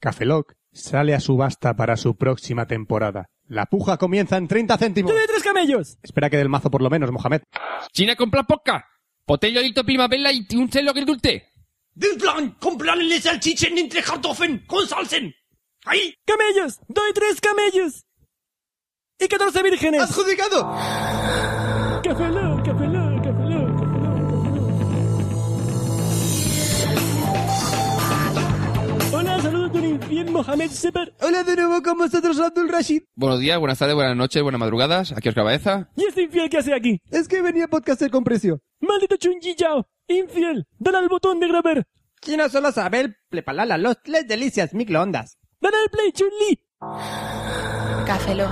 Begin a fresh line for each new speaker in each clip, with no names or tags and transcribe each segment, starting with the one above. Cafeloc sale a subasta para su próxima temporada. La puja comienza en 30 céntimos.
¡Tiene tres camellos!
Espera que del mazo por lo menos, Mohamed.
China compra poca. Potello adicto primavera y un celo agridulce.
Dildan, comprarle salchichen entre Hartofen con salsen. ¡Ahí!
¡Camellos! ¡Doy tres camellos! ¡Y 14 vírgenes!
¡Adjudicado!
¡Cafelón, cafelón, cafelón, cafelón! Hola, saludos de un infiel Mohamed Separ.
Hola de nuevo con vosotros, Abdul Rashid.
Buenos días, buenas tardes, buenas noches, buenas madrugadas. Aquí Oscar Baeza.
¿Y este infiel que hace aquí?
Es que venía a podcaster con precio.
¡Maldito Chunji Yao! ¡Infiel! ¡Dale al botón de grabar!
China solo sabe el plepalala, los les delicias, microondas.
¡Dale al play, Chun-Li!
Café Lock.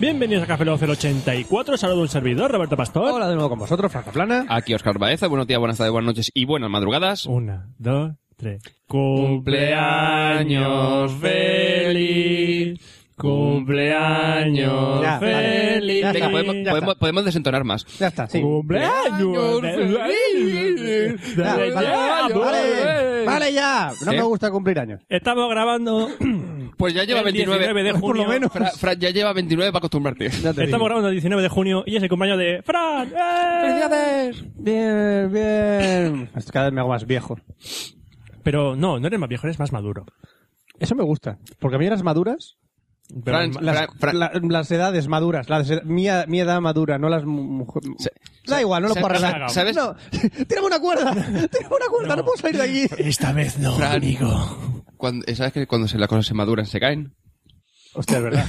Bienvenidos a Café Lock 084. Saludo un servidor, Roberto Pastor.
Hola de nuevo con vosotros, Franza Plana.
Aquí Oscar Baeza. Buenos días, buenas tardes, buenas noches y buenas madrugadas.
Una, dos, tres.
Cumpleaños feliz. Cumpleaños
Ya, vale.
feliz.
Ya
Venga,
está.
podemos,
Ya
podemos, podemos desentonar más.
Ya está, sí.
¡Cumpleaños feliz!
Ya,
Dale
vale,
ya,
vale,
boy.
vale, ya. No
¿Sí?
me gusta cumplir años.
Estamos grabando.
Pues ya lleva
el 19
29.
de junio.
Por lo menos.
Fra- Fra- ya lleva 29 para acostumbrarte.
Ya te
Estamos
digo.
grabando el 19 de junio y es el cumpleaños de Fran. ¡Eh!
Bien, bien. Esto cada vez me hago más viejo.
Pero no, no eres más viejo, eres más maduro.
Eso me gusta. Porque a mí eras maduras.
Pero
Fran,
ma-
Las,
Fra- Fra-
la- las edades maduras. Las ed- mi, ed- mi edad madura, no las mu- mujer-
Se-
Da igual, no lo
se-
puedo
se-
arreglar.
¿sabes?
No. Tírame una cuerda. Tírame una cuerda. No. puedo salir de aquí.
Esta vez no,
Fran.
amigo.
Cuando- ¿Sabes que cuando se- las cosas se maduran se caen?
Hostia, es verdad.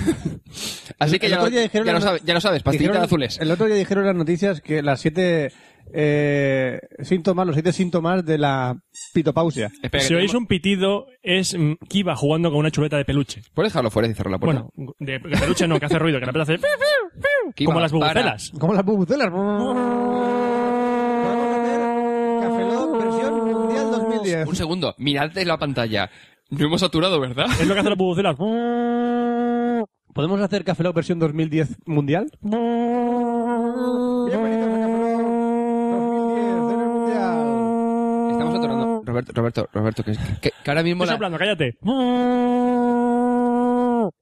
Así que
El
ya,
otro día dijeron
ya, lo
las-
sabes, ya lo sabes, pastillitas
Dijeron-
azules.
El otro día dijeron las noticias que las siete eh, síntomas, los siete síntomas de la pitopausia.
Espera,
Si
que
oís
tenemos-
un pitido, es mm, Kiba jugando con una chuleta de peluche.
¿Puedes dejarlo fuera y cerrar la puerta?
Bueno, de, de peluche no, que hace ruido, que la pelota hace... fiu, fiu, fiu,
Kiba,
como las
para.
bubucelas.
Como las bubucelas. Café Lock versión mundial 2010.
Un segundo, mirad de la pantalla. No hemos saturado, ¿verdad?
Es lo que hacen las bubucelas.
¿Podemos hacer Café Lock versión 2010 mundial? Bienvenidos a Café Lock 2010 en el mundial.
Estamos saturando. Roberto, Roberto, Roberto, que, que- que ahora mismo
Estoy
la...
soplando, cállate.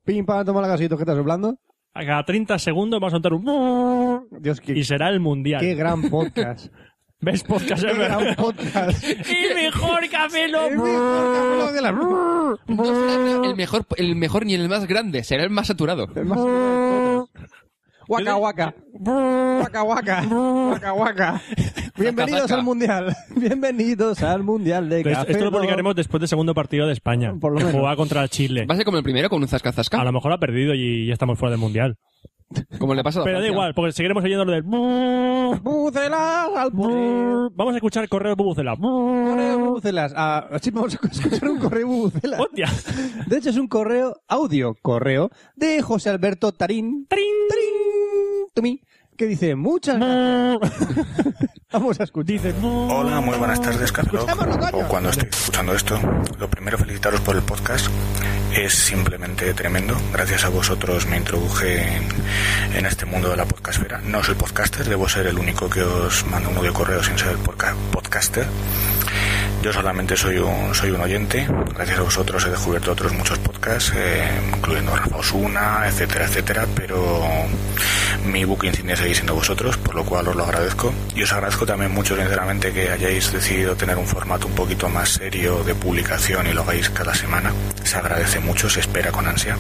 Pim, pam, toma la casita, ¿qué estás hablando?
A cada 30 segundos vamos a soltar un...
Dios, qué,
Y será el mundial.
qué gran podcast.
¿Ves podcast?
qué gran
es verdad?
podcast.
¡Y mejor Café Lock!
El mejor Café Lock de la...
No será el mejor, el mejor ni el más grande, será el más saturado.
Es más- Guaca, guaca. Guaca, guaca. Guaca, guaca. Bienvenidos
Zaca.
al Mundial. Bienvenidos al Mundial de
Pero Pues esto-
Café
esto lo
Lock.
publicaremos después del segundo partido de España.
Por lo
que
menos.
jugaba contra Chile.
Va a ser como el primero, con un zasca
A
zasca.
lo mejor ha perdido y ya estamos fuera del mundial.
Como le pasa a
Pero da
Francia.
igual, porque seguiremos oyendo lo del.
Bucelas al poder.
Vamos a escuchar correo bubucela.
Correo bucelas. Ah, sí, vamos a escuchar un correo bucelas.
¡Hostia!
De hecho, es un correo, audio correo, de José Alberto Tarín. Tarín. To me, Que dice, muchas gracias. Vamos a escuchar.
Dice.
Hola, muy buenas tardes, Carlos.
Escuchámoslo, coño.
O cuando estéis escuchando esto, lo primero felicitaros por el podcast. Es simplemente tremendo. Gracias a vosotros me introduje en, en este mundo de la podcastfera. No soy podcaster, debo ser el único que os manda un audio correo sin ser porca- podcaster. Yo solamente soy un, soy un oyente. Gracias a vosotros he descubierto otros muchos podcasts, eh, incluyendo a Rafa Osuna, etcétera, etcétera. Pero mi buque insignia seguís siendo vosotros, por lo cual os lo agradezco. Y os agradezco también mucho, sinceramente, que hayáis decidido tener un formato un poquito más serio de publicación y lo hagáis cada semana. Se agradece mucho, se espera con ansia.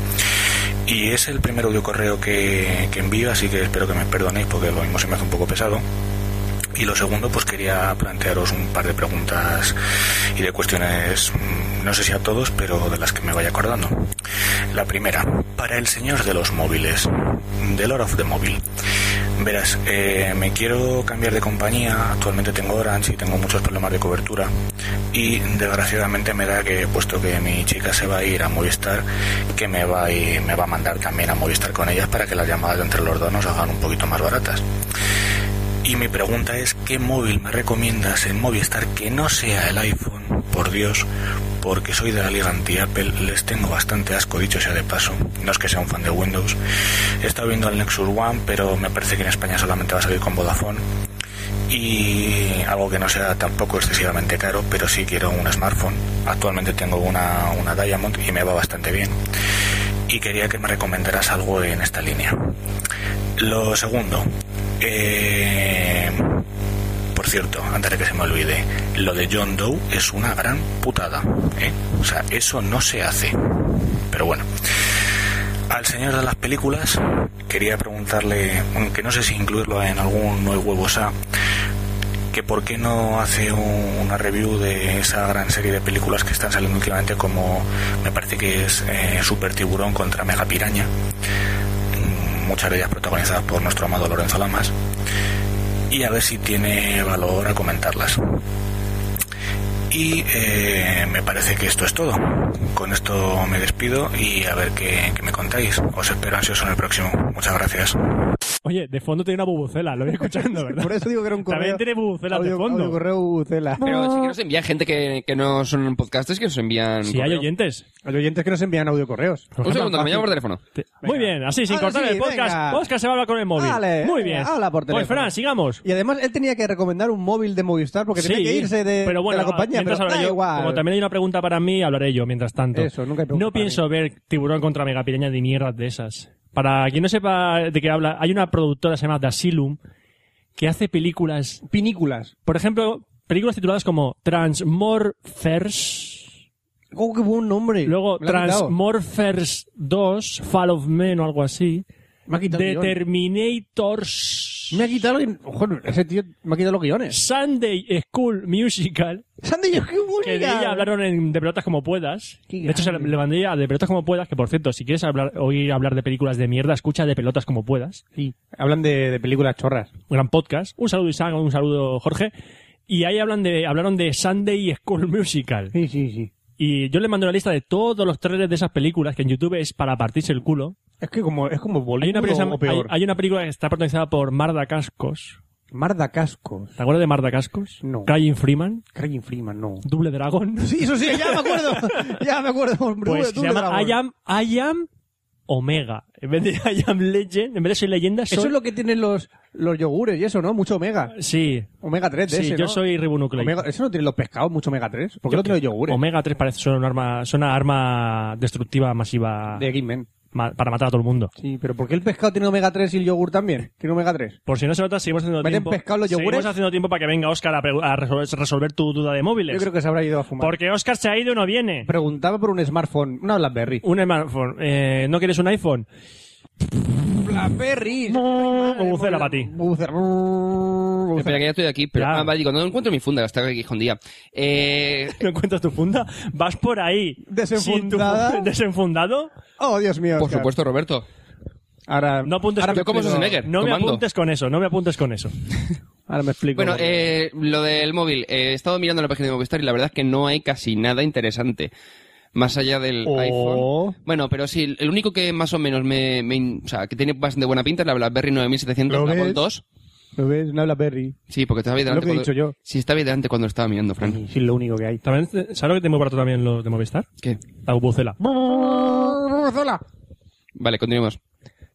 Y es el primer audio correo que, que envío, así que espero que me perdonéis porque lo mismo se me hace un poco pesado Y lo segundo, pues quería plantearos un par de preguntas y de cuestiones, mm, no sé si a todos, pero de las que me vaya acordando. La primera, para el señor de los móviles, del Lord of the Móvil. Verás, eh, me quiero cambiar de compañía, actualmente tengo Orange y tengo muchos problemas de cobertura y desgraciadamente me da que, puesto que mi chica se va a ir a Movistar, que me va, y me va a mandar también a Movistar con ellas para que las llamadas de entre los dos nos hagan un poquito más baratas. Y mi pregunta es, ¿qué móvil me recomiendas en Movistar que no sea el iPhone? Por Dios, porque soy de la liga anti-Apple, les tengo bastante asco, dicho sea de paso. No es que sea un fan de Windows. He estado viendo el Nexus One, pero me parece que en España solamente va a salir con Vodafone. Y algo que no sea tampoco excesivamente caro, pero sí quiero un smartphone. Actualmente tengo una, una Diamond y me va bastante bien. Y quería que me recomendaras algo en esta línea. Lo segundo, eh, por cierto, antes de que se me olvide, lo de John Doe es una gran putada. ¿eh? O sea, eso no se hace. Pero bueno. Al señor de las películas, quería preguntarle, aunque no sé si incluirlo en algún No hay huevos A, que por qué no hace un- una review de esa gran serie de películas que están saliendo últimamente, como me parece que es eh, Super Tiburón contra Mega Piraña, mm, muchas de ellas protagonizadas por nuestro amado Lorenzo Lamas y a ver si tiene valor a comentarlas. Y eh, me parece que esto es todo. Con esto me despido y a ver qué, qué me contáis. Os espero ansioso en el próximo. Muchas gracias.
Oye, de fondo tiene una bubucela, lo voy escuchando, ¿verdad?
Por eso digo que era un correo.
También tiene bubucelas de
audio-
fondo.
audio correo bubucela.
Pero si que nos envía gente que, que no son podcasters, que nos envían.
Si hay
correo.
oyentes.
Hay oyentes que nos envían audio correos.
Un segundo, que me llamo por teléfono.
Te- Muy bien, así, sin
Ahora
cortar
sí,
el podcast.
venga.
Podcast se va a hablar con el móvil.
Vale,
Muy
venga,
bien.
habla por
Pues,
teléfono.
Fran, sigamos.
Y además él tenía que recomendar un móvil de Movistar porque
Sí,
tenía que irse de,
pero bueno,
de la compañía.
mientras
Pero
hablaré
da
yo,
igual.
como también hay una pregunta para mí, hablaré yo mientras tanto.
Eso, nunca hay pregunta
No
para
pienso ver tiburón contra megapireña de mierdas de esas. Para quien no sepa de qué habla, hay una productora que se llama The Asylum que hace películas,
Pinículas.
por ejemplo, películas tituladas como Transmorphers,
Oh, qué buen nombre.
Luego,
Me lo ha quitado.
Transmorphers 2, Fall of Men o algo así.
Me ha quitado el
The
guión.
Terminators.
Me ha quitado... el- Ojo, ese tío me ha quitado los guiones.
Sunday School Musical.
Sandy, yo qué
Que de ella hablaron en De Pelotas como Puedas.
Qué
de hecho, se
grande.
le mandé a De Pelotas como Puedas, que por cierto, si quieres hablar, oír hablar de películas de mierda, escucha De Pelotas como Puedas.
Sí, hablan de, de películas chorras.
Gran podcast. Un saludo Isaac, un saludo Jorge. Y ahí hablan de, hablaron de Sunday School Musical.
Sí, sí, sí.
Y yo le mandé una lista de todos los trailers de esas películas que en YouTube es para partirse el culo.
Es que como es como
Hay
boludo
una, película,
o peor.
hay- hay una película que está protagonizada por Marda Cascos.
Marda Cascos.
¿Te acuerdas de Marda Cascos?
No.
Crying Freeman,
Craig Freeman, no.
Double Dragon.
Sí, eso sí, ya me acuerdo. ya me acuerdo.
Pues
Double-
se
Double
llama
Dragon.
I am, I am Omega. En vez de I am Legend, en vez de soy leyenda, soy...
Eso es lo que tienen los, los yogures y eso, ¿no? Mucho omega.
Sí,
Omega 3 de
sí
ese,
yo
¿no?
soy ribonucleico.
Omega- eso no tienen los pescados, mucho omega 3. ¿Por qué no tienen los yogures?
Omega 3 parece son una arma, son una arma destructiva masiva
De X-Men.
ma- para matar a todo el mundo.
Sí, pero ¿por qué el pescado tiene omega 3 y el yogur también? Tiene omega 3.
Por si no se nota, seguimos haciendo
¿Meten
tiempo.
pescado los
seguimos
yogures?
haciendo tiempo para que venga Oscar a, pre- a resolver, resolver tu duda de móviles.
Yo creo que se habrá ido a fumar.
Porque Oscar se ha ido y no viene.
Preguntaba por un smartphone, una BlackBerry.
Un smartphone. Eh, ¿No quieres un iPhone?
BlackBerry.
Bubucela para ti.
Bubucela. Bubucela.
Espera, que ya estoy aquí, pero.
Ya.
Ah, vale, digo, no encuentro mi funda, hasta aquí escondida. Eh.
¿No encuentras tu funda? ¿Vas por ahí?
Desenfundada.
sin tu- ¿Desenfundado?
Oh, Dios mío.
Por
Oscar.
supuesto, Roberto.
Ahora,
No apuntes
ahora
con
me
yo como
explico-
Schwarzenegger.
No me
Comando.
apuntes con eso, no me apuntes con eso.
Ahora me explico.
Bueno, eh, lo del móvil. eh, he estado mirando la página de Movistar y la verdad es que no hay casi nada interesante. Más allá del
Oh.
iPhone. Bueno, pero sí, el único que más o menos me, me- O sea, que tiene bastante buena pinta es la BlackBerry 9700
¿Lo
la Gold
ves?
2.
¿Lo ves? Una BlackBerry.
Sí, porque estaba ahí
Lo
delante.
que he
cuando-
dicho yo.
Sí, estaba ahí delante cuando estaba mirando, Fran.
Sí, sí, lo único que hay.
También, te- ¿Sabes lo que tengo barato también lo de Movistar?
¿Qué?
La bubucela.
Vale, continuemos.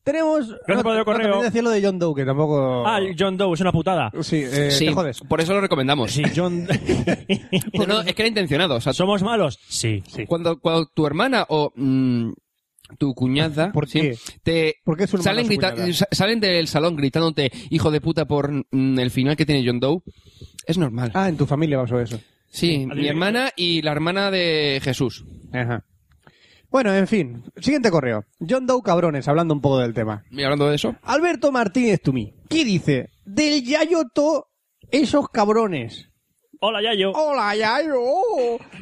Oh, Tenemos.
por el correo.
también decía lo de John Doe, que tampoco.
Ah, John Doe, es una putada.
Sí, eh,
sí,
te jodes.
por eso lo recomendamos.
Sí, John...
No, no, es que era intencionado. O sea,
¿Somos malos? Sí. sí.
cuando, cuando tu hermana o mm, tu cuñada
¿Por
sí,
qué?
te
¿Por qué es su hermana
salen,
o su
grita-
cuñada?
sa- salen del salón gritándote hijo de puta por mm, el final que tiene John Doe, es normal.
Ah, en tu familia pasó eso.
sí, mi hermana y la hermana de Jesús.
Ajá. Bueno, en fin. Siguiente correo. John Doe cabrones, hablando un poco del tema.
Y hablando de eso,
Alberto Martínez Tumí. ¿Qué dice? Del Yayoto Esos cabrones.
Hola, Yayo.
Hola, Yayo.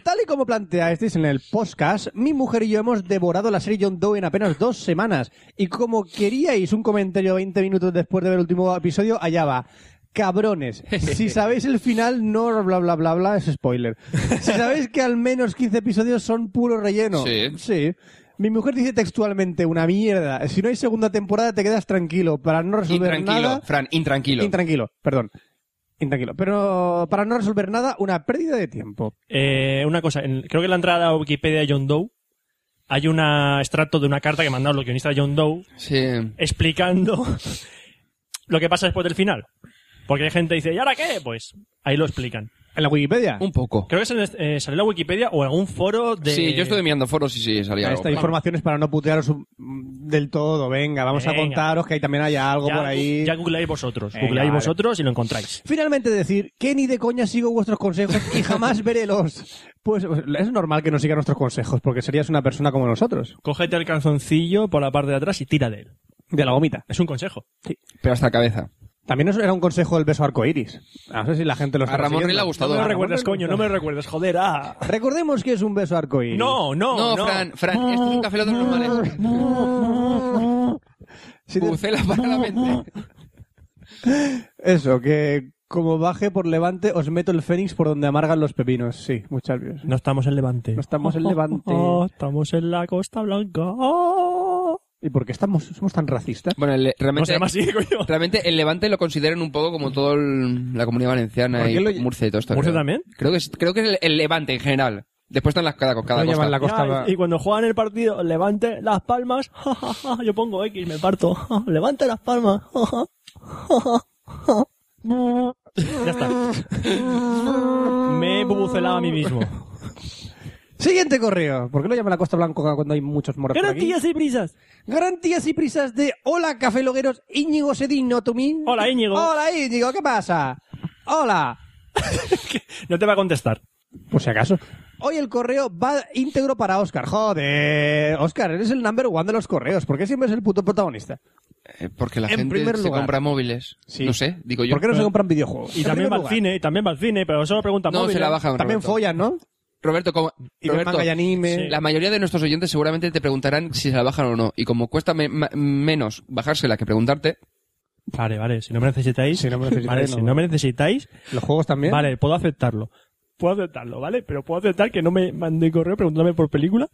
Tal y como planteasteis en el podcast, mi mujer y yo hemos devorado la serie John Doe en apenas dos semanas. Y como queríais un comentario 20 minutos después de ver el último episodio, allá va. Cabrones, si sabéis el final, no bla bla bla bla, es spoiler. Si sabéis que al menos 15 episodios son puro relleno.
Sí.
Sí. Mi mujer dice textualmente una mierda. Si no hay segunda temporada, te quedas tranquilo para no resolver
Intranquilo,
nada.
Fran, intranquilo.
Intranquilo, perdón. Intranquilo. Pero para no resolver nada, una pérdida de tiempo.
Eh, una cosa, en- creo que en la entrada a Wikipedia de John Doe hay un extracto de una carta que mandaron los guionistas de John Doe
sí.
explicando lo que pasa después del final. Porque hay gente que dice, ¿y ahora qué? Pues ahí lo explican.
En la Wikipedia.
Un poco.
Creo que es en el- eh, salió en la Wikipedia o en algún foro de...
Sí, yo estuve mirando foros y sí, salía
Esta
algo.
información es para no putearos mm, del todo. Venga, vamos a
Venga.
contaros que ahí también hay algo
ya,
por ahí.
Ya googleáis vosotros.
Venga,
googleáis
vale.
vosotros y lo encontráis.
Finalmente decir que ni de coña sigo vuestros consejos y jamás verélos. Pues pues, es normal que no siga nuestros consejos, porque serías una persona como nosotros.
Cógete el calzoncillo por la parte de atrás y tira de él.
De la gomita.
Es un consejo.
Pero hasta cabeza.
También eso era un consejo del beso arcoiris. No sé si la gente lo está
A Ramón le ha
consiguiendo.
gustado.
No me
Ah,
lo recuerdes,
Ramón le
coño, no me lo recuerdes, joder, ah.
Recordemos que es un beso arcoíris.
No, no,
No,
no.
Fran, Fran, esto es un café de los normales.
Si te-
Bucela para la mente.
Eso, que como baje por levante, os meto el fénix por donde amargan los pepinos. Sí, muchas gracias.
No estamos en Levante.
No estamos en Levante.
Oh, estamos en la Costa Blanca. Oh.
¿Y por qué estamos, somos tan racistas?
Bueno, el-
No
realmente,
se llama así, coño.
realmente el Levante lo consideran un poco como toda la comunidad valenciana
¿Por
y
qué lo-
Murcia y todo esto.
¿Murcia
creo.
también?
Creo que es, creo que es el, el Levante en general. Después están las cada, cada
Lo
costa.
llaman la costa.
Ya, y cuando juegan el partido, levante las palmas. ja, ja, ja, Yo pongo X, me parto. ja, Levante las palmas. ja, ja, ja, ja. Ya está. Me he bubucelado a mí mismo.
Siguiente correo. ¿Por qué lo llaman la Costa Blanca cuando hay muchos moros por aquí?
Garantías y prisas.
Garantías y prisas de Hola Cafelogueros, Íñigo Sedino, Tumín.
Hola, Íñigo.
Hola Íñigo, ¿qué pasa? Hola.
No te va a contestar.
Por si acaso. Hoy el correo va íntegro para Oscar. Joder, Oscar, eres el number one de los correos. ¿Por qué siempre es el puto protagonista?
Eh, Porque la
En
gente
primer
se
lugar.
compra móviles.
Sí.
No sé, digo yo.
¿Por qué no se compran videojuegos?
Y
En
también
primer
va al
lugar.
cine, y también va al cine, pero solo pregunta
No,
móvil,
se la
¿eh?
bajan.
También
Roberto.
follan, ¿no?
Roberto, como-
Y ven
Roberto,
manga y anime.
Sí.
la mayoría de nuestros oyentes seguramente te preguntarán si se la bajan o no. Y como cuesta me- ma- menos bajársela que preguntarte,
Vale, vale. Si no me necesitáis.
Si no me necesitáis,
vale,
no.
si no me necesitáis.
Los juegos
¿Eh?
también.
Vale, puedo aceptarlo. Puedo aceptarlo, ¿vale? Pero puedo aceptar que no me mande correo preguntándome por película.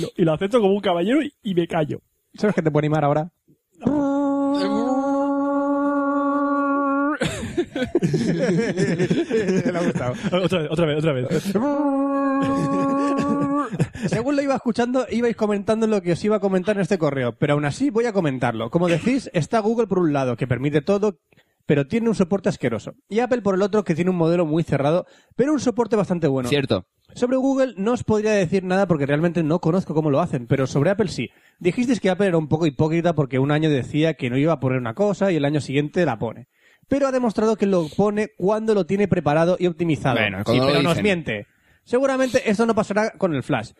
Lo- y lo acepto como un caballero y, y me callo.
¿Sabes que te puedo animar ahora? Le ha gustado.
Otra vez, otra vez, otra vez.
Según lo iba escuchando, ibais comentando lo que os iba a comentar en este correo, pero aún así voy a comentarlo. Como decís, está Google por un lado, que permite todo, pero tiene un soporte asqueroso. Y Apple por el otro, que tiene un modelo muy cerrado, pero un soporte bastante bueno.
cierto.
Sobre Google no os podría decir nada porque realmente no conozco cómo lo hacen, pero sobre Apple sí. Dijisteis que Apple era un poco hipócrita porque un año decía que no iba a poner una cosa y el año siguiente la pone. Pero ha demostrado que lo pone cuando lo tiene preparado y optimizado.
Bueno,
sí,
cuando lo
pero nos
dicen.
miente. Seguramente esto no pasará con el Flash,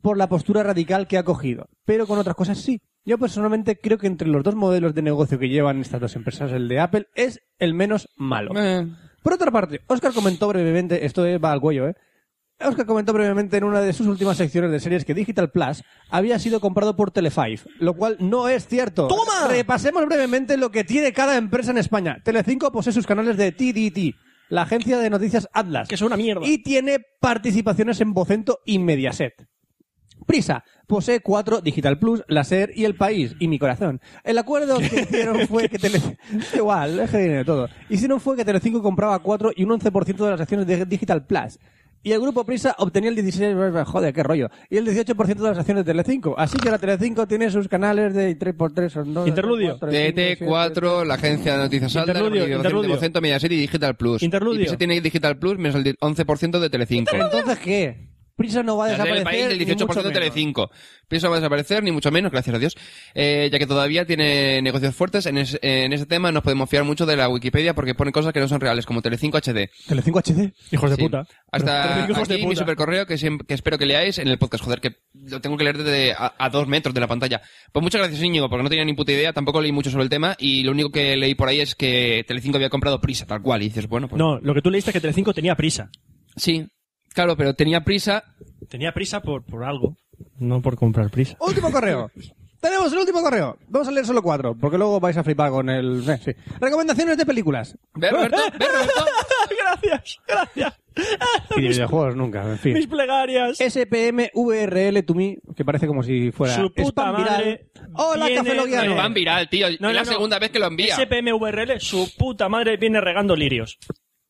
por la postura radical que ha cogido, pero con otras cosas sí. Yo personalmente creo que entre los dos modelos de negocio que llevan estas dos empresas, el de Apple es el menos malo.
Eh,
Por otra parte, Oscar comentó brevemente, esto es- va al cuello, ¿eh? Oscar comentó brevemente en una de sus últimas secciones de series que Digital Plus había sido comprado por Telefive, lo cual no es cierto. ¡Toma! Repasemos brevemente lo que tiene cada empresa en España. Telecinco posee sus canales de TDT, la agencia de noticias Atlas,
Que es una mierda.
y tiene participaciones en Vocento y Mediaset. Prisa posee cuatro Digital Plus, la SER y El País y mi corazón. El acuerdo que hicieron fue que Tele... Da Igual, es que dinero todo. Hicieron fue que Telecinco compraba cuatro y un 11% de las acciones de Digital Plus. Y el grupo Prisa obtenía el 16... Joder, qué rollo. Y el 18% de las acciones de Telecinco. Así que la Telecinco tiene sus canales de 3x3 son dos,
Interludio.
cuatro, cinco, siete,
DT4, la agencia de noticias Alda, la
Interludio,
participación de
interludio.
Vocento, Mediaset y Digital Plus.
Interludio.
Y se tiene Digital Plus menos el 11% de Telecinco.
¿Entonces qué? Prisa no va a
La serie
desaparecer.
del país del
ni
18%
mucho
de
menos.
Telecinco. Pienso no va a desaparecer, ni mucho menos, gracias a Dios, eh, ya que todavía tiene negocios fuertes. En, es- en ese tema nos podemos fiar mucho de la Wikipedia porque pone cosas que no son reales, como Telecinco HD.
Telecinco HD.
Hijos de
Sí.
puta.
Hasta
Hijos de
aquí mi
puta.
supercorreo que, siempre- que espero que leáis en el podcast. Joder, que lo tengo que leer desde a, a dos metros de la pantalla. Pues muchas gracias, Íñigo, porque no tenía ni puta idea, tampoco leí mucho sobre el tema y lo único que leí por ahí es que Telecinco había comprado prisa, tal cual. Y dices, bueno, pues...
No, lo que tú leíste es que Telecinco tenía prisa.
Sí, claro, pero tenía prisa
Tenía prisa por, por algo. No por comprar prisa.
Último correo. Tenemos el último correo. Vamos a leer solo cuatro, porque luego vais a flipar con el... eh, sí. Recomendaciones de películas.
¿Ve, Roberto? ¿Ve, Roberto?
gracias, gracias.
Y de videojuegos nunca, en
Mis
fin.
plegarias.
SPM VRL to me, que parece como si fuera...
Su puta
spam
madre
viral. Hola,
viene
cafeloguiano.
de-
Van viral, tío. es la segunda vez que lo envía.
SPMVRL, su puta madre viene regando lirios.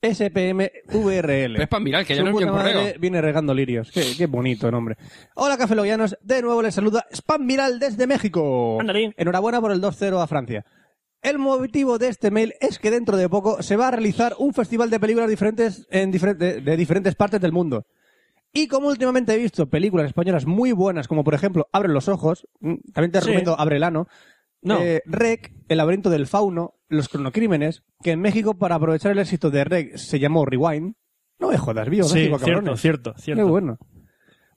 SPM VRL.
Pero es pan viral, que ya
Su
no es
puta
bien correo.
madre Viene regando lirios. Qué, qué bonito nombre. Hola, cafeloguianos. De nuevo les saluda Spam Viral desde México.
Ándale.
Enhorabuena por el 2-0 a Francia. El motivo de este mail es que dentro de poco se va a realizar un festival de películas diferentes en diferente- de, de diferentes partes del mundo. Y como últimamente he visto películas españolas muy buenas, como por ejemplo Abre los ojos, mm, también te
Sí.
recomiendo Abre el ano,
No.
eh, Rec, El laberinto del fauno, Los cronocrímenes, que en México para aprovechar el éxito de Rec se llamó Rewind. No me jodas, vivo México,
cierto,
cabrones.
cierto, cierto.
Qué bueno.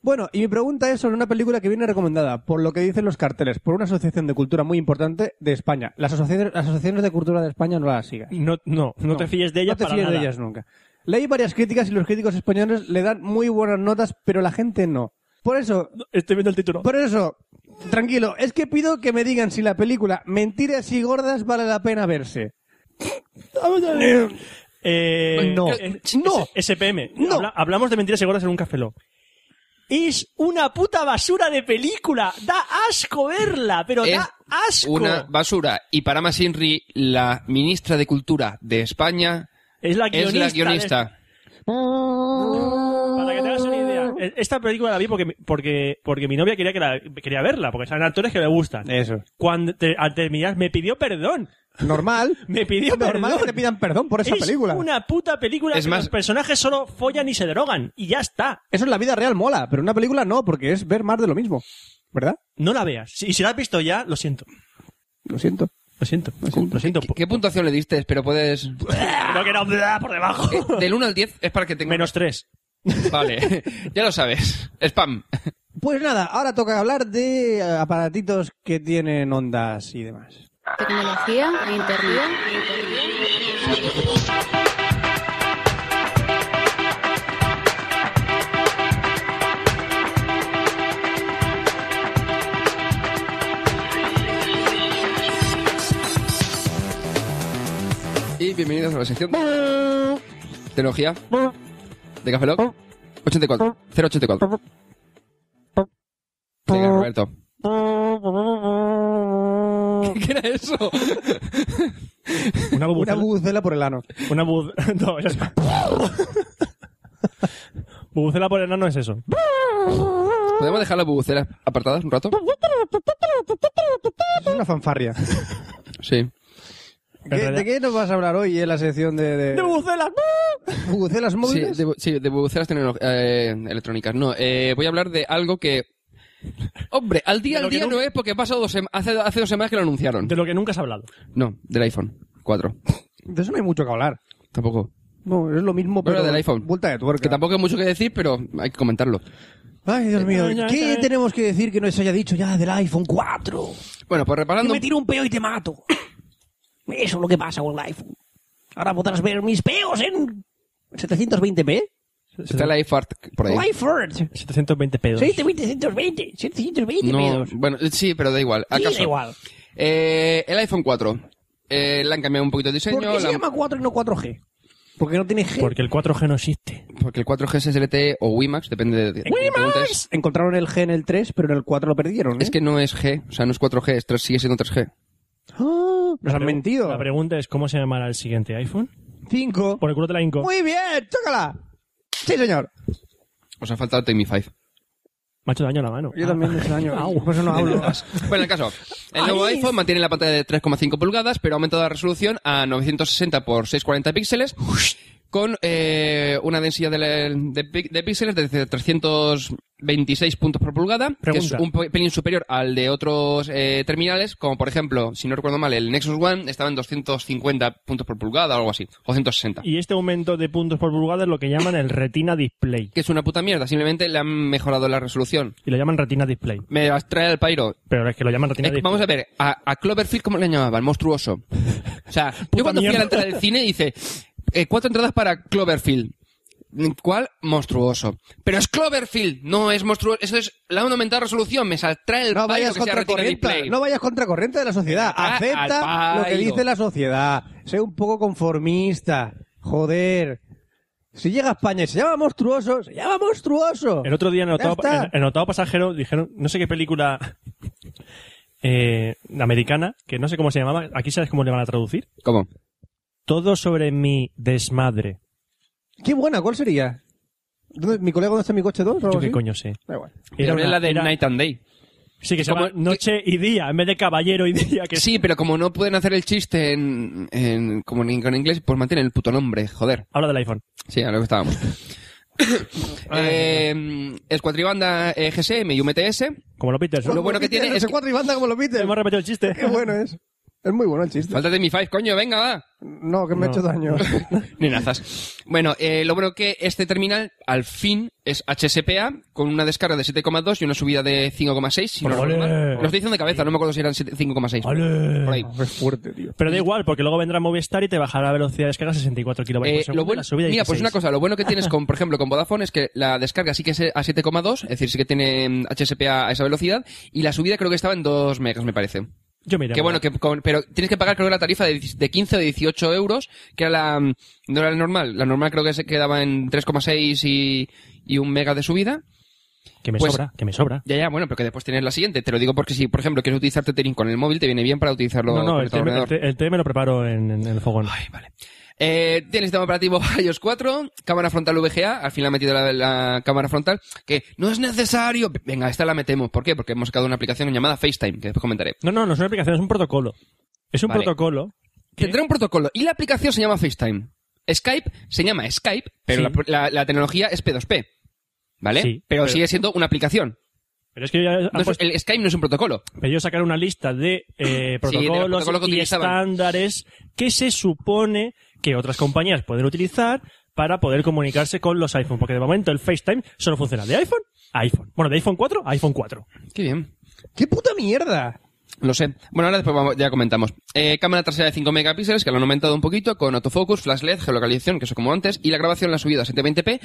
Bueno, y mi pregunta es sobre una película que viene recomendada, por lo que dicen los carteles, por una asociación de cultura muy importante de España. Las asociaciones, las asociaciones de cultura de España no las sigas.
No, no, no, te fíes de ellas
No te
para
fíes
nada.
de ellas nunca. Leí varias críticas y los críticos españoles le dan muy buenas notas, pero la gente no. Por eso,
Estoy viendo el título.
por eso, tranquilo, es que pido que me digan si la película Mentiras y Gordas vale la pena verse.
Eh,
No.
eh,
No.
S- SPM.
No.
Habla- hablamos de mentiras y gordas en un cafeló. Es una puta basura de película. Da asco verla, pero
Es
da asco.
Una basura. Y para más Inri, la ministra de Cultura de España
Es la
es
guionista.
la
de-
guionista.
Para que te hagas una idea. e- Esta película la vi porque, porque, porque mi novia quería, que la- quería verla, porque son actores que me gustan.
Eso.
Cuando te, al terminar me pidió perdón.
Normal.
Me pidió
normal que
perdón.
te pidan perdón por esa
es
película.
una puta película
Es
que
más-
los personajes solo follan y se drogan. Y ya está.
Eso en la vida real mola, pero en una película no, porque es ver más de lo mismo. ¿Verdad?
No la veas. Si- Y si la has visto ya, lo siento.
Lo siento.
Lo siento. Lo siento.
¿Qué, qué puntuación le diste? Pero puedes...
Creo que era un bla por debajo.
Eh, del 1 al 10 es para que tenga...
Menos tres.
Vale, ya lo sabes. Spam.
Pues nada, ahora toca hablar de eh, aparatitos que tienen ondas y demás.
Tecnología, e internet.
Y bienvenidos a la sección... Tecnología. De Café Lock. 84. 084. Venga, Roberto. ¿Qué era eso?
Una
Una bubucela.
bubucela por el ano.
Una bu- No, eso es. bubucela por el no es eso.
¿Podemos dejar las bubuceras apartadas un rato?
Es una fanfarria.
Sí.
¿Qué-
realidad-
¿De qué nos vas a hablar hoy en la sección de, de-
¡De bubucela!
bubucelas
Sí,
móviles?
de, bu- sí, de bubuceras tecnolo- eh, electrónicas. No, eh, voy a hablar de algo que... Hombre, al día
De lo
al
que
día
nunca-
no es porque ha pasado dos sema- hace, hace dos semanas que lo anunciaron.
De lo que nunca has hablado.
No, del iPhone 4.
De eso no hay mucho que hablar.
Tampoco.
No, es lo mismo,
Bueno,
pero
del iPhone.
Vuelta de tuerca.
Que tampoco hay mucho que decir, pero hay que comentarlo.
Ay, Dios mío.
Ya, ya,
¿Qué
ya.
tenemos que decir que no se haya dicho ya del iPhone 4?
Bueno, pues
Que
reparando...
me tiro un peo y te mato. Eso es lo que pasa con el iPhone. Ahora podrás ver mis peos en 720p.
Está el iPhone por ahí.
iFord.
720 pedos.
720, 720, 720
No,
pedos.
bueno, sí, pero da igual.
Sí,
¿Acaso?
da igual.
Eh, el iPhone 4. Eh, le han cambiado un poquito de diseño.
¿Por qué
la-
se llama 4 y no 4G? Porque no tiene G.
Porque el 4G no existe.
Porque el 4G es LTE o WiMAX, depende de... de- de que preguntes.
Encontraron el G en el 3, pero en el 4 lo perdieron. ¿eh?
Es que no es G, o sea, no es 4G, es 3, sigue siendo 3G.
Ah, nos
La
han
pregu-
mentido.
La pregunta es: ¿cómo se llamará el siguiente iPhone?
5.
Por el culo te la inco.
Muy bien, chócala. Sí, señor.
Os ha faltado Timmy 5.
Me ha hecho daño a la mano.
Yo también me he hecho daño. Por Ah, pues eso no hablo.
Bueno, pues, el caso. El nuevo iPhone mantiene la pantalla de 3,5 pulgadas, pero ha aumentado la resolución a 960 por 640 píxeles con eh, una densidad de, la- de pi- de píxeles de 326 puntos por pulgada, que
Pregunta.
es un po- pelín superior al de otros eh, terminales, como por ejemplo, si no recuerdo mal, el Nexus One estaba en 250 puntos por pulgada o algo así, o 160.
Y este aumento de puntos por pulgada es lo que llaman el retina display.
Que es una puta mierda, simplemente le han mejorado la resolución.
Y lo llaman retina display.
Me las trae al pairo.
Pero es que lo llaman retina
Eh,
display.
vamos a ver, a, a Cloverfield, ¿cómo le llamaban? Monstruoso. O sea, yo cuando fui a
mierda.
la entrada del cine dice, eh, cuatro entradas para Cloverfield. ¿Cuál? Monstruoso. Pero es Cloverfield, no es monstruoso. Eso es la han aumentado resolución. Me saltrae el
No
pairo
vayas
que sea Retina
contracorriente,
Display.
no vayas contracorriente de la sociedad.
Ah,
Acepta
al
lo que
pairo.
dice la sociedad. Sé un poco conformista. Joder. Si llega a España y se llama monstruoso, se llama monstruoso.
El otro día en el
Ya
octavo,
está.
en- en el octavo pasajero dijeron, no sé qué película eh, americana, que no sé cómo se llamaba, aquí sabes cómo le van a traducir.
¿Cómo?
Todo sobre mi desmadre.
Qué buena, ¿cuál sería? ¿Dónde- ¿Mi colega dónde está mi coche 2?
Yo qué coño sé.
Da igual.
Era
una-
la de
era-
Night and Day.
Sí, que se llama
Como-
Noche y Día, en vez de Caballero y Día. Que
Sí, pero como no pueden hacer el chiste en, en, como en, en inglés, pues mantienen el puto nombre, joder.
Habla del iPhone.
Sí, a lo que estábamos. eh, el cuatribanda eh, GSM y UMTS.
Como lo Peters.
Lo bueno que tiene
Pues No
es
sé
que-
cuatro y banda como lo piten.
Hemos repetido el chiste.
Qué bueno es. Es muy bueno el chiste.
Falta de Mi 5, coño, venga, va.
No, que me ha
No.
hecho daño.
Ni nazas. Bueno, eh, lo bueno que este terminal al fin es HSPA con una descarga de 7,2 y una subida de 5,6. Si no
¡Ole!
recuerdo mal. Lo estoy diciendo de cabeza, no me acuerdo si eran 7 5,6.
¡Ole!
Por ahí.
es fuerte, tío.
Pero da igual, porque luego vendrá Movistar y te bajará la velocidad de descarga a 64 kilobytes por
Eh,
segundo.
lo bueno-
la subida
mira,
16.
pues una cosa, lo bueno que tienes con, por ejemplo, con Vodafone es que la descarga sí que es a 7,2, es decir, sí que tiene mm, HSPA a esa velocidad y la subida creo que estaba en 2 megas, me parece.
Yo mira.
Que bueno, que con- pero tienes que pagar creo que la tarifa de, 10 de 15 o 18 euros, que era la, mm, no era la normal. La normal creo que se quedaba en 3,6 y, y un mega de subida.
Que me
pues-
sobra, que me sobra.
Ya, ya, bueno, pero que después tienes la siguiente. Te lo digo porque si, por ejemplo, quieres utilizar Tethering con el móvil, te viene bien para utilizarlo
No, no,
con
el
tu
té, me- este- el,
ordenador.
té- el té me lo preparo en, en el fogón.
Ay, vale. Eh, tiene sistema operativo iOS 4, cámara frontal VGA, al fin le ha metido la, la cámara frontal, que no es necesario. Venga, esta la metemos. ¿Por qué? Porque hemos sacado una aplicación llamada FaceTime, que después comentaré.
No, no, no es una aplicación, es un protocolo. Es un
Vale.
protocolo. que-
Tendrá un protocolo y la aplicación se llama FaceTime. Skype se llama Skype, pero
Sí.
la, la- la tecnología es P2P. ¿Vale?
Sí,
pero,
pero-
sigue siendo una aplicación.
Pero es que ya han
No es-
puesto-
el Skype no es un protocolo.
pero yo sacar una lista de eh,
Sí, de los
protocolos
protocolos que
y
utilizaban.
estándares que se supone que otras compañías pueden utilizar para poder comunicarse con los iPhone. Porque de momento el FaceTime solo funciona de iPhone a iPhone. Bueno, de iPhone 4 a iPhone 4.
Qué bien.
¡Qué puta mierda!
Lo sé. Bueno, ahora después vamos- ya comentamos. Eh, cámara trasera de 5 megapíxeles, que lo han aumentado un poquito, con autofocus, flash LED, geolocalización, que eso como antes, y la grabación la han subido a 720p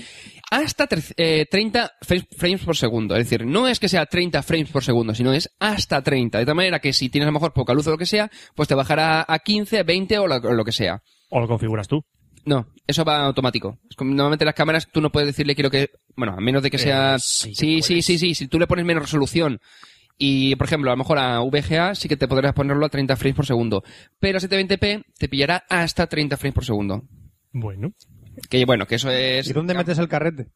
hasta tre- eh, 30 fra- frames por segundo. Es decir, no es que sea 30 frames por segundo, sino es hasta 30. De tal manera que si tienes a lo mejor poca luz o lo que sea, pues te bajará a 15, 20 o lo- o lo que sea.
O lo configuras tú.
No, eso va automático. Es como- Normalmente las cámaras tú no puedes decirle quiero que... Bueno, a menos de que sea... sí, sí, sí, sí, Si tú le pones menos resolución y, por ejemplo, a lo mejor a VGA sí que te podrás ponerlo a 30 frames por segundo. Pero a 720p te pillará hasta 30 frames por segundo.
Bueno.
Que bueno, que eso es...
¿Y dónde metes el carrete?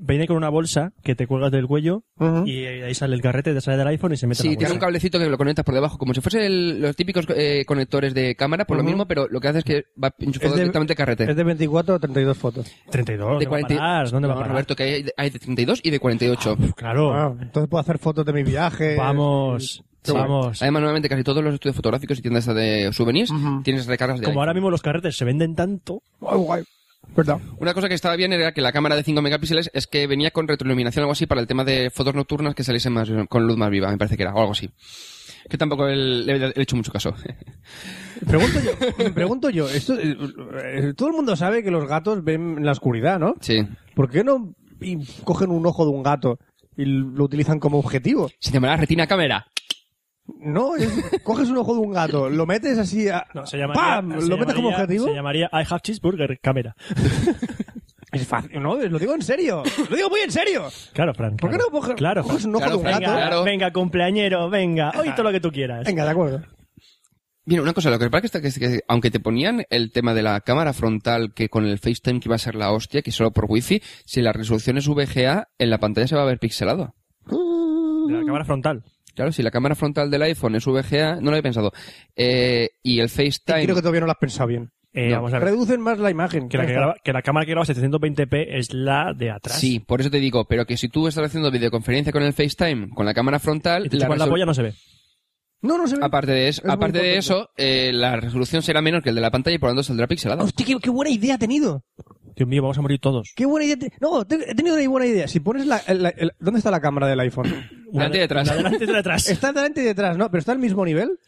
Viene con una bolsa que te cuelgas del cuello
Ujú.
y ahí sale el carrete, te sale del iPhone y se mete en
Sí,
la bolsa.
tiene un cablecito que lo conectas por debajo, como si fuese el- los típicos eh, conectores de cámara, por lo mismo, pero lo que hace es que va enchufado
Es de-
directamente al carrete.
Es de 24 o 32 fotos.
32, ¿dónde va
De
a
40
parar? ¿Dónde va a
No,
parar?
Roberto, que hay, hay de 32 y de 48.
Claro.
Ah, entonces puedo hacer fotos de mi
Eh,
viaje.
Oh. Vamos,
Sí.
vamos.
Además, nuevamente, casi todos los estudios fotográficos y tiendas de souvenirs tienes recargas de
Como
iPhone.
ahora mismo los carretes se venden tanto,
Ay, guay. ¿Verdad?
Una cosa que estaba bien era que la cámara de 5 megapíxeles es que venía con retroiluminación o algo así para el tema de fotos nocturnas que saliesen más, con luz más viva, me parece que era, o algo así. Que tampoco el- le he hecho mucho caso.
Pregunto yo, me pregunto yo esto, eh, eh, todo el mundo sabe que los gatos ven en la oscuridad, ¿no?
sí.
¿Por qué no y cogen un ojo de un gato y lo utilizan como objetivo?
Se llamará retina cámara.
No, es- coges un ojo de un gato, lo metes así a...
no, se llamaría,
¡Pam!
se
¿Lo metes como
llamaría-
objetivo?
Se llamaría I have cheeseburger cámara.
Es fácil, no, lo digo en serio, lo digo muy en serio.
Claro, Fran.
¿Por qué
claro.
no coges,
Claro,
coges un ojo
Claro,
de un
Frank,
gato?
Venga,
Claro.
venga, cumpleañero, venga, hoy todo lo que tú quieras.
Venga, de acuerdo.
Bien, una cosa, lo que pasa que está que, es que aunque te ponían el tema de la cámara frontal que con el FaceTime que iba a ser la hostia, que solo por wifi, si la resolución es VGA, en la pantalla se va a ver pixelado.
De la cámara frontal.
Claro, si la cámara frontal del iPhone es VGA, no lo había pensado. Eh, y el
Y
FaceTime...
creo que todavía no lo has pensado bien.
Eh,
No,
vamos a ver.
Reducen más la imagen.
Que la,
Ya
que,
está.
graba- que la cámara que graba 720p es la de atrás.
Sí, por eso te digo, pero que si tú estás haciendo videoconferencia con el FaceTime, con la cámara frontal,
Y te chupan la
resol-
polla no se ve.
No, no se ve.
aparte de, es-
muy
aparte de
importante.
eso, eh, la resolución será menor que el de la pantalla y por lo tanto saldrá pixelada.
Ah, Hostia, qué, qué buena idea ha tenido.
Dios mío, vamos a morir todos.
Qué buena idea. te- No, te- he tenido una buena idea. Si pones la, la- el- ¿Dónde está la cámara del iPhone?
Delante y detrás.
Una Delante y otra detrás.
Está delante y detrás, ¿no? Pero está al mismo nivel.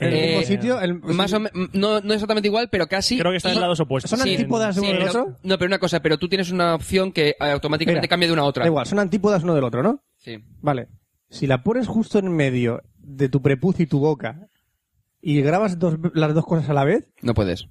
En el
Eh,
mismo sitio. el-
Más o me- no, no exactamente igual, pero casi.
Creo que está en
Y-
lados opuestos.
Son
Sí,
antípodas uno del
pero-
otro.
No, pero una cosa, pero tú tienes una opción que eh, automáticamente
Espera.
cambia de una a otra.
Da igual, son antípodas uno del otro, ¿no?
Sí.
Vale. Si la pones justo en medio de tu prepucio y tu boca y grabas dos- las dos cosas a la vez,
No puedes.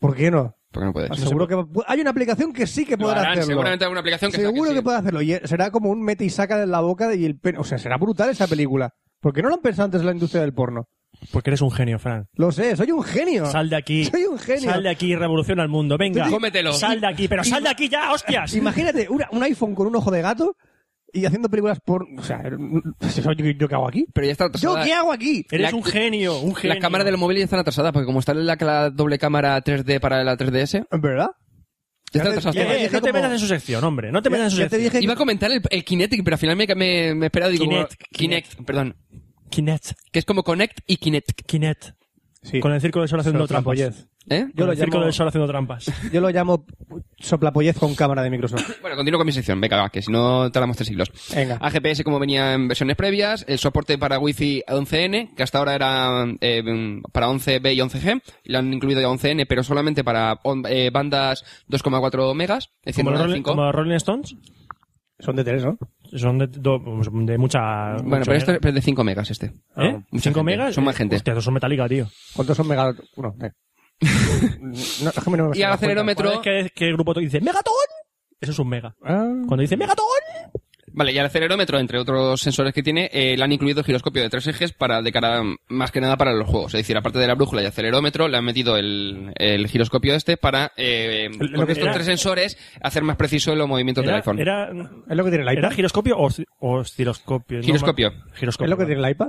¿por qué no?
Porque no puedes.
Ah, Seguro que va- hay una aplicación que sí que
Lo
podrá
harán,
hacerlo.
seguramente alguna aplicación que sea
Seguro
que
que,
sí.
puede hacerlo. Y eh, será como un mete y saca de la boca y el pene. O sea, será brutal esa película. ¿Por qué no lo han pensado antes en la industria del porno?
Porque eres un genio, Fran.
Lo sé, soy un genio.
Sal de aquí.
Ah. Soy un genio.
Sal de aquí y revoluciona el mundo. Venga.
Tú- Cómetelo.
Sal de aquí, pero sal de aquí ya, hostias.
Imagínate una- un iPhone con un ojo de gato y haciendo películas por... O sea, ¿yo, yo qué hago aquí?
Pero ya está
¿Yo
atrasada.
qué hago aquí?
Eres
La-
un genio, un genio.
Las cámaras del móvil ya están atrasadas, porque como está la, la doble cámara 3D para la 3DS,
¿Verdad?
ya
Ya
están
te-
atrasadas.
Eh,
ya
eh,
dije
no te
como-
metas en su sección, hombre. No te metas en su
Ya te
sección.
dije...
Iba a comentar el, el Kinetic, pero al final me, me, me he esperado. Digo,
Kinect,
Kinect, perdón.
Kinet.
Que es como Connect y Kinetic.
Kinet.
Sí.
Con el círculo del sol haciendo
Solo
trampas.
trampollez.
¿Eh?
Yo
Yo
lo
el círculo
llamo-
del sol haciendo trampas.
Yo lo llamo soplapollez con cámara de Microsoft.
Bueno, continúo con mi sección. Venga, va, que si no tardamos tres siglos.
Venga.
A GPS como venía en versiones previas, el soporte para Wi-Fi 11N, que hasta ahora era eh, para 11B y 11G, y lo han incluido ya 11N, pero solamente para on- eh, bandas 2,4 megas, es decir,
Como los,
no
Rolling,
5.
como los Rolling Stones.
Son de tres, ¿no?
Son de, do- pues, de mucha.
Bueno, pero este es de 5 megas este.
¿Eh?
Mucha
5
gente.
megas.
Son más gente.
Hostia, estos son metálica, tío.
¿Cuántos son mega... Uno. eh. No, es que no me
Y al acelerómetro...
Cada vez que, que el grupo to- dice ¡Megatón! Eso es un mega.
Ah.
Cuando dice ¡Megatón!
Vale, y al acelerómetro, entre otros sensores que tiene, eh, le han incluido giroscopio de tres ejes para de cara más que nada para los juegos. Es decir, aparte de la brújula y acelerómetro, le han metido el, el giroscopio este para eh,
Lo
con
que
estos
era-
tres sensores hacer más preciso los movimientos del
Era,
iPhone.
era,
Es lo que tiene el iPad.
¿era giroscopio o osci- o osciloscopio. No,
Giroscopio.
ma- giroscopio.
¿Es lo que
vale.
tiene el iPad?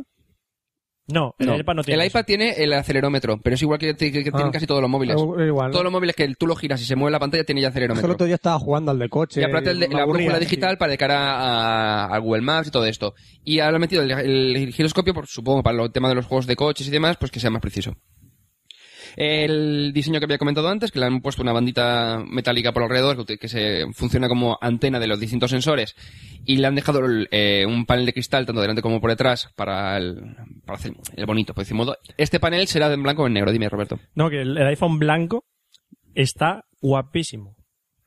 No, el
No,
iPad no tiene.
el iPad tiene el acelerómetro, pero es igual que, que- que tienen
Ah.
casi todos los móviles.
Eh,
Ah,
Igual.
Todos los móviles que tú lo giras y se mueve la pantalla tiene ya acelerómetro.
Solo otro día estaba jugando al de coche.
Y aparte el de-
me
la
aburría.
brújula digital para de cara a, a Google Maps y todo esto. Y ahora han metido el, el giroscopio, por, supongo, para el tema de los juegos de coches y demás, pues que sea más preciso. El diseño que había comentado antes, que le han puesto una bandita metálica por alrededor, que, ut- que se funciona como antena de los distintos sensores, y le han dejado el- eh, un panel de cristal, tanto delante como por detrás, para el, para hacer el bonito, por decir modo. Este panel será en blanco o en negro, dime Roberto.
No, que el, el iPhone blanco está guapísimo.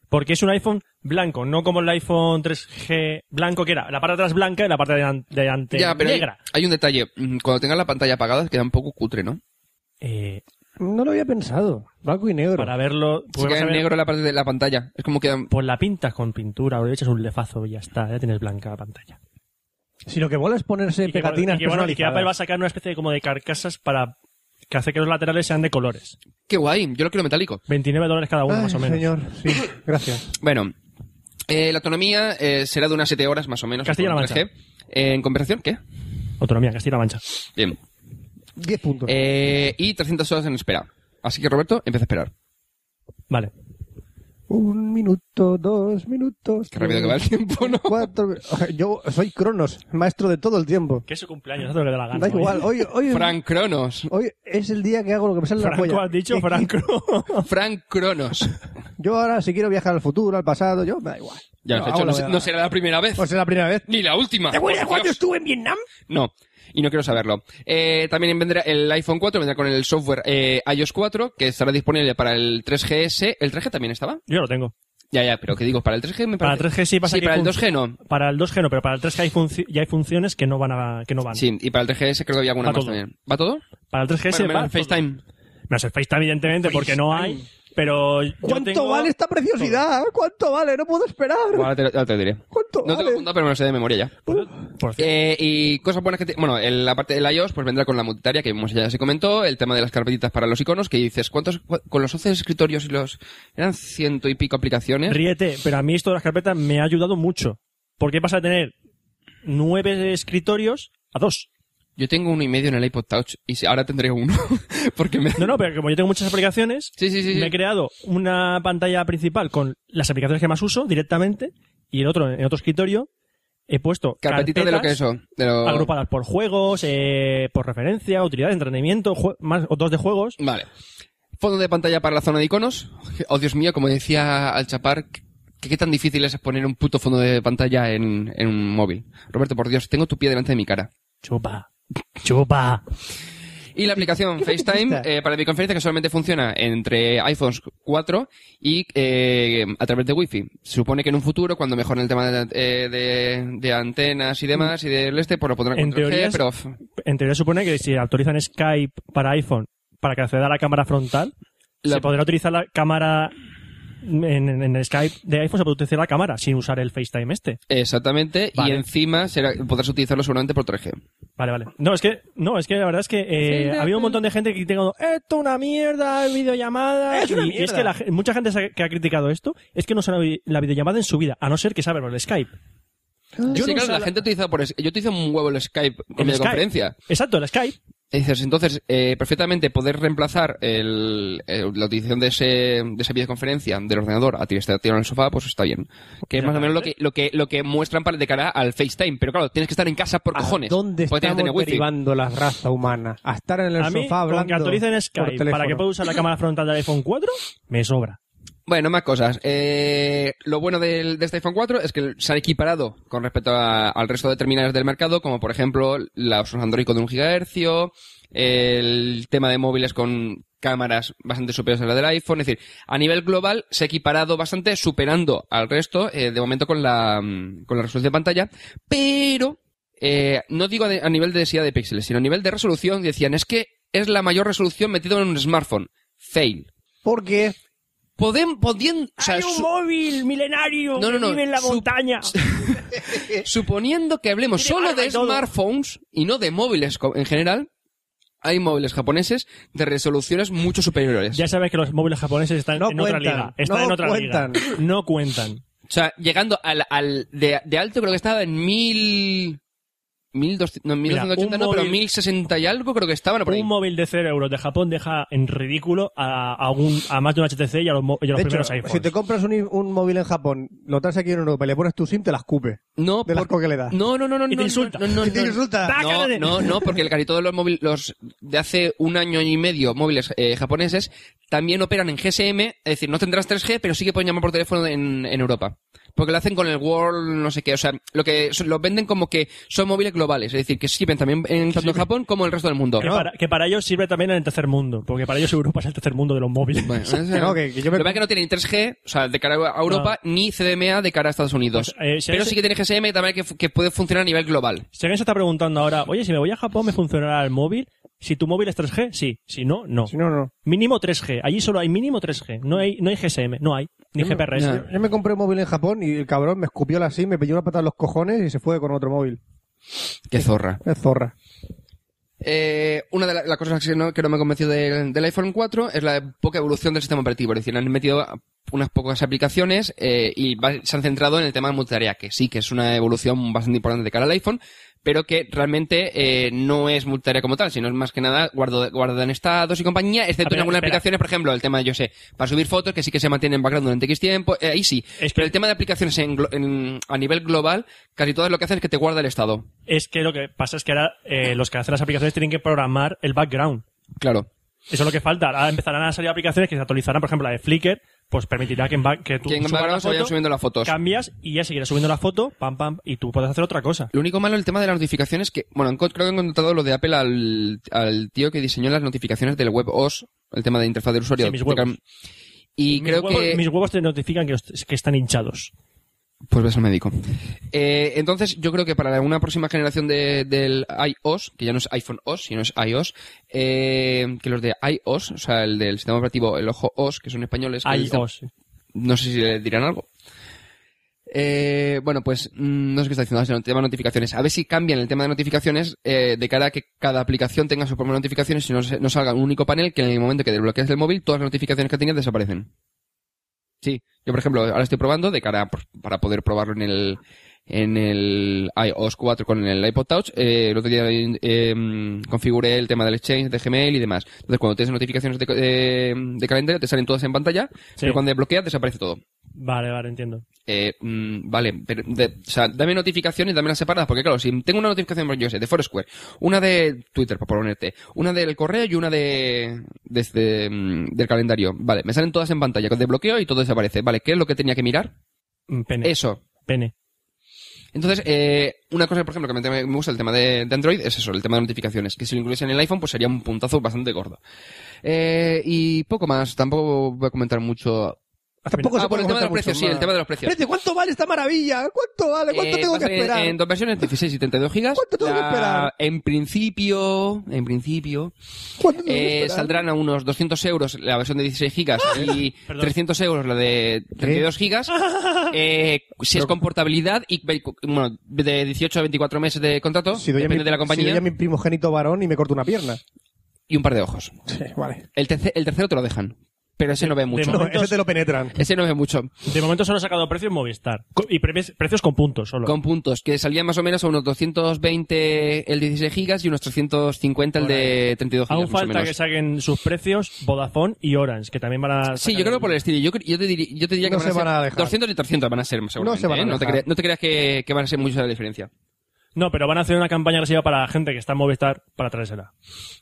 Porque es un iPhone blanco, no como el iPhone 3G blanco, que era la parte de atrás blanca y la parte de an- de delante
ya, pero hay,
negra.
hay un detalle. Mm, Cuando tengas la pantalla apagada queda un poco cutre, ¿no?
Eh,
No lo había pensado. Blanco y negro.
para verlo,
Se
podemos
queda en
saber-
negro la parte de la pantalla. Es como queda
pues la pintas con pintura o le echas un lefazo y ya está, ya tienes blanca la pantalla.
Si lo que mola es ponerse
Y que-
pegatinas
y que, bueno, y que Apple va a
personalizadas.
sacar una especie de, como de carcasas para que hace que los laterales sean de colores.
Qué guay, yo lo quiero metálico.
29 dólares cada uno,
Ay,
más o menos.
señor. Sí, gracias.
Bueno, eh, la autonomía eh, será de unas 7 horas más o menos.
Castilla-La
con 3G. Eh, en conversación, ¿qué?
Autonomía, Castilla-La Mancha.
Bien.
10 puntos.
Eh, y 300 horas en espera. Así que Roberto, empieza a esperar.
Vale.
Un minuto, dos minutos.
Qué rápido que va el tiempo, ¿no?
Cuatro. Yo soy Cronos, maestro de todo el tiempo.
Que es su cumpleaños, haz lo que te dé la gana.
Da
oye.
igual. Hoy, hoy,
Frank Cronos.
hoy es el día que hago lo que me sale la
Franco,
polla.
has dicho, Franco.
Frank Cronos.
Yo ahora, si quiero viajar al futuro, al pasado, yo me da igual.
Ya
Yo
lo has
hago
hecho,
lo
no,
que
se-
me da la Pues, eh,
no será la primera vez.
gana. O sea, la primera vez.
Ni la última.
¿Te acuerdas
Por
cuando
Dios.
estuve en Vietnam?
No. Y no quiero saberlo. Eh, también vendrá el iPhone 4, vendrá con el software eh, iOS 4, que estará disponible para el 3GS. ¿El 3G también estaba?
Yo lo tengo.
Ya, ya, pero ¿qué digo? Para el 3G me
Para
parece...
el 3G sí pasa
Sí,
que
para el
fun-
2G no.
Para el 2G no, pero para el 3G hay funci- ya hay funciones que no van a, que no van.
Sí, y para el 3GS creo que había alguna
Va
más
todo.
también. ¿Va todo?
Para el 3G se
Bueno,
va.
menos FaceTime.
No sé, FaceTime evidentemente porque no hay, pero yo
¿Cuánto
tengo-
vale esta preciosidad? ¿Cuánto vale? No puedo esperar.
Ahora te, ahora te diré.
¿Cuánto
No te lo he
vale?
apuntado, pero me lo sé de memoria ya.
Por cierto,
Eh, y cosas buenas que... te- bueno, el- la parte del iOS pues vendrá con la multitarea que vimos ya se comentó, el tema de las carpetitas para los iconos, que dices, ¿cuántos? cu- Con los 11 escritorios y los... Eran ciento y pico aplicaciones.
ríete, pero a mí esto de las carpetas me ha ayudado mucho. Porque pasa a tener nueve escritorios a dos.
Yo tengo uno y medio en el iPod Touch y si- ahora tendré uno. porque me...
No, no, pero como yo tengo muchas aplicaciones,
Sí, sí, sí. sí.
me he creado una pantalla principal con las aplicaciones que más uso directamente y el otro en otro escritorio he puesto
Carpetita de lo que es eso. De lo-
agrupadas por juegos, eh, por referencia, utilidad, entretenimiento, jue- más o dos de juegos.
Vale. Fondo de pantalla para la zona de iconos. Oh, Dios mío, como decía Al Chapar, ¿qué, qué tan difícil es poner un puto fondo de pantalla en, en un móvil? Roberto, por Dios, tengo tu pie delante de mi cara.
Chupa, chupa.
Y la aplicación FaceTime eh, para videoconferencia que solamente funciona entre iPhones 4 y eh, a través de Wi-Fi. Se supone que en un futuro, cuando mejoren el tema de, eh, de- de antenas y demás y del este, pues lo pondrán
Mm. En
con 3G,
teoría es-
pero... f-
En teoría supone que si autorizan Skype para iPhone para que acceda a la cámara frontal,
La-
se podrá utilizar la cámara en, en- en el Skype de iPhone, se puede utilizar la cámara sin usar el FaceTime este.
Exactamente, y
Vale.
encima será, podrás utilizarlo seguramente por 3G.
Vale, vale. No, es que, no, es que la verdad es que eh, había un montón de gente criticando, esto una mierda, videollamada.
Es una
y,
mierda.
y es que la ge- mucha gente se ha- que ha criticado esto es que no sabe vi- la videollamada en su vida, a no ser que sabe por el Skype.
Sí,
no
claro,
usaba-
la gente utiliza por... es- Yo utilizo un huevo el Skype con
El Skype.
videoconferencia.
Exacto, el Skype.
Y Dices, entonces, eh, perfectamente poder reemplazar el, eh, la utilización de, ese, de esa videoconferencia del ordenador a ti estar tirado en el sofá, pues está bien. Que es más o menos lo que, lo que, lo que muestran para, de cara al FaceTime. Pero claro, tienes que estar en casa por cojones.
¿Dónde
Porque
estamos
tienes que tener wifi.
derivando la raza humana? A estar en el
a mí,
sofá
con
hablando
que actualicen
por
Skype
teléfono.
para que pueda usar la cámara frontal del iPhone 4, me sobra.
Bueno, más cosas. Eh, lo bueno del, de este iPhone 4 es que se ha equiparado con respecto a- al resto de terminales del mercado, como por ejemplo los Android con un gigahercio, el tema de móviles con cámaras bastante superiores a la del iPhone. Es decir, a nivel global se ha equiparado bastante, superando al resto, eh, de momento con la, mm, con la resolución de pantalla, pero eh, no digo a, de- a nivel de densidad de píxeles, sino a nivel de resolución. Decían, es que es la mayor resolución metida en un smartphone. Fail.
Porque
Podem, podien, o sea, su-
móvil milenario
No, no, no. Su- Suponiendo que hablemos
Tiene
solo
barba
de
y todo.
smartphones y no de móviles co- en general, hay móviles japoneses de resoluciones mucho superiores.
Ya sabes que los móviles japoneses están
No
en otra
cuentan,
liga. Están
no
en otra liga.
cuentan.
No cuentan.
O sea, llegando al, al de, de alto creo que estaba en mil... 1200, no,
Mira,
1280 no,
un
pero
móvil-
1060 y algo creo que estaban por ahí.
Un móvil de 0 euros de Japón deja en ridículo a, a, un- a más de un HTC y a los, mo- y a los
de
primeros
hecho,
iPhones.
si te compras un, un móvil en Japón, lo traes aquí en Europa y le pones tu SIM, te la escupe.
No,
del asco que le da.
No, no, no, no.
Y te
no,
insulta.
No, no,
Y te
no.
insulta.
No,
¡Tácate!
no, no, porque el carito de los móviles, los de hace un año y medio móviles eh, japoneses, también operan en GSM, es decir, no tendrás 3G, pero sí que pueden llamar por teléfono en, en Europa. Porque lo hacen con el World, no sé qué, o sea, lo que son- los venden como que son móviles globales, es decir, que sirven también en, tanto en Japón como en el resto del mundo.
que, para, que para ellos sirve también en el tercer mundo, porque para ellos Europa es el tercer mundo de los móviles.
Bueno, eso-
Que no, que- que yo me- Ah.
Lo que pasa es que no tienen 3G, o sea, de cara a Europa, ni CDMA de cara a Estados Unidos.
Pues, eh, si
pero
es-
sí que tiene GSM también que, fu- que puede funcionar a nivel global.
Si alguien se está preguntando ahora, oye, si me voy a Japón, ¿me funcionará el móvil? Si tu móvil es 3G, sí. Si no, no.
Si no, no.
Mínimo 3G. Allí solo hay mínimo 3G. No hay, no hay GSM. No hay. Ni GPRS.
no.
Yo me compré un móvil en Japón y el cabrón me escupió la SIM, me pilló una patada en los cojones y se fue con otro móvil.
Qué zorra.
Es zorra.
Eh, una de la- las cosas que no, que no me convenció del, del iPhone 4 es la poca evolución del sistema operativo. Es decir, han metido unas pocas aplicaciones eh, y va- se han centrado en el tema de multitarea, que sí que es una evolución bastante importante de cara al iPhone, pero que realmente eh, no es multitarea como tal, sino es más que nada guardo, guardan estados y compañía,
A
excepto
ver,
en algunas
espera.
aplicaciones, por ejemplo, el tema, yo sé, para subir fotos, que sí que se mantiene en background durante X tiempo, eh, ahí sí.
Es que-
Pero el tema de aplicaciones en glo- en- a nivel global, casi todas lo que hacen es que te guarda el estado.
Es que lo que pasa es que ahora eh, los que hacen las aplicaciones tienen que programar el background.
Claro.
Eso es lo que falta. Ahora empezarán a salir aplicaciones que se actualizarán, por ejemplo, la de Flickr, pues permitirá que en back- que tú
Que en
subas
background
la
se vayan
foto,
subiendo las fotos.
cambias y ya seguirás subiendo la foto, pam pam, y tú puedes hacer otra cosa.
Lo único malo el tema de las notificaciones que, bueno, en- creo que he encontrado lo de Apple al, al tío que diseñó las notificaciones del WebOS, el tema de interfaz del usuario.
Sí, mis huevos.
Y
mis,
creo
huevos,
que
mis huevos te notifican que, os- que están hinchados.
pues ves al médico. Eh, entonces, yo creo que para una próxima generación de, del iOS, que ya no es iPhone OS, sino es iOS, eh, que los de iOS, o sea, el del sistema operativo, el ojo OS, que son españoles. que el sistema-
iOS.
No sé si le dirán algo. Eh, bueno, pues mm, no sé qué está diciendo, sino el tema de notificaciones. A ver si cambian el tema de notificaciones eh, de cara a que cada aplicación tenga su propia notificaciones y no, se- no salga un único panel que en el momento que desbloqueas el móvil todas las notificaciones que tenías desaparecen. Sí, yo por ejemplo ahora estoy probando de cara a- por- para poder probarlo en el en el iOS 4 con el iPod Touch. Eh, el otro día eh, configuré el tema del Exchange, de Gmail y demás. Entonces, cuando tienes notificaciones de, de- de calendario, te salen todas en pantalla, pero cuando desbloqueas desaparece todo.
Vale, vale, entiendo.
Eh, mm, vale, pero de- o sea, dame notificaciones, dame las separadas, porque claro, si tengo una notificación, yo qué sé, de Foursquare, una de Twitter, por ponerte, una del correo y una de, de- de, mm, del calendario, vale, me salen todas en pantalla, con desbloqueo y todo desaparece, vale, ¿qué es lo que tenía que mirar?
Mm, Pene.
Eso.
Pene.
Entonces, eh, una cosa, por ejemplo, que me, me gusta el tema de, de Android es eso, el tema de notificaciones, que si lo incluyes en el iPhone, pues sería un puntazo bastante gordo. Eh, y poco más, tampoco voy a comentar mucho.
Tampoco se
ah, por
puede
el tema de los
contar
precios,
mucho
sí, el
más.
tema de los precios.
Precio, ¿Cuánto vale esta maravilla? ¿Cuánto vale? ¿Cuánto
Eh,
tengo
va
que
a salir
esperar?
En dos versiones, 16 y 32 gigas.
¿Cuánto tengo que esperar?
En principio, en principio,
¿Cuánto tengo que
eh,
esperar? ¿Eh?
saldrán a unos 200 euros la versión de 16 gigas y 300 euros la de 32 gigas. Eh, si es con portabilidad y ve- bueno, de 18 a 24 meses de contrato,
Si doy a
depende
mi-
de la
Si
compañía,
doy a mi primogénito varón y me corto una pierna.
y un par de ojos.
Sí, vale.
El, terce- el tercero te lo dejan, pero ese no ve mucho.
de
No,
momento-
ese te lo penetran.
Ese no ve mucho.
De momento solo he sacado precios en Movistar. Co- Y pre- precios con puntos solo.
Con puntos, que salían más o menos a unos 220 el de 16 gigas y unos 350 el
Por
de 32 gigas.
Aún
más o
falta
menos.
que saquen sus precios Vodafone y Orange, que también van a...
Sí,
sacar
yo creo
el-
que por el estilo. Yo, cre- yo, te, diri- yo te diría
No
que van
se
a
van a
ser
dejar.
200 y 300 van a ser seguramente.
van a
¿eh? no, te
dejar.
creas, no te creas que, que van a ser mucha la diferencia.
No, pero van a hacer una campaña agresiva para la gente que está en Movistar para traérsela.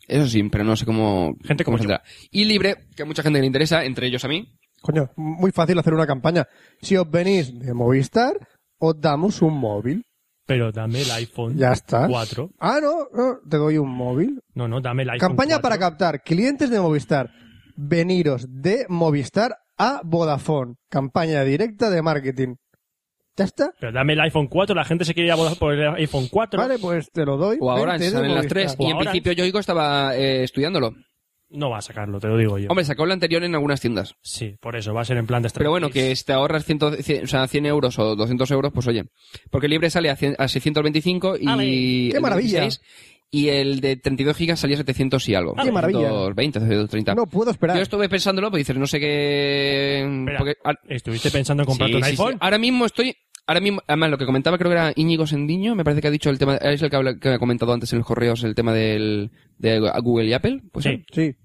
Eso sí, pero no sé cómo,
Gente
cómo
como yo.
saldrá. Y libre, que a mucha gente le interesa, entre ellos a mí.
Coño, muy fácil hacer una campaña. Si os venís de Movistar, os damos un móvil.
Pero dame el iPhone
Ya está.
4.
Ah, no, no, te doy un móvil.
No, no, dame el iPhone
Campaña
4.
para captar clientes de Movistar. Veniros de Movistar a Vodafone. Campaña directa de marketing. ¿Ya está?
Pero dame el iPhone 4, la gente se quiere ir a Vodafone por el iPhone 4.
Vale, pues te lo doy.
O ahora
Vente de
salen las
Movistar.
tres.
O
Y en
ahora.
principio yo Ico estaba eh, estudiándolo.
No va a sacarlo, te lo digo yo.
Hombre, sacó la anterior en algunas tiendas.
Sí, por eso, va a ser en plan de
Pero bueno, que si te ahorras 100, o sea, 100 euros o 200 euros, pues oye. Porque libre sale a, 100 a 625 y...
Ale,
qué
el
maravilla.
16, y el de 32 gigas salía 700 y algo.
Qué maravilla.
220, 230.
No puedo esperar.
Yo estuve pensándolo, pues dices, no sé qué...
Espera,
porque- ah,
¿Estuviste pensando en comprarte
sí,
un
sí, Ah, sí.
iPhone?
Ahora mismo estoy... Ahora mismo, además, lo que comentaba creo que era Íñigo Sendiño, me parece que ha dicho el tema, es el que, habla- que ha comentado antes en los correos el tema del, de Google y Apple, pues
Sí.
sí.
Sí.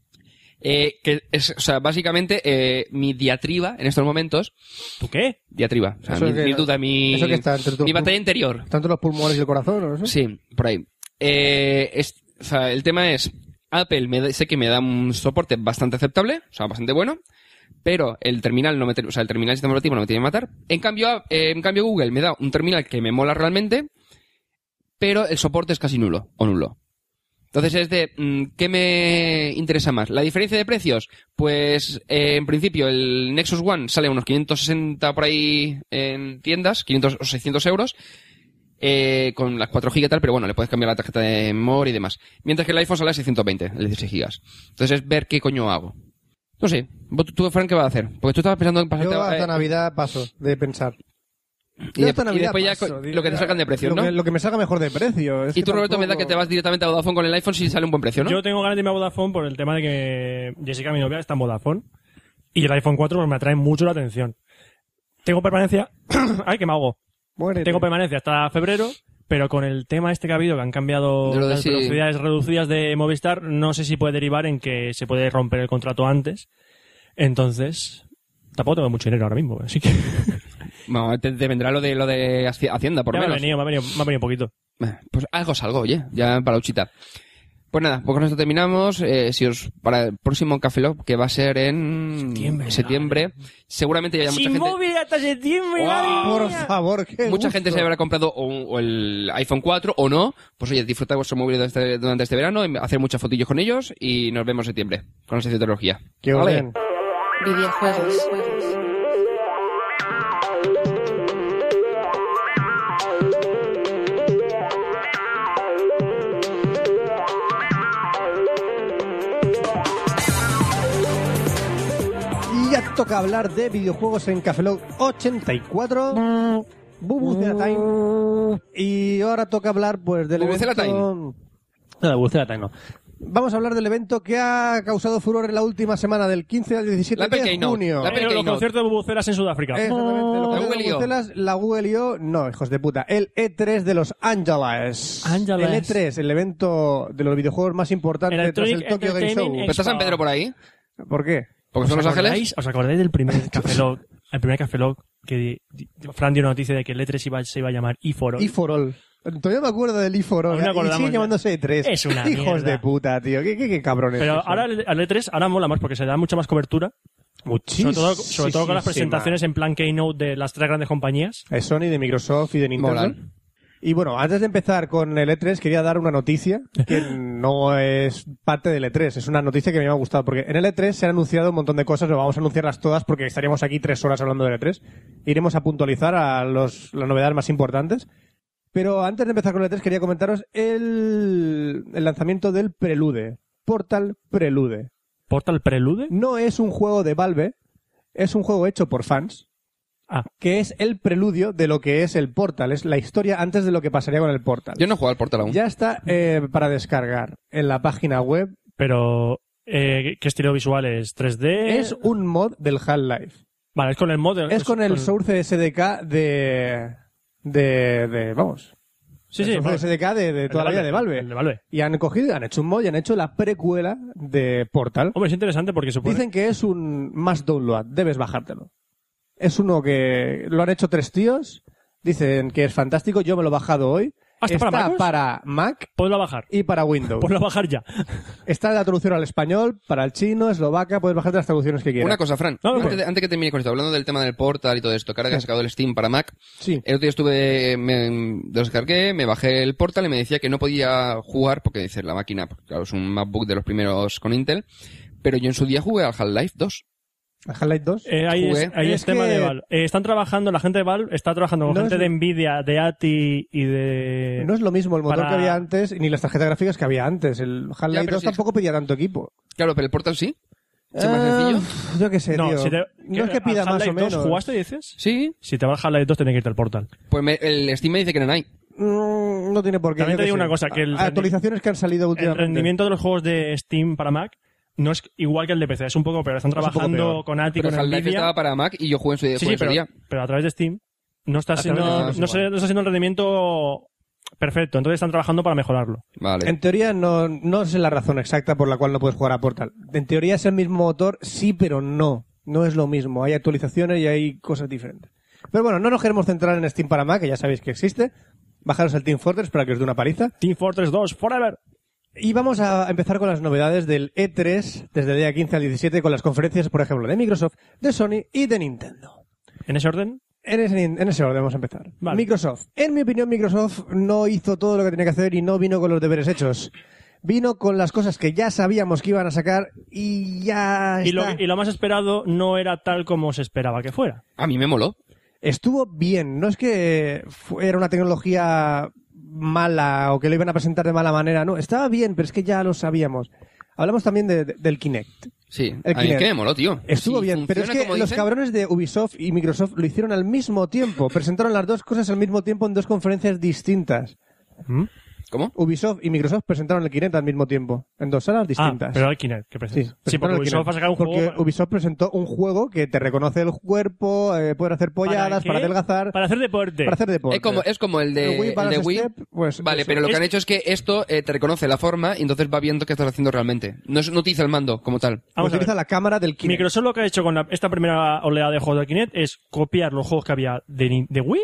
Eh, que es, o sea, básicamente, eh, mi diatriba en estos momentos,
¿Tú qué?
diatriba, o sea,
Eso
mi,
que-
mi duda, mi,
eso que está entre tus-
mi batalla interior.
Tanto los pulmones y el corazón, ¿o ¿no?
Sí, por ahí. Eh, es- o sea, el tema es, Apple me da- sé que me da un soporte bastante aceptable, o sea, bastante bueno, pero el terminal no me, ter- o sea, el terminal del sistema operativo no me tiene que matar. En cambio, a- eh, en cambio Google me da un terminal que me mola realmente, pero el soporte es casi nulo o nulo. Entonces es de, mm, ¿qué me interesa más? ¿La diferencia de precios? Pues eh, en principio el Nexus One sale a unos 560 por ahí en tiendas, 500 o 600 euros, eh, con las 4 GB y tal, pero bueno, le puedes cambiar la tarjeta de memoria y demás. Mientras que el iPhone sale a 620, el de 16 gigas. Entonces es ver qué coño hago. No sé, vos, tú, Frank, ¿qué vas a hacer? Porque tú estabas pensando en pasarte...
Yo
a-
hasta
eh,
Navidad paso de pensar.
y,
Yo
de-
hasta
y
Navidad
después ya
paso,
co-
digo,
lo que te sacan de precio,
lo
¿no?
Que, lo que me salga mejor de precio. Es
y
que
tú, Roberto, me da que
tampoco-
te vas directamente a Vodafone con el iPhone si sale un buen precio, ¿no?
Yo tengo ganas de irme a Vodafone por el tema de que Jessica, mi novia, está en Vodafone. Y el iPhone 4 pues, me atrae mucho la atención. Tengo permanencia... Ay, que me hago.
Muérete.
Tengo permanencia hasta febrero, pero con el tema este que ha habido, que han cambiado
De lo de
las
sí.
velocidades reducidas de Movistar, no sé si puede derivar en que se puede romper el contrato antes. Entonces, tampoco tengo mucho dinero ahora mismo, así que...
Bueno, te, te vendrá lo de, lo de Haci- Hacienda, por
Ya me ha
menos.
venido, me ha venido, me ha venido poquito.
Eh, Pues algo es algo, oye, ya para Uchita. Pues nada, pues con esto terminamos. Eh, si os para el próximo Café Lock, que va a ser en septiembre, seguramente ya haya mucha gente.
hasta septiembre,
Por favor, qué
Mucha
gusto.
gente se habrá comprado o, un- o el iPhone 4 o no. Pues oye, disfrutad vuestro móvil durante este, durante este verano, em- hacer muchas fotillos con ellos y nos vemos en septiembre con la sección de tecnología.
Qué
Vale.
bien.
videojuegos,
Y ya toca hablar de videojuegos en Café Lock 84. Bubucela Time. Y ahora toca hablar, pues, del
Bubucela
evento... No, de Bubucela Time no. Vamos a hablar del evento que ha causado furor en la última semana del 15 al 17
La Apple
de
Keynote.
junio.
La Apple
Pero los
Keynote. Eh,
conciertos de bubuceras en Sudáfrica. Oh,
Exactamente. Lo que
La
tenemos
Google I.O.
Bruselas, la Google I.O. No, hijos de puta. El E3 de Los Ángeles.
Ángeles.
El E3, el evento de los videojuegos más importante tras
Electronic
el Tokyo Game Show.
Entertainment
¿Pero Pues está San Pedro por ahí?
¿Por qué?
¿Porque son Los Ángeles?
acordáis- ¿Os acordáis del primer Café Lock? El primer Café Lock que di- di- Fran dio noticia de que el E3 iba- se iba a llamar E4.
E for all. Todavía me acuerdo del E for all.
Aún no
Y
acordamos
sigue
ya.
llamándose E3.
Es una
Hijos
mierda.
de puta, tío. ¿Qué, qué, qué cabrones.
Pero
que son.
ahora el el E3 ahora mola más porque se da mucha más cobertura.
Muchísimo.
Sobre todo, sobre todo con las presentaciones en plan Keynote de las tres grandes compañías.
Es Sony, de Microsoft y de Nintendo.
Molan.
Y bueno, antes de empezar con el E3, quería dar una noticia que no es parte del E3, es una noticia que me ha gustado, porque en el E3 se han anunciado un montón de cosas, no vamos a anunciarlas todas porque estaríamos aquí tres horas hablando del E3. Iremos a puntualizar a los, las novedades más importantes. Pero antes de empezar con el E3, quería comentaros el, el lanzamiento del Prelude, Portal Prelude.
Portal Prelude.
No es un juego de Valve, es un juego hecho por fans
Ah,
que es el preludio de lo que es el Portal, es la historia antes de lo que pasaría con el Portal.
Yo no he jugado al Portal aún.
Ya está eh, para descargar en la página web.
pero eh, ¿qué estilo visual es? ¿3D?
Es un mod del Half-Life.
Vale, Eh. es con el mod.
Es con el Source SDK de... de, de- vamos.
Sí,
el
sí.
Source
vale.
SDK de, de toda la vida de
el de
Valve.
Valve.
Y han cogido, han hecho un mod y han hecho la precuela de Portal.
Hombre, es interesante porque supone...
Dicen que es un más download, debes bajártelo. Es uno que lo han hecho tres tíos, dicen que es fantástico, yo me lo he bajado hoy.
¿Ah, está
Está
para Macos?
para Mac
Ponlo a bajar.
y para Windows.
Ponlo a bajar ya.
Está la traducción al español, para el chino, eslovaca, puedes bajarte las traducciones que quieras.
Una cosa, Fran.
No, no,
antes,
bueno.
de- antes que termine con esto, hablando del tema del Portal y todo esto, que ahora que has sacado el Steam para Mac,
Sí.
el otro día estuve, me lo descargué, me bajé el Portal y me decía que no podía jugar, porque dice la máquina, porque, claro, es un MacBook de los primeros con Intel, pero yo en su día jugué al Half-Life 2.
Half-Life 2.
Eh, ahí
Jugué.
es, ahí
Es
es tema
que-
de Valve. Eh, están trabajando, la gente de Valve está trabajando con
No
gente
es-
de Nvidia, de ATI y de...
no es lo mismo el motor
eh, para-
que había antes, ni las tarjetas gráficas que había antes. El
Ya,
Half-Life
pero
2
si es-
tampoco pedía tanto equipo.
Claro, pero el Portal sí. ¿Es más
Ah,
sencillo?
Yo qué sé, tío.
si te-
no es que
¿al
pida más
Half-Life
o
2
menos.
¿Jugaste, dices?
Sí.
Si te va al Half-Life 2 tienes que irte al portal.
Pues me- el Steam me dice que no hay.
Mm, no tiene por qué.
También
yo
te
qué
digo
sé.
una cosa, que el-
Actualizaciones que han salido
El
últimamente.
rendimiento de los juegos de Steam para Mac no es igual que el de PC, es un poco peor. Están
un poco
trabajando
peor.
con ATI,
Pero
con
Half-Life
Nvidia...
estaba para Mac y yo jugué en su,
Sí,
jugué
sí,
en su
pero,
día.
pero a través de Steam no está,
A
siendo,
través de Steam
no,
es
se- no está siendo el rendimiento perfecto, entonces están trabajando para mejorarlo.
Vale.
En teoría no, no sé la razón exacta por la cual no puedes jugar a Portal. En teoría es el mismo motor, sí, pero no. No es lo mismo. Hay actualizaciones y hay cosas diferentes. Pero bueno, no nos queremos centrar en Steam para Mac, que ya sabéis que existe. Bajaros el Team Fortress para que os dé una paliza.
Team Fortress 2, Forever.
Y vamos a empezar con las novedades del E3 desde el día 15 al 17 con las conferencias, por ejemplo, de Microsoft, de Sony y de Nintendo.
En ese orden,
En ese, en ese orden vamos a empezar.
Vale.
Microsoft. En mi opinión, Microsoft no hizo todo lo que tenía que hacer y no vino con los deberes hechos. Vino con las cosas que ya sabíamos que iban a sacar y ya
y lo,
está.
y lo más esperado no era tal como se esperaba que fuera. Ah,
A mí me moló.
Estuvo bien. No es que fuera una tecnología mala o que lo iban a presentar de mala manera. No, estaba bien, pero es que ya lo sabíamos. Hablamos también de- de- del Kinect.
Sí.
El
a mí es
Kinect.
que me moló, tío.
Estuvo
Si
bien, pero es
funciona
que
como
los
dicen,
cabrones de Ubisoft y Microsoft lo hicieron al mismo tiempo. Presentaron las dos cosas al mismo tiempo en dos conferencias distintas.
¿Cómo?
Ubisoft y Microsoft presentaron el Kinect al mismo tiempo, en dos salas distintas.
Ah, pero el Kinect, que
Sí,
presenta. Sí,
presentaron
porque
el
Ubisoft
Kinect.
va a sacar un
Porque
juego...
Ubisoft presentó un juego que te reconoce el cuerpo, eh, puedes hacer polladas, para,
qué?
adelgazar, para,
Para hacer deporte.
hacer deporte.
Es como, es como el de
El Wii
el de
Balance
Wii.
Step, pues
vale,
eso.
pero lo que
Es-
han hecho es que esto eh, te reconoce la forma y entonces va viendo qué estás haciendo realmente. No, es- no utiliza el mando como tal.
Vamos a ver.
eh, Utiliza la cámara del Kinect.
Microsoft lo que ha hecho con la- esta primera oleada de juegos de Kinect es copiar los juegos que había de, Ni- de Wii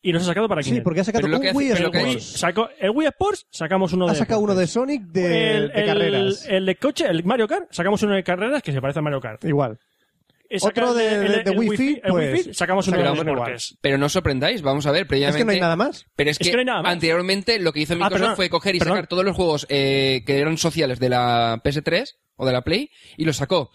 y los ha sacado para
sí,
Kinect.
porque ha sacado
Pero lo
un
que hace-
Wii
pero lo que
el,
ha
Sports.
Wii,
hecho-
sacó, el Wii Sports sacamos uno
Ha
de
sacado uno
deportes. Pues
de Sonic de,
el,
de
el-
carreras.
El de coche, el Mario Kart, sacamos uno de carreras que se parece a Mario Kart.
Igual.
Eh, saca
Otro
el
de,
el-
de, de
el
Wii Fit,
el Wii
pues,
Fit, sacamos uno de
sacamos
deportes.
igual.
Pero no os sorprendáis, vamos a ver,
Es
previamente.
que no hay nada más.
Pero es
Es
que,
que no hay nada más. Ah,
anteriormente lo que hizo Microsoft
perdón,
fue coger y
perdón.
sacar todos los juegos eh, que eran sociales de la PS3 o de la Play y los sacó.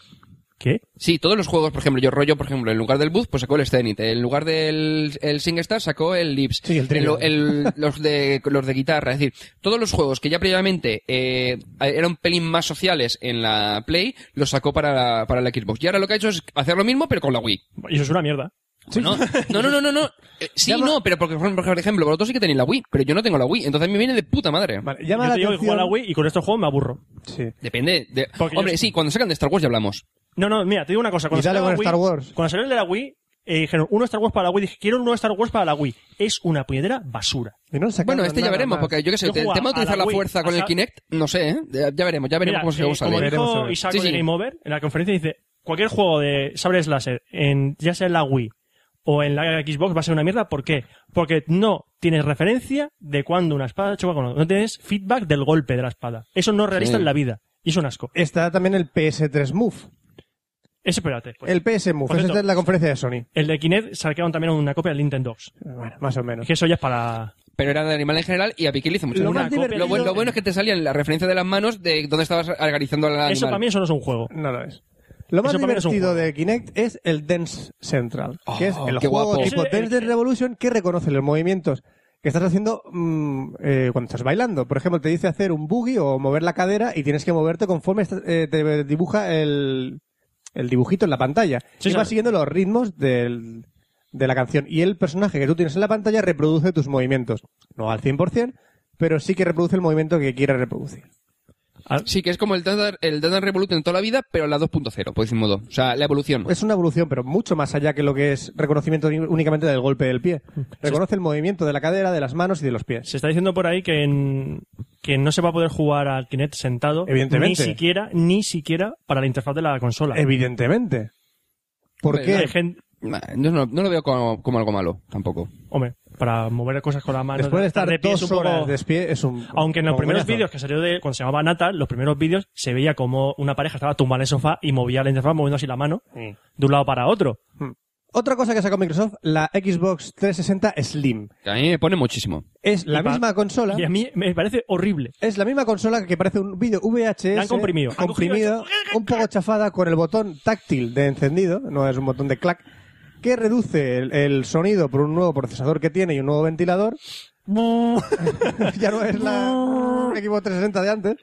¿Qué?
Sí, todos los juegos, por ejemplo, yo rollo, por ejemplo, en lugar del Booth, pues sacó el Zenith, en lugar del el SingStar sacó el Lips,
Sí, el Trivial.
el- los, de, los de guitarra, es decir, todos los juegos que ya previamente eh, eran un pelín más sociales en la Play, los sacó para, para la Xbox. Y ahora lo que ha hecho es hacer lo mismo, pero con la Wii.
Y eso es una mierda.
No, no, no, no, no. no. Eh, sí, no, pero porque, por ejemplo, por ejemplo, vosotros sí que tenéis la Wii, pero yo no tengo la Wii, entonces a mí me viene de puta madre.
Vale,
Yo
llama
te
la
digo que juego a
atención.
la Wii y con estos juegos me aburro.
Sí.
Depende. De...
Porque
Hombre,
yo-
sí, cuando sacan de Star Wars ya hablamos.
No, no, mira, te digo una cosa. Cuando
Y dale
salió la
con
Wii-
Star Wars.
Cuando salió el de la Wii, eh, dijeron uno Star Wars para la Wii. Dije, quiero uno Star Wars para la Wii. Es una puñetera basura.
Y no sacaron
Bueno, este ya
nada
veremos,
más.
porque yo qué sé,
Yo
el tema
jugaba
de
a
utilizar
la
la
Wii,
fuerza con
a
el
sa-
Kinect, no sé, ¿eh? De- Ya veremos, ya veremos
Mira,
cómo se va a
eh,
salir.
como
Veremos,
dijo
veremos.
Isaac
Sí,
de
sí.
Game Over, en la conferencia dice, cualquier juego de Sabre Slasher, en, ya sea en la Wii o en la Xbox, va a ser una mierda. ¿Por qué? Porque no tienes referencia de cuando una espada choca con otra. No tienes feedback del golpe de la espada. Eso no es realista
Sí.
en la vida. Y es un asco.
Está también el PS3 Move.
Ese, espérate. pues.
El PS Move.
por
Esa
cierto-
es la conferencia de Sony.
El de Kinect sacaron también una copia del Nintendo 2.
Bueno, más o menos.
Que eso ya es para...
Pero era de animal en general y a Piqué le hizo mucho
Lo
daño.
más divertido-
Lo bueno, lo bueno es que te salían la referencia de las manos de dónde estabas organizando al animal.
Eso para mí eso no es un juego.
No lo es. Lo más
Eso para mí es un
divertido
juego. Oh,
de Kinect es el Dance Central, que es el
qué
juego
guapo.
tipo
Ese- el-
Dance Dance Revolution que reconoce los movimientos que estás haciendo mm, eh, cuando estás bailando. Por ejemplo, te dice hacer un boogie o mover la cadera y tienes que moverte conforme estás- eh, te dibuja el, el dibujito en la pantalla.
Sí,
y
sabe.
vas siguiendo los ritmos del- de la canción. Y el personaje que tú tienes en la pantalla reproduce tus movimientos. No al 100%, pero sí que reproduce el movimiento que quiere reproducir.
Ah,
Sí, que es como el Dance el Dance Dance Revolution toda la vida, pero la 2.0, por decir un modo. O sea, la evolución.
es una evolución, pero mucho más allá que lo que es reconocimiento ni- únicamente del golpe del pie.
Mm.
Reconoce el movimiento de la cadera, de las manos y de los pies.
Se está diciendo por ahí que, en- que no se va a poder jugar al Kinect sentado.
Evidentemente.
Ni siquiera, ni siquiera para la interfaz de la consola.
Evidentemente. ¿Por
Hombre,
qué?
Hay gen-
Nah, Yo no, no lo veo como, como algo malo, tampoco.
Hombre, para mover cosas con la mano.
Después de estar
de pie es
dos
un poco-
horas de pie es un...
Aunque en los
un
primeros
coñazo.
vídeos que salió de cuando se llamaba Nata, los primeros vídeos se veía como una pareja estaba tumbada en el sofá y movía la interfaz moviendo así la mano de un lado para otro.
Otra cosa que sacó Microsoft, la Xbox 360 Slim.
Que a mí me pone muchísimo.
Es la
Y pa-
misma consola...
Y a mí me parece horrible.
Es la misma consola que parece un vídeo VHS
La han comprimido. Han
comprimido, un poco chafada con el botón táctil de encendido, no es un botón de clac, que reduce el, el sonido por un nuevo procesador que tiene y un nuevo ventilador. ya no es la equipo 360 de antes.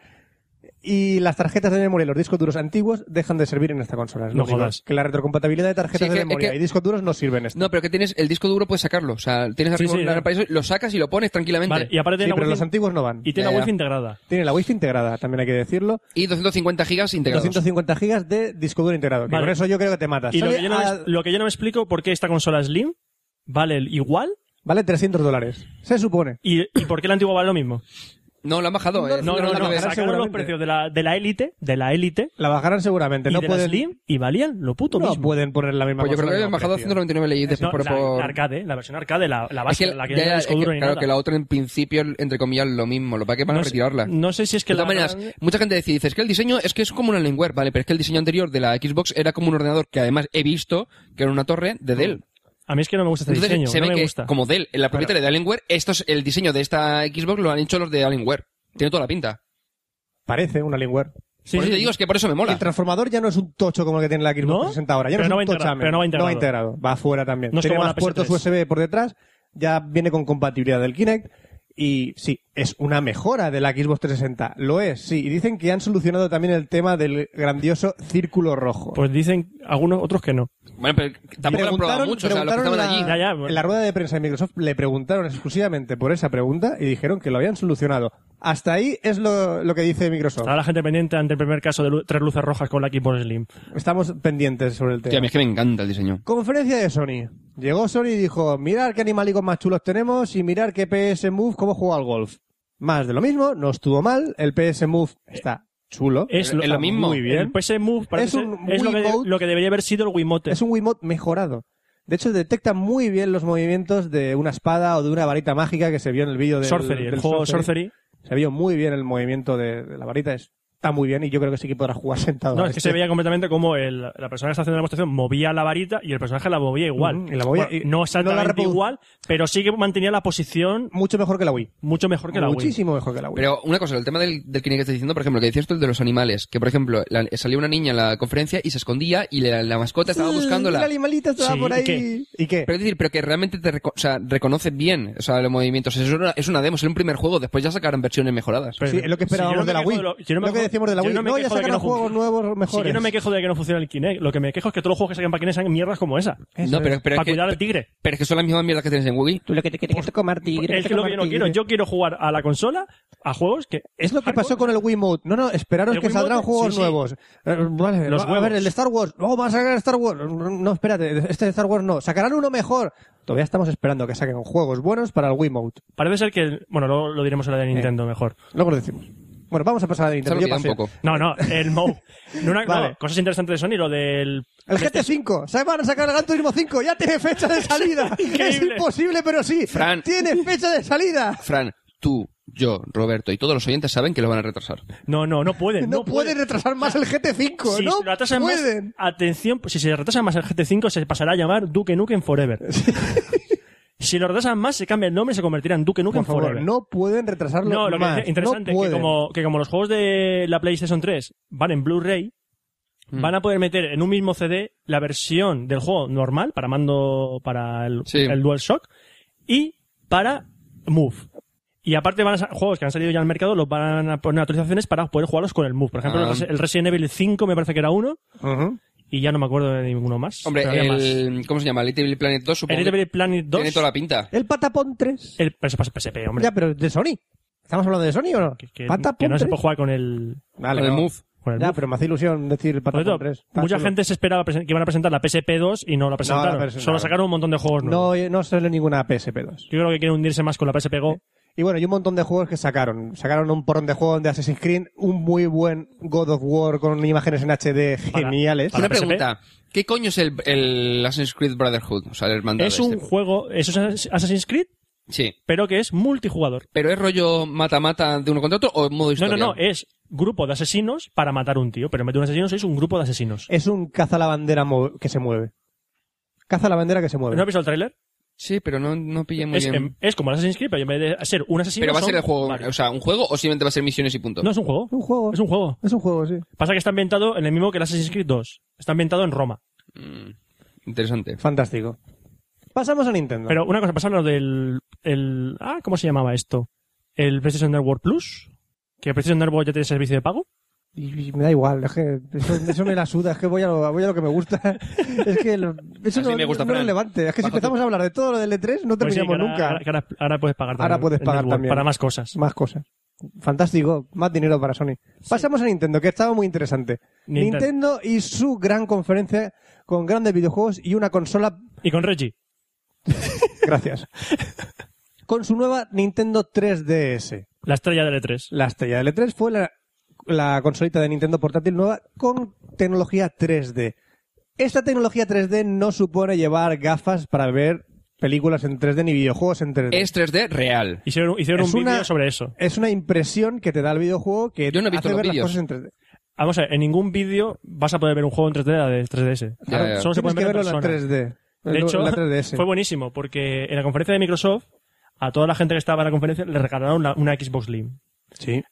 Y las tarjetas de memoria y los discos duros antiguos dejan de servir en esta consola. Es
No
lo único.
jodas.
Que la retrocompatibilidad de tarjetas
Sí, que-
de
es
memoria
que-
y discos duros no sirven en esta.
No, pero que tienes el disco duro, puedes sacarlo. O sea, tienes
Sí,
arriba
sí,
un
ya.
gran paraíso, lo sacas y lo pones tranquilamente.
Vale, y aparte
Sí,
tiene
pero
la
los
wifi,
antiguos no van.
y tiene la
Ya, ya.
wifi integrada.
Tiene la wifi integrada, también hay que decirlo.
Y 250 gigas integrados.
250 gigas de disco duro integrado. Que
Vale.
con eso yo creo que te matas.
Y lo
Sale
que, yo no me,
a-
lo que yo no me explico por qué esta consola Slim vale el igual
Vale 300 dólares. Se supone.
y, y por qué la antigua vale lo mismo.
No, lo han bajado. eh.
No, no,
Lo
no,
han-
sacaron los
seguramente.
precios de la de la élite, de la élite
La bajarán seguramente.
y
no
de la
pueden,
Slim y valían lo puto
no
mismo.
pueden poner la misma
Pues yo creo
consola
que
al
han
mismo
bajado
precio.
199 leyes
No,
por,
la,
por-
la arcade, la versión arcade, la, la
Es
base,
que
la que
ya,
no
ya,
tiene
es
disco
que,
duro ni
claro
nada.
que la otra en principio entre comillas lo mismo lo para que van a
no, sé-
retirarla
no sé si es que
de todas
la
maneras mucha gente dice dices que el diseño es que es como una lengua vale pero es que el diseño anterior de la Xbox era como un ordenador que además he visto que era una torre de Dell
a mí es que no me gusta este
entonces
Mm, diseño,
se
no
ve
me
que
gusta.
como Dell la propietaria de Alienware esto es el diseño de esta Xbox lo han hecho los de Alienware tiene toda la pinta
Parece una Alienware.
Sí,
por
sí.
eso te digo es que por eso me mola
El transformador ya no es un tocho como el que tiene la Xbox
¿No?
360 ahora. Ya
Pero no
no
va
es un
integrado,
tochamen.
pero no va integrado.
va integrado. Va afuera también.
No es
tiene
como la
más puertos
PS3.
USB por detrás. Ya viene con compatibilidad del Kinect. Y sí, es una mejora de la Xbox 360. Lo es, sí. Y dicen que han solucionado también el tema del grandioso círculo rojo.
Pues dicen algunos otros que no.
bueno pero tampoco lo han probado
Preguntaron-
mucho o sea los que estaban
preguntaron
allí
en la-
allí. Ya, ya, bueno.
En la rueda de prensa de Microsoft le preguntaron exclusivamente por esa pregunta y dijeron que lo habían solucionado. Hasta ahí es lo, lo que dice Microsoft.
Estaba la gente pendiente ante el primer caso de lu- tres luces rojas con la Xbox Slim.
Estamos pendientes sobre el
Tío, a mí
tema.
es que me encanta el diseño
Conferencia de Sony. Llegó Sony y dijo, mirad qué animalicos más chulos tenemos y mirad qué PS Move cómo juega al golf. Más de lo mismo, no estuvo mal, el PS Move está chulo.
Es lo,
es lo mismo.
Muy
El
bien.
PS Move parece
Es
ser-
un
es lo, que,
Wiimote.
lo que debería haber sido el Wiimote.
Es un Wiimote mejorado. De hecho, detecta muy bien los movimientos de una espada o de una varita mágica que se vio en el vídeo del,
Sorcery, el
del
juego Sorcery.
Se vio muy bien el movimiento de, de la varita. es- Está muy bien y yo creo que sí que podrá jugar sentado.
No,
a
es que
este.
se veía completamente como el, la persona que está haciendo la demostración movía la varita y el personaje la movía igual.
Ujú, y la movía-
Bueno,
y-
no
no la
exactamente
reprodu-
igual, pero sí que mantenía la posición
Mucho mejor que la Wii.
mucho mejor que la Wii.
Muchísimo mejor que la Wii.
Pero una cosa, el tema del, del Kinect que estás diciendo, por ejemplo, que decías tú el de los animales, que por ejemplo, la- salió una niña en la conferencia y se escondía y la, la mascota estaba
Sí,
buscándola.
El animalito estaba
Sí,
por
¿y
ahí.
qué?
¿Y qué?
Pero es decir, pero que realmente te reco- o sea, reconoce bien o sea, los movimientos. Es una, es una demo, es un primer juego, después ya sacarán versiones mejoradas.
Pero-
Sí, es lo que
si yo no
esperábamos
me
de la
quejo
Wii.
lo- yo no me
lo que
quejo-
decíamos de la
Yo
Wii.
no
No,
me
ya
quejo de
sacan
que no
juegos
func-
nuevos mejores.
Si yo no me quejo de que no funcione el Kinect, lo que me quejo es que todos los juegos que sacan para Kinect sean mierdas como esa.
Eso
No,
es.
pero, pero
para
es que,
cuidar al tigre.
pero es que son las mismas mierdas que tienes en Wii.
Tú lo que te quieres es comer tigre.
Es que lo que yo no quiero. Yo quiero jugar a la consola, a juegos que. eh,
Es lo que pasó con el Wiimote. No, no, esperaros
El
que
Wiimote,
saldrán juegos
sí, sí.
nuevos. Eh, Vale,
Los
va- a
huevos.
ver, el de Star Wars. No, van a sacar Star Wars. No, espérate, este de Star Wars no. Sacarán uno mejor. Todavía estamos esperando que saquen juegos buenos para el Wiimote.
Parece ser que. el- Bueno, luego lo diremos en la
Eh.
de Nintendo mejor.
Luego lo decimos. Bueno, vamos a pasar a Nintendo.
Solo
Yo
queda un
pasé.
poco.
No, no, el Mo. No, una- no,
Vale.
cosas interesantes de Sony, lo del.
El GT5, se van a sacar el Gran Turismo 5, ya tiene fecha de salida. es
increíble.
imposible, pero sí.
Fran.
Tiene fecha de salida.
Fran, tú, yo, Roberto y todos los oyentes saben que lo van a retrasar.
No, no, no pueden.
No,
Eh, No,
pueden retrasar más el GT5,
Si
no
lo retrasan más-
pueden.
atención, si se retrasa más el GT5, se pasará a llamar Duke Nukem Forever. si lo retrasan más, se cambia el nombre y se convertirá en Duke Nukem
Por favor,
Forever.
no pueden retrasarlo
No, lo que
más.
decía- interesante
no
que,
pueden.
como, que como los juegos de la PlayStation 3 van en Blu-ray,
Mm.
van a poder meter en un mismo CD la versión del juego normal para mando para el,
Sí.
el DualShock y para Move. Y aparte van a sa- juegos que han salido ya al mercado los van a poner actualizaciones para poder jugarlos con el Move. Por ejemplo,
Ah.
el Res- el Resident Evil 5 me parece que era uno
Ujú.
y ya no me acuerdo de ninguno más.
Hombre,
Pero había más. el
el, ¿cómo se llama? Little Big Planet 2 supongo
Little
que
Big Planet 2
tiene toda la pinta.
El Patapon 3.
el pero eso pasa en PSP, hombre.
Ya, pero de Sony. ¿Estamos hablando de Sony o no?
que, que-
Patapon
que no se
3.
puede jugar con el
Vale,
Con el
no.
Move.
con el
Ya,
Move.
pero me hace ilusión decir
Por
Patapon
cierto,
3. Está
mucha
chulo.
gente se esperaba presen- que iban a presentar la PSP2 y no la presentaron.
presentaron.
Solo sacaron un montón de juegos nuevos.
No, eh, no sale ninguna PSP2.
Yo creo que quieren hundirse más con la PSP Go.
Y bueno, y un montón de juegos que sacaron. Sacaron un porrón de juegos de Assassin's Creed, un muy buen God of War con imágenes en HD geniales.
para
Una
la PSP.
pregunta. ¿Qué coño es el, el Assassin's Creed Brotherhood? O sea, el hermandad
Es
este.
un juego, eso es Assassin's Creed,
Sí.
pero que es multijugador.
¿Pero es rollo mata-mata de uno contra otro o en modo
No,
historia?
no, no, es grupo de asesinos para matar un tío, pero en vez de un asesino sois un grupo de asesinos.
Es un caza la bandera mo- que se mueve. Caza la bandera que se mueve.
¿No has visto el tráiler?
Sí, pero no, no pillé muy
Es,
bien.
en- es como el Assassin's Creed, pero en vez de ser un asesino
pero va a
son
ser el juego,
varios.
o sea, un juego o simplemente va a ser misiones y punto.
No es un juego,
Es un juego.
es un juego.
Es un juego, sí.
Pasa que está ambientado en el mismo que el Assassin's Creed 2. Está ambientado en Roma.
Mm, interesante.
Fantástico. Pasamos a Nintendo.
Pero una cosa, pasarnos del. El, ah, ¿cómo se llamaba esto? El PlayStation Network Plus. Que PlayStation Network ya tiene servicio de pago.
Y- y me da igual, es que eso, eso me la suda, es que voy a lo, voy a lo que me gusta. Es que lo- eso
Así
no,
me gusta,
no es
Fran.
relevante. Es que si
Bajo
empezamos a hablar de todo lo del E3, no
Pues
terminamos
sí, que ahora-
nunca.
Ahora, que ahora- ahora puedes pagar también.
Ahora puedes
el
pagar
Network
también.
Para más cosas.
Más cosas. Fantástico, más dinero para Sony. Pasamos a Nintendo, que estaba muy interesante.
Nintendo.
Nintendo. y su gran conferencia con grandes videojuegos y una consola.
Y con Reggie.
Gracias. con su nueva Nintendo 3DS.
La estrella E del E3.
La estrella del E3 fue la, la consolita de Nintendo portátil nueva con tecnología 3D. Esta tecnología 3D no supone llevar gafas para ver películas en 3D ni videojuegos en 3D.
Es 3D real.
Hicieron, hicieron
Es
un
una-
vídeo sobre eso.
Es una impresión que te da el videojuego que
Yo no he visto
hace
los
ver las
vídeos.
cosas en 3D.
Vamos a ver, en ningún vídeo vas a poder ver un juego en 3D de la 3DS.
Ya,
Ahora
ya.
Solo se
Tienes
pueden ver
que
en
verlo en la
persona.
3D.
De
en
hecho,
la 3DS.
fue buenísimo porque en la conferencia de Microsoft a toda la gente que estaba en la conferencia le regalaron la- una Xbox Slim.
Sí.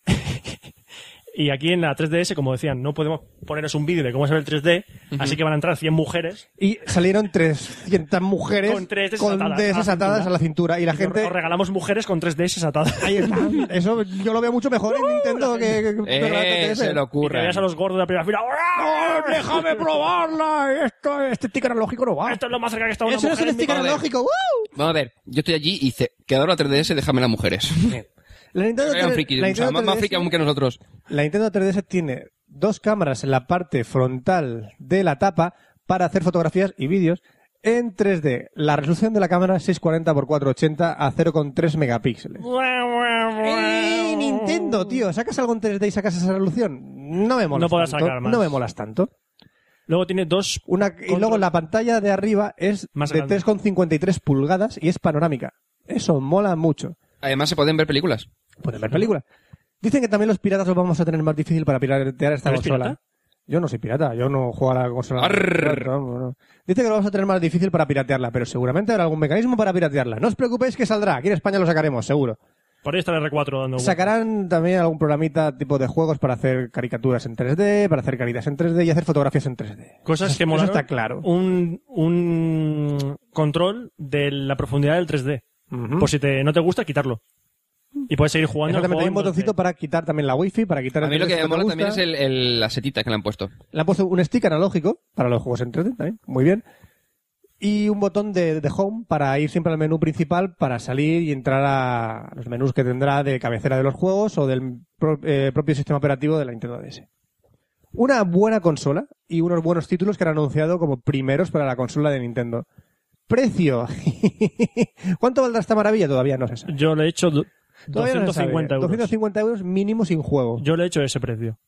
Y aquí en la 3DS, como decían, no podemos poneros un vídeo de cómo se ve el 3D, así que van a entrar 100 mujeres.
Y salieron 300 mujeres
Con 3DS
con
atadas
DS
a la
atadas a la cintura y la
Y
gente...
os- Os regalamos mujeres con 3DS atadas.
Ahí está. Eso yo lo veo mucho mejor en Nintendo que... que- que- que la
Eh,
3DS.
se le
Y que
ocurre.
veas a los gordos de la primera fila. ¡Hola!
¡Oh, déjame probarla! Esto, este sticker analógico no va.
Esto es lo más cerca que está una
Eso no es
mujer
un
en mi-
sticker
Joder.
analógico. ¡wow!
Vamos a ver, yo estoy allí y dice, quedador la 3DS, déjame las mujeres.
La Nintendo,
Eran
3-
frikis,
la
o sea,
Nintendo
más, más
3DS
friki aún que nosotros.
la Nintendo 3DS tiene dos cámaras en la parte frontal de la tapa para hacer fotografías y vídeos en 3D. La resolución de la cámara es 640x480 a 0,3 megapíxeles. ¡Eh, Nintendo, tío! ¿Sacas algo en 3D y sacas esa resolución? No me molas
No podrás
tanto.
sacar más.
No me molas tanto.
Luego tiene dos.
Una, y
Control.
luego la pantalla de arriba es
Más
de
grande.
3,53 pulgadas y es panorámica. Eso mola mucho.
Además se pueden ver películas.
Pueden ver películas. Dicen que también los piratas los vamos a tener más difícil para piratear esta
¿Tú eres
consola.
pirata?
Yo no soy pirata, yo no juego a la consola.
Arr.
No, no, no. Dicen que lo vamos a tener más difícil para piratearla, pero seguramente habrá algún mecanismo para piratearla. No os preocupéis que saldrá, aquí en España lo sacaremos, seguro.
Por ahí está el R4 dando.
Sacarán también algún programita tipo de juegos para hacer caricaturas en 3D, para hacer caritas en 3D y hacer fotografías en 3D.
Cosas que
Eso
molaron.
está claro.
Un, un control de la profundidad del 3D.
Ujú.
Por si te, no te gusta, quitarlo. Y puedes seguir jugando. al
Exactamente, hay un
juego
botoncito para quitar también la wifi, para quitar
A
el
mí lo que
teléfono
me
te
mola
gusta.
también es el, el- la setita que le han puesto.
Le han puesto un stick analógico para los juegos en 3D también, muy bien. Y un botón de, de home para ir siempre al menú principal para salir y entrar a los menús que tendrá de cabecera de los juegos o del pro- eh, propio sistema operativo de la Nintendo DS. Una buena consola y unos buenos títulos que han anunciado como primeros para la consola de Nintendo. Precio. ¿Cuánto valdrá esta maravilla? Todavía no se sabe.
Yo le he hecho du-
Todavía no se sabe.
250 euros.
250 euros mínimo sin juego.
Yo le he hecho ese precio.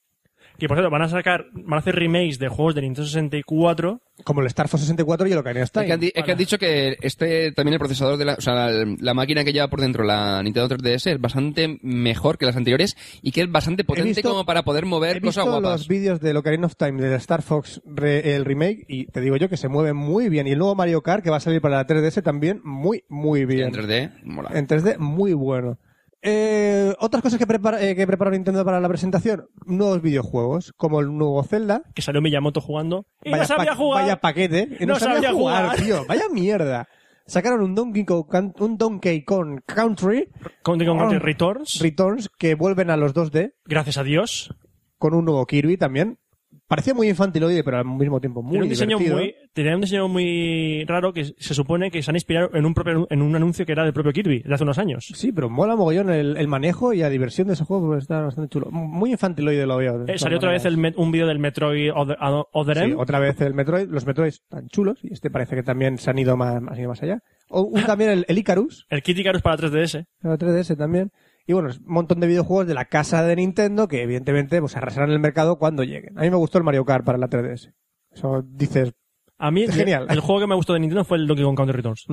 Que por cierto, van a sacar, van a hacer remakes de juegos de Nintendo 64.
Como el Star Fox 64 y el Ocarina of
Es que,
Time.
han, di- es que
Vale.
han dicho que este también el procesador de la, o sea, la, la máquina que lleva por dentro la Nintendo 3DS es bastante mejor que las anteriores y que es bastante potente
visto-
como para poder mover
He
cosas
visto
guapas.
los vídeos de Ocarina of Time de Star Fox re- el remake y te digo yo que se mueven muy bien y el nuevo Mario Kart que va a salir para la 3DS también muy muy bien
En 3D, mola.
en 3D muy bueno Eh, otras cosas que, prepara, eh, que preparó Nintendo para la presentación nuevos videojuegos como el nuevo Zelda
Que salió Miyamoto jugando. Y no sabía
pa-
jugar.
vaya paquete eh, y no,
No
sabía,
sabía
jugar,
jugar.
tío vaya mierda sacaron un Donkey Kong, Can- un Donkey Kong Country
Con Donkey Kong Country
Oh.
Returns.
Returns que vuelven a los 2D
gracias a Dios.
con un nuevo Kirby también. Parecía muy infantiloide, pero al mismo tiempo muy
Tenía un diseño
divertido.
muy, tenía un diseño muy raro que se supone que se han inspirado en un propio, en un anuncio que era del propio Kirby de hace unos años.
Sí, pero mola mogollón el, el manejo y la diversión de ese juego, porque está bastante chulo. Muy infantiloide lo veo. de
Eh,
todas
salió otra vez
maneras.
el Met- un vídeo del Metroid Other, Other
Sí,
M.
otra vez el Metroid, los Metroids están chulos y este parece que también se han ido más, han ido más allá. O un- también el, el Icarus,
El Kid Icarus para 3DS.
el 3DS también. Y bueno, es un montón de videojuegos de la casa de Nintendo que evidentemente pues arrasarán el mercado cuando lleguen. A mí me gustó el Mario Kart para la 3DS. Eso dices,
A mí,
Genial.
el juego que me gustó de Nintendo fue el Donkey Kong Country Returns.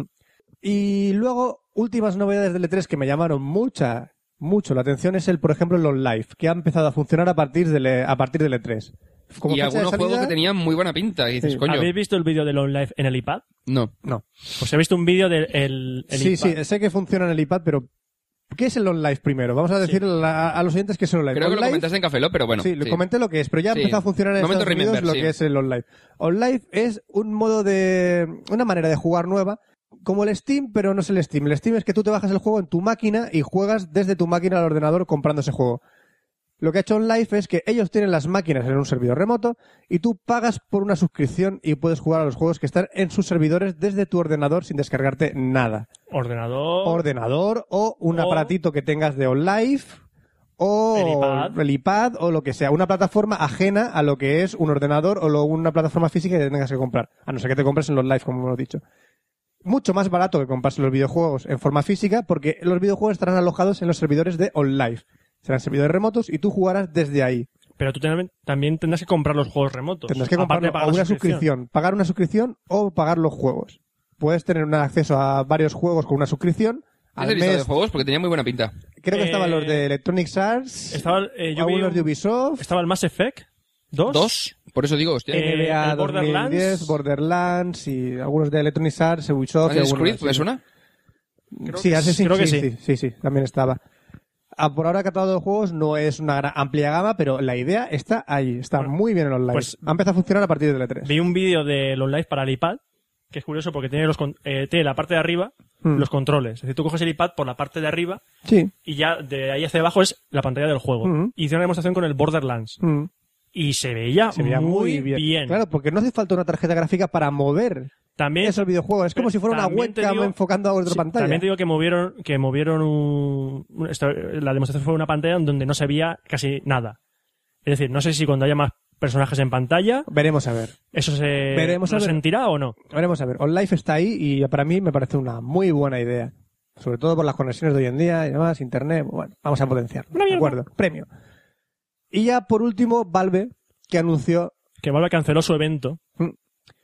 Y luego, últimas novedades del E3 que me llamaron mucha, mucho la atención es el, por ejemplo, el OnLive, que ha empezado a funcionar a partir del, E- a partir del E3. Como
Y
fecha de
algunos
salida-
juegos que tenían muy buena pinta. Y dices,
Sí.
coño,
¿Habéis visto el vídeo del OnLive en el iPad?
no.
No.
Pues he visto un vídeo del el, el
sí,
iPad.
sí, sé que funciona en el iPad, pero ¿qué es el OnLive primero? Vamos a decir a, a los oyentes que es el OnLive.
Creo que lo
OnLive-
comentaste en Café Lock, pero bueno.
sí, le comenté lo que es, pero ya ha
Sí.
empezado a funcionar en
Momento
Estados Unidos
remember,
lo
sí.
que es el OnLive. OnLive es un modo de... una manera de jugar nueva, como el Steam, pero no es el Steam. El Steam es que tú te bajas el juego en tu máquina y juegas desde tu máquina al ordenador comprando ese juego. Lo que ha hecho OnLive es que ellos tienen las máquinas en un servidor remoto y tú pagas por una suscripción y puedes jugar a los juegos que están en sus servidores desde tu ordenador sin descargarte nada.
Ordenador.
Ordenador o un
O-
aparatito que tengas de OnLive
El
o
iPad.
el iPad o lo que sea. Una plataforma ajena a lo que es un ordenador o lo- una plataforma física que tengas que comprar. A no ser que te compres en los live, como hemos dicho. Mucho más barato que comprarse los videojuegos en forma física porque los videojuegos estarán alojados en los servidores de OnLive. Serán servidores remotos y tú jugarás desde ahí.
Pero tú ten- también tendrás que comprar los juegos remotos.
Tendrás que
aparte
comprar
de pagar
una
la
suscripción. Pagar una suscripción o pagar los juegos. Puedes tener un acceso a varios juegos con una suscripción.
Ese
Al
listado de
mes,
juegos porque tenía muy buena pinta.
creo que estaban
Eh,
los de Electronic Arts,
Estaba, eh, yo vi
algunos de
un-
Ubisoft,
estaba el Mass Effect 2.
Dos. Por eso digo, hostia.
Eh,
NBA
el
2010,
Borderlands.
Borderlands y algunos de Electronic Arts, Ubisoft. y
Assassin's
algunos
Creed,
así. Mm,
¿me suena?
Sí, Assassin's
creo que
Creed, sí. sí, sí, también estaba. Ah, por ahora, Catado de Juegos no es una gran- amplia gama, pero la idea está ahí, está
Bueno,
muy bien en online.
pues-
ha empezado a funcionar a partir del E3.
Vi un vídeo del OnLive para el iPad, que es curioso porque tiene, los, con- eh, tiene la parte de arriba
Hmm.
los controles. Es decir, tú coges el iPad por la parte de arriba
Sí.
y ya de ahí hacia abajo es la pantalla del juego.
Ujú.
Y Hicieron una demostración con el Borderlands.
Mm.
Y se veía,
Se veía muy bien. Claro, porque no hace falta una tarjeta gráfica para mover
También
esos videojuegos. Es como
pero
si fuera una
Eh, también te
webcam
digo-
enfocando a otra
Sí,
pantalla.
También te digo que movieron, que movieron un, un- esto- la demostración fue una pantalla en donde no se veía casi nada. Es decir, no sé si cuando haya más personajes en pantalla,
Veremos a ver.
eso se
Veremos, a
lo
ver.
sentirá o no.
Veremos a ver. OnLife está ahí y para mí me parece una muy buena idea. Sobre todo por las conexiones de hoy en día y demás, internet. Bueno, vamos a potenciarlo.
Una
de
mierda.
acuerdo, premio. Y ya por último, Valve, que anunció,
Que Valve canceló su evento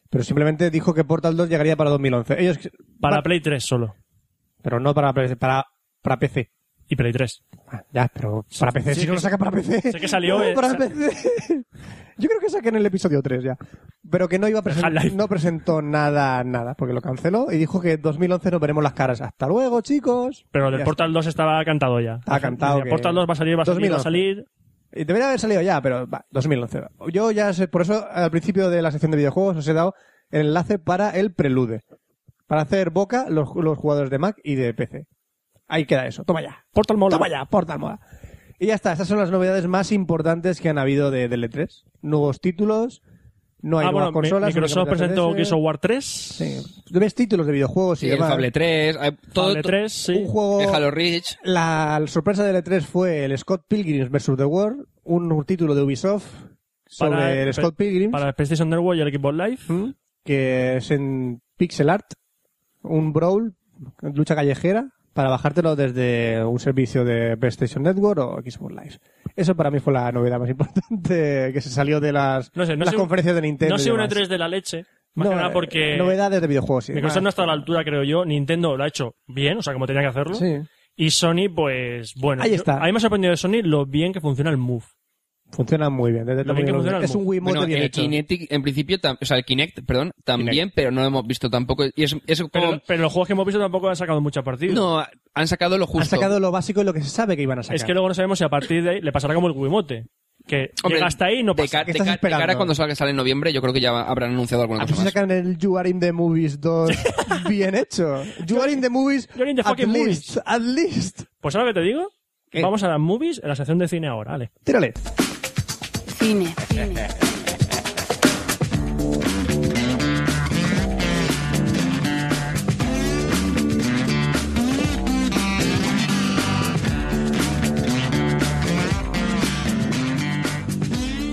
pero simplemente dijo que Portal 2 llegaría para 2011. Ellos,
para
Va-
Play 3 solo.
pero no para, PS- para, para PC.
Y Play 3.
Ah, ya, pero para
Sí,
PC,
sí,
si no
que-
lo saca para PC.
sé que salió,
No,
eh,
para
sa-
PC. Yo creo que saqué en el episodio 3 ya. Pero que no iba a presen-
Half-Life.
no presentó nada, nada, porque lo canceló y dijo que en 2011 nos veremos las caras. Hasta luego, chicos.
Pero el
Ya
del Portal 2 estaba cantado ya.
Estaba cantado
Decía,
que-
Portal 2 va a salir, va a salir, va a
2011.
salir.
está. Y debería haber salido ya, pero va, 2011. va. Yo ya sé, por eso al principio de la sección de videojuegos os he dado el enlace para el prelude. Para hacer boca los, los jugadores de Mac y de PC. Ahí queda eso. Toma ya.
Portal mola.
Toma ya, Portal mola. Y ya está, esas son las novedades más importantes que han habido de, del E3. Nuevos títulos, no hay
Ah,
nuevas
bueno,
consolas.
Mi- Microsoft
únicamente
presentó
PS.
Gears of War 3.
Sí. Ves títulos de videojuegos y
Sí, el
demás.
Fable 3, eh, todo,
Fable 3, sí.
Un juego...
el Halo Reach.
La sorpresa del E3 fue el Scott Pilgrims vs. The World, un título de Ubisoft sobre el
pe-
Scott Pilgrims,
Para el PlayStation Network y el Xbox Live.
¿m? que es en pixel art, un brawl, lucha callejera, para bajártelo desde un servicio de PlayStation Network o Xbox Live. Eso para mí fue la novedad más importante que se salió de las,
No sé, no
las
sé-
conferencias de Nintendo.
No
y
sé un
demás.
E3 de la leche. Más
No,
que nada
eh,
porque
Novedades de videojuegos. y
Microsoft no
demás.
está a la altura, creo yo. Nintendo lo ha hecho bien, o sea, como tenía que hacerlo.
Sí,
Y Sony, pues, bueno.
Ahí
yo-
está.
a mí me ha sorprendido de Sony lo bien que funciona el Move.
funciona muy bien. desde
Lo bien que
tamaño-
funciona el
es un
mundo.
Wiimote
Bueno, eh,
bien
el
hecho.
Kinetic, en principio, tam- o sea, el Kinect, perdón, también, pero no lo hemos visto tampoco. Y es, es como,
Pero, pero los juegos que hemos visto tampoco han sacado mucha partida.
no, han sacado lo justo.
Han sacado lo básico y lo que se sabe que iban a sacar.
Es que luego no sabemos si a partir de ahí le pasará como el Wiimote. Que
Hombre,
llega hasta ahí y no
de,
pasa.
ca-
¿Qué
de
estás
ca- de
esperando? Ah, pues
cara cuando salga, sale en noviembre, yo creo que ya habrán anunciado alguna
A ver
cosa
si
más.
sacan el You Are in the Movies 2 bien hecho. You Are in the Movies.
You're in the
at
fucking
least. At least.
Pues ahora que te digo,
¿Qué?
vamos a las movies, a la sección de cine ahora, Ale.
Tírale.
Cine. Cine.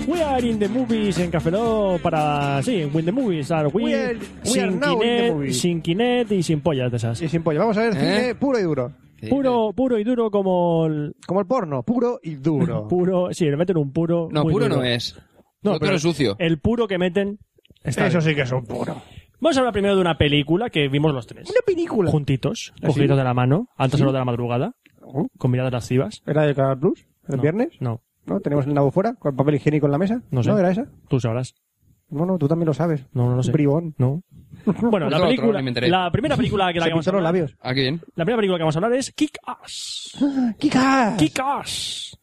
We are in the movies en Café Lock para... Sí, Win the movies. Are we,
We are- we
sin,
are now in the
Kinect,
movies.
sin Kinect y sin pollas de esas.
Y sin pollo. Vamos a ver
¿Eh?
cine puro y duro.
Sí,
Puro, puro y duro como el...
Como el porno. Puro y duro.
Puro, sí, le meten un puro.
No,
muy
puro
duro.
no es.
No,
No,
pero- eh,
pero es sucio.
El puro que meten. está
Eso
bien.
sí que es un puro.
Vamos a hablar primero de una película que vimos los tres.
Una película. Ah,
Juntitos, cogidos de la mano, altas horas de la madrugada,
Ujú.
con miradas lascivas.
¿Era de Canal Plus? ¿El
No,
viernes?
No,
¿No? ¿Teníamos el nabo fuera? ¿Con papel higiénico en la mesa?
No sé.
¿No era esa?
tú sabrás.
No, no, tú también lo sabes.
No, no lo sé.
Bribón.
No. Bueno, la
Otro, otro,
película,
ni me enteré.
la primera película que la
Se
que vamos a
pinchó los
hablar,
labios. Ah.
Ah, qué bien.
la primera película que vamos a hablar es Kick Ass.
¡Kika!
Kick Ass.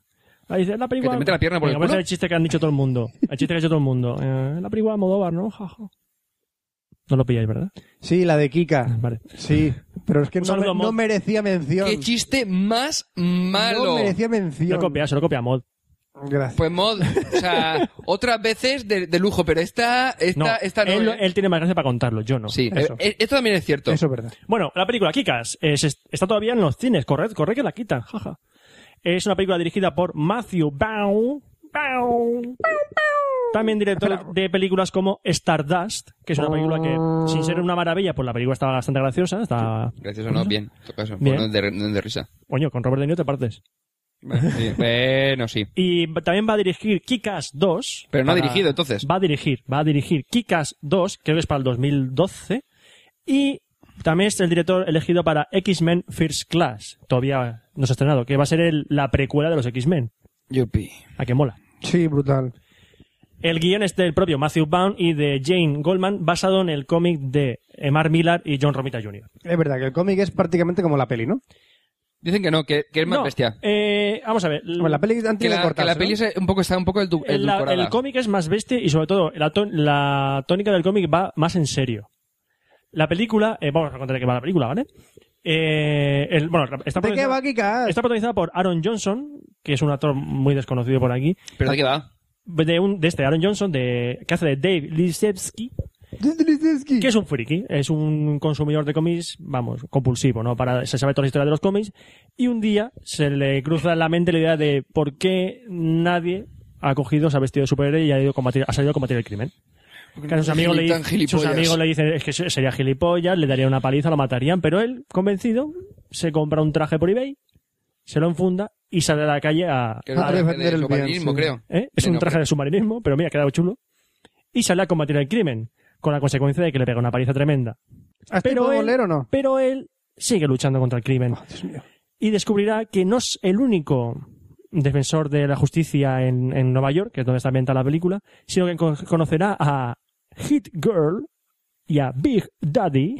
Ahí dice, es la película.
¿Que te mete la pierna por el
Venga, pues
culo?
el chiste que han dicho todo el mundo. El chiste que ha hecho todo el mundo. Eh, es la película de Modovar, ¿no? Ja, ja. No lo pilláis, ¿verdad?
Sí, la de Kika.
Vale.
Sí. Pero es que
Un
no,
saludo,
me- no
Mod.
merecía mención.
Qué chiste más
No
malo.
merecía
Lo
mención.
copia, se lo copia Mod.
Gracias.
Pues mod, o sea, otras veces de, de lujo, pero esta, esta,
No,
esta no.
él, lo-
¿eh?
él tiene más gracia para contarlo, yo no.
sí,
eso.
eh, esto también es cierto.
Eso es verdad.
Bueno, la película Kikas es- es- está todavía en los cines, correcto, corre que la quitan, jaja. Es una película dirigida por Matthew Baum, Baum, Baum, también director de películas como Stardust, que es una película que, sin ser una maravilla, pues la película estaba bastante graciosa, está...
Gracias o no, bien. en todo caso,
Bien.
por no de, no de risa.
Coño, con Robert De Niro te partes.
Bueno, sí. Bueno, sí.
Y también va a dirigir Kikas 2.
Pero no ha
para-
dirigido, entonces.
Va a dirigir, va a dirigir Kikas 2, creo que es para el 2012. Y también es el director elegido para X-Men First Class. Todavía no se ha estrenado, que va a ser el- la precuela de los X-Men.
Yupi.
A que mola.
Sí, brutal.
El guion es del propio Matthew Vaughn y de Jane Goldman, basado en el cómic de eh, Mark Millar y John Romita Jr.
Es verdad que el cómic es prácticamente como la peli, ¿no?
Dicen que no, que, que es más
No,
bestia.
eh, vamos a ver.
Como la peli antes
Que
de
la, que
cortarse,
la peli
¿no?
se- un poco, está un poco edul-
El- la-
edulcorada.
el cómic es más bestia y sobre todo la, ton- la tónica del cómic va más en serio. La película, eh, vamos a contar de qué va la película, ¿vale? Eh, el- bueno, está
¿De qué va
protagonizada,
Kika?
está protagonizada por Aaron Johnson, que es un actor muy desconocido por aquí,
¿Pero de qué va?
de, un, de este Aaron Johnson, de, que hace de Dave Lisevsky, que es un friki, es un consumidor de cómics, vamos, compulsivo, ¿no? Para, se sabe toda la historia de los cómics, y un día se le cruza en la mente la idea de por qué nadie ha cogido, se ha vestido de superhéroe y ha, ido a combatir, ha salido a combatir el crimen. Que a sus amigos, le,
Tan
dic- sus
gilipollas.
amigos le dicen es que se- sería gilipollas, le darían una paliza, lo matarían, pero él, convencido, se compra un traje por eBay, se lo enfunda y sale a la calle a...
Que es un
Ah,
traje
defender
de
el bien,
submarinismo,
sí.
creo.
¿eh? Es
Sí,
un
no,
traje de submarinismo, pero mira, ha quedado chulo. Y sale a combatir el crimen, con la consecuencia de que le pega una paliza tremenda.
¿Has
pero
pero
él-
volver o no? Oh,
Pero él sigue luchando contra el crimen
Dios mío.
y descubrirá que no es el único defensor de la justicia en, en Nueva York, que es donde está ambientada la película, sino que co- conocerá a Hit Girl y a Big Daddy,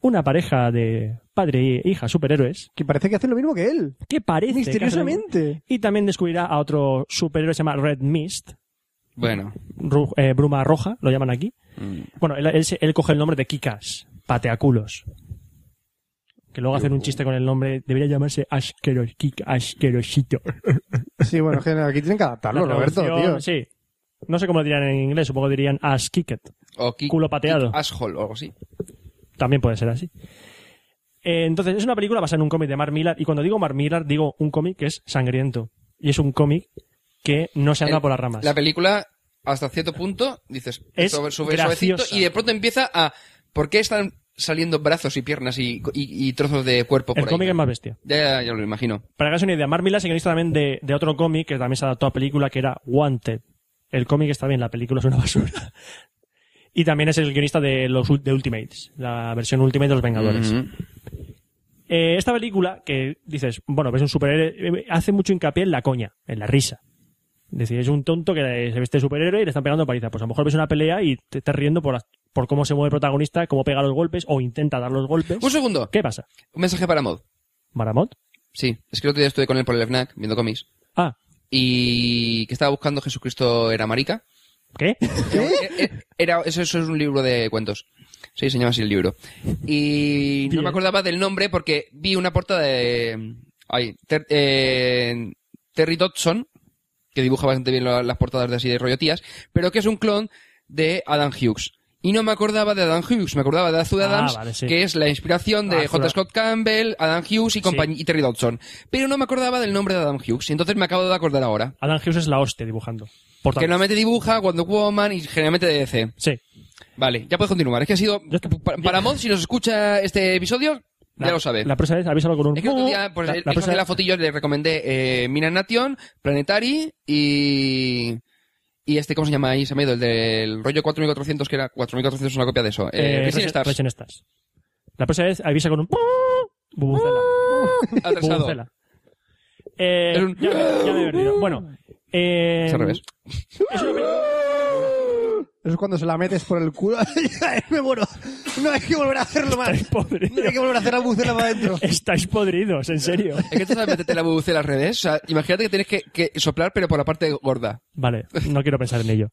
una pareja de padre e hija superhéroes,
Que parece que hace lo mismo que él.
que parece... que hacen-
Misteriosamente.
y también descubrirá a otro superhéroe que se llama Red Mist,
Bueno.
ru- eh, Bruma Roja, lo llaman aquí.
Mm.
Bueno, él, él se- él coge el nombre de Kikas, pateaculos. Que luego hacen un chiste con el nombre. Debería llamarse Asqueros, Kik Asquerosito.
Sí, bueno, que aquí tienen que adaptarlo,
La
Roberto, tío.
traducción, Sí. No sé cómo lo dirían en inglés, supongo que dirían ass kicked.
O kick-
Culo pateado.
kick Asshole o algo así.
También puede ser así. Eh, Entonces, es una película basada en un cómic de Mark Millar. Y cuando digo Mark Millar, digo un cómic que es sangriento. Y es un cómic que no se anda
El-
por las ramas.
La película, hasta cierto punto, dices,
Es
sobre- sube
graciosa.
suavecito y de pronto empieza a... ¿Por qué están saliendo brazos y piernas y, y- y trozos de cuerpo
el
por
cómic
ahí?
es más bestia.
Ya, ya, ya lo imagino.
Para que hagas una idea, Mark Millar se guionista también de, de otro cómic que también se adaptó a película, que era Wanted. El cómic está bien, la película es una basura. Y también es el guionista de los ul- de Ultimates, la versión Ultimate de los Vengadores.
Ujú.
Eh, esta película, que dices, bueno, ves un superhéroe, eh, hace mucho hincapié en la coña, en la risa. Es decir, es un tonto que se veste de superhéroe y le están pegando paliza. Pues a lo mejor ves una pelea y te estás riendo por, las- por cómo se mueve el protagonista, cómo pega los golpes o intenta dar los golpes.
Un segundo.
¿Qué pasa?
Un mensaje para Mod.
¿Maramont?
Sí, es que el otro día estuve con él por el FNAC viendo cómics.
Ah,
Y que estaba buscando Jesucristo era marica.
¿qué?
Era- eh, era- eso, eso es un libro de cuentos. Sí, se llama así el libro. Y no
Bien.
me acordaba del nombre porque vi una portada de... ay, Ter- eh, Terry Dodson, que dibuja bastante bien la- las portadas de así de rollo tías, pero que es un clon de Adam Hughes. Y no me acordaba de Adam Hughes, me acordaba de Azul
Ah,
Adams,
vale, sí.
que es la inspiración de
Ah,
J.
Azul-
Scott Campbell, Adam Hughes y, compañ- y Terry Dodson. Pero no me acordaba del nombre de Adam Hughes, y entonces me acabo de acordar ahora.
Adam Hughes es la hostia dibujando. Por tanto.
Que normalmente dibuja Wonder Woman y generalmente de DC.
Sí.
Vale, ya puedes continuar. Es que ha sido...
Ya está.
pa- Para Mod, si nos escucha este episodio, ya lo sabe.
La próxima vez avísalo con un...
Es que el otro día, pues,
La-
el-
la
eso
próxima-
de la fotillo le recomendé eh, Mina Nation, Planetary y... Y este, ¿cómo se llama ahí? Se me ha ido el del rollo 4400, que era 4400 es una copia de eso. Eh,
eh,
Racing
Resi-
Stars,
Racing Stars. La próxima vez avisa con un... Bubucela.
atrasado.
Bubucela. Eh,
Es un-
ya, me- ya me he perdido. Bueno. Eh,
Es al revés.
es una peli-
Eso es cuando se la metes por el culo. Me muero. No hay que volver a hacerlo más.
Estáis
No hay
podridos.
que volver a hacer la bucela para adentro.
Estáis podridos, en serio.
Es que tú sabes meterte la bubucela al revés. O sea, imagínate que tienes que, que soplar, pero por la parte gorda.
Vale, no quiero pensar en ello.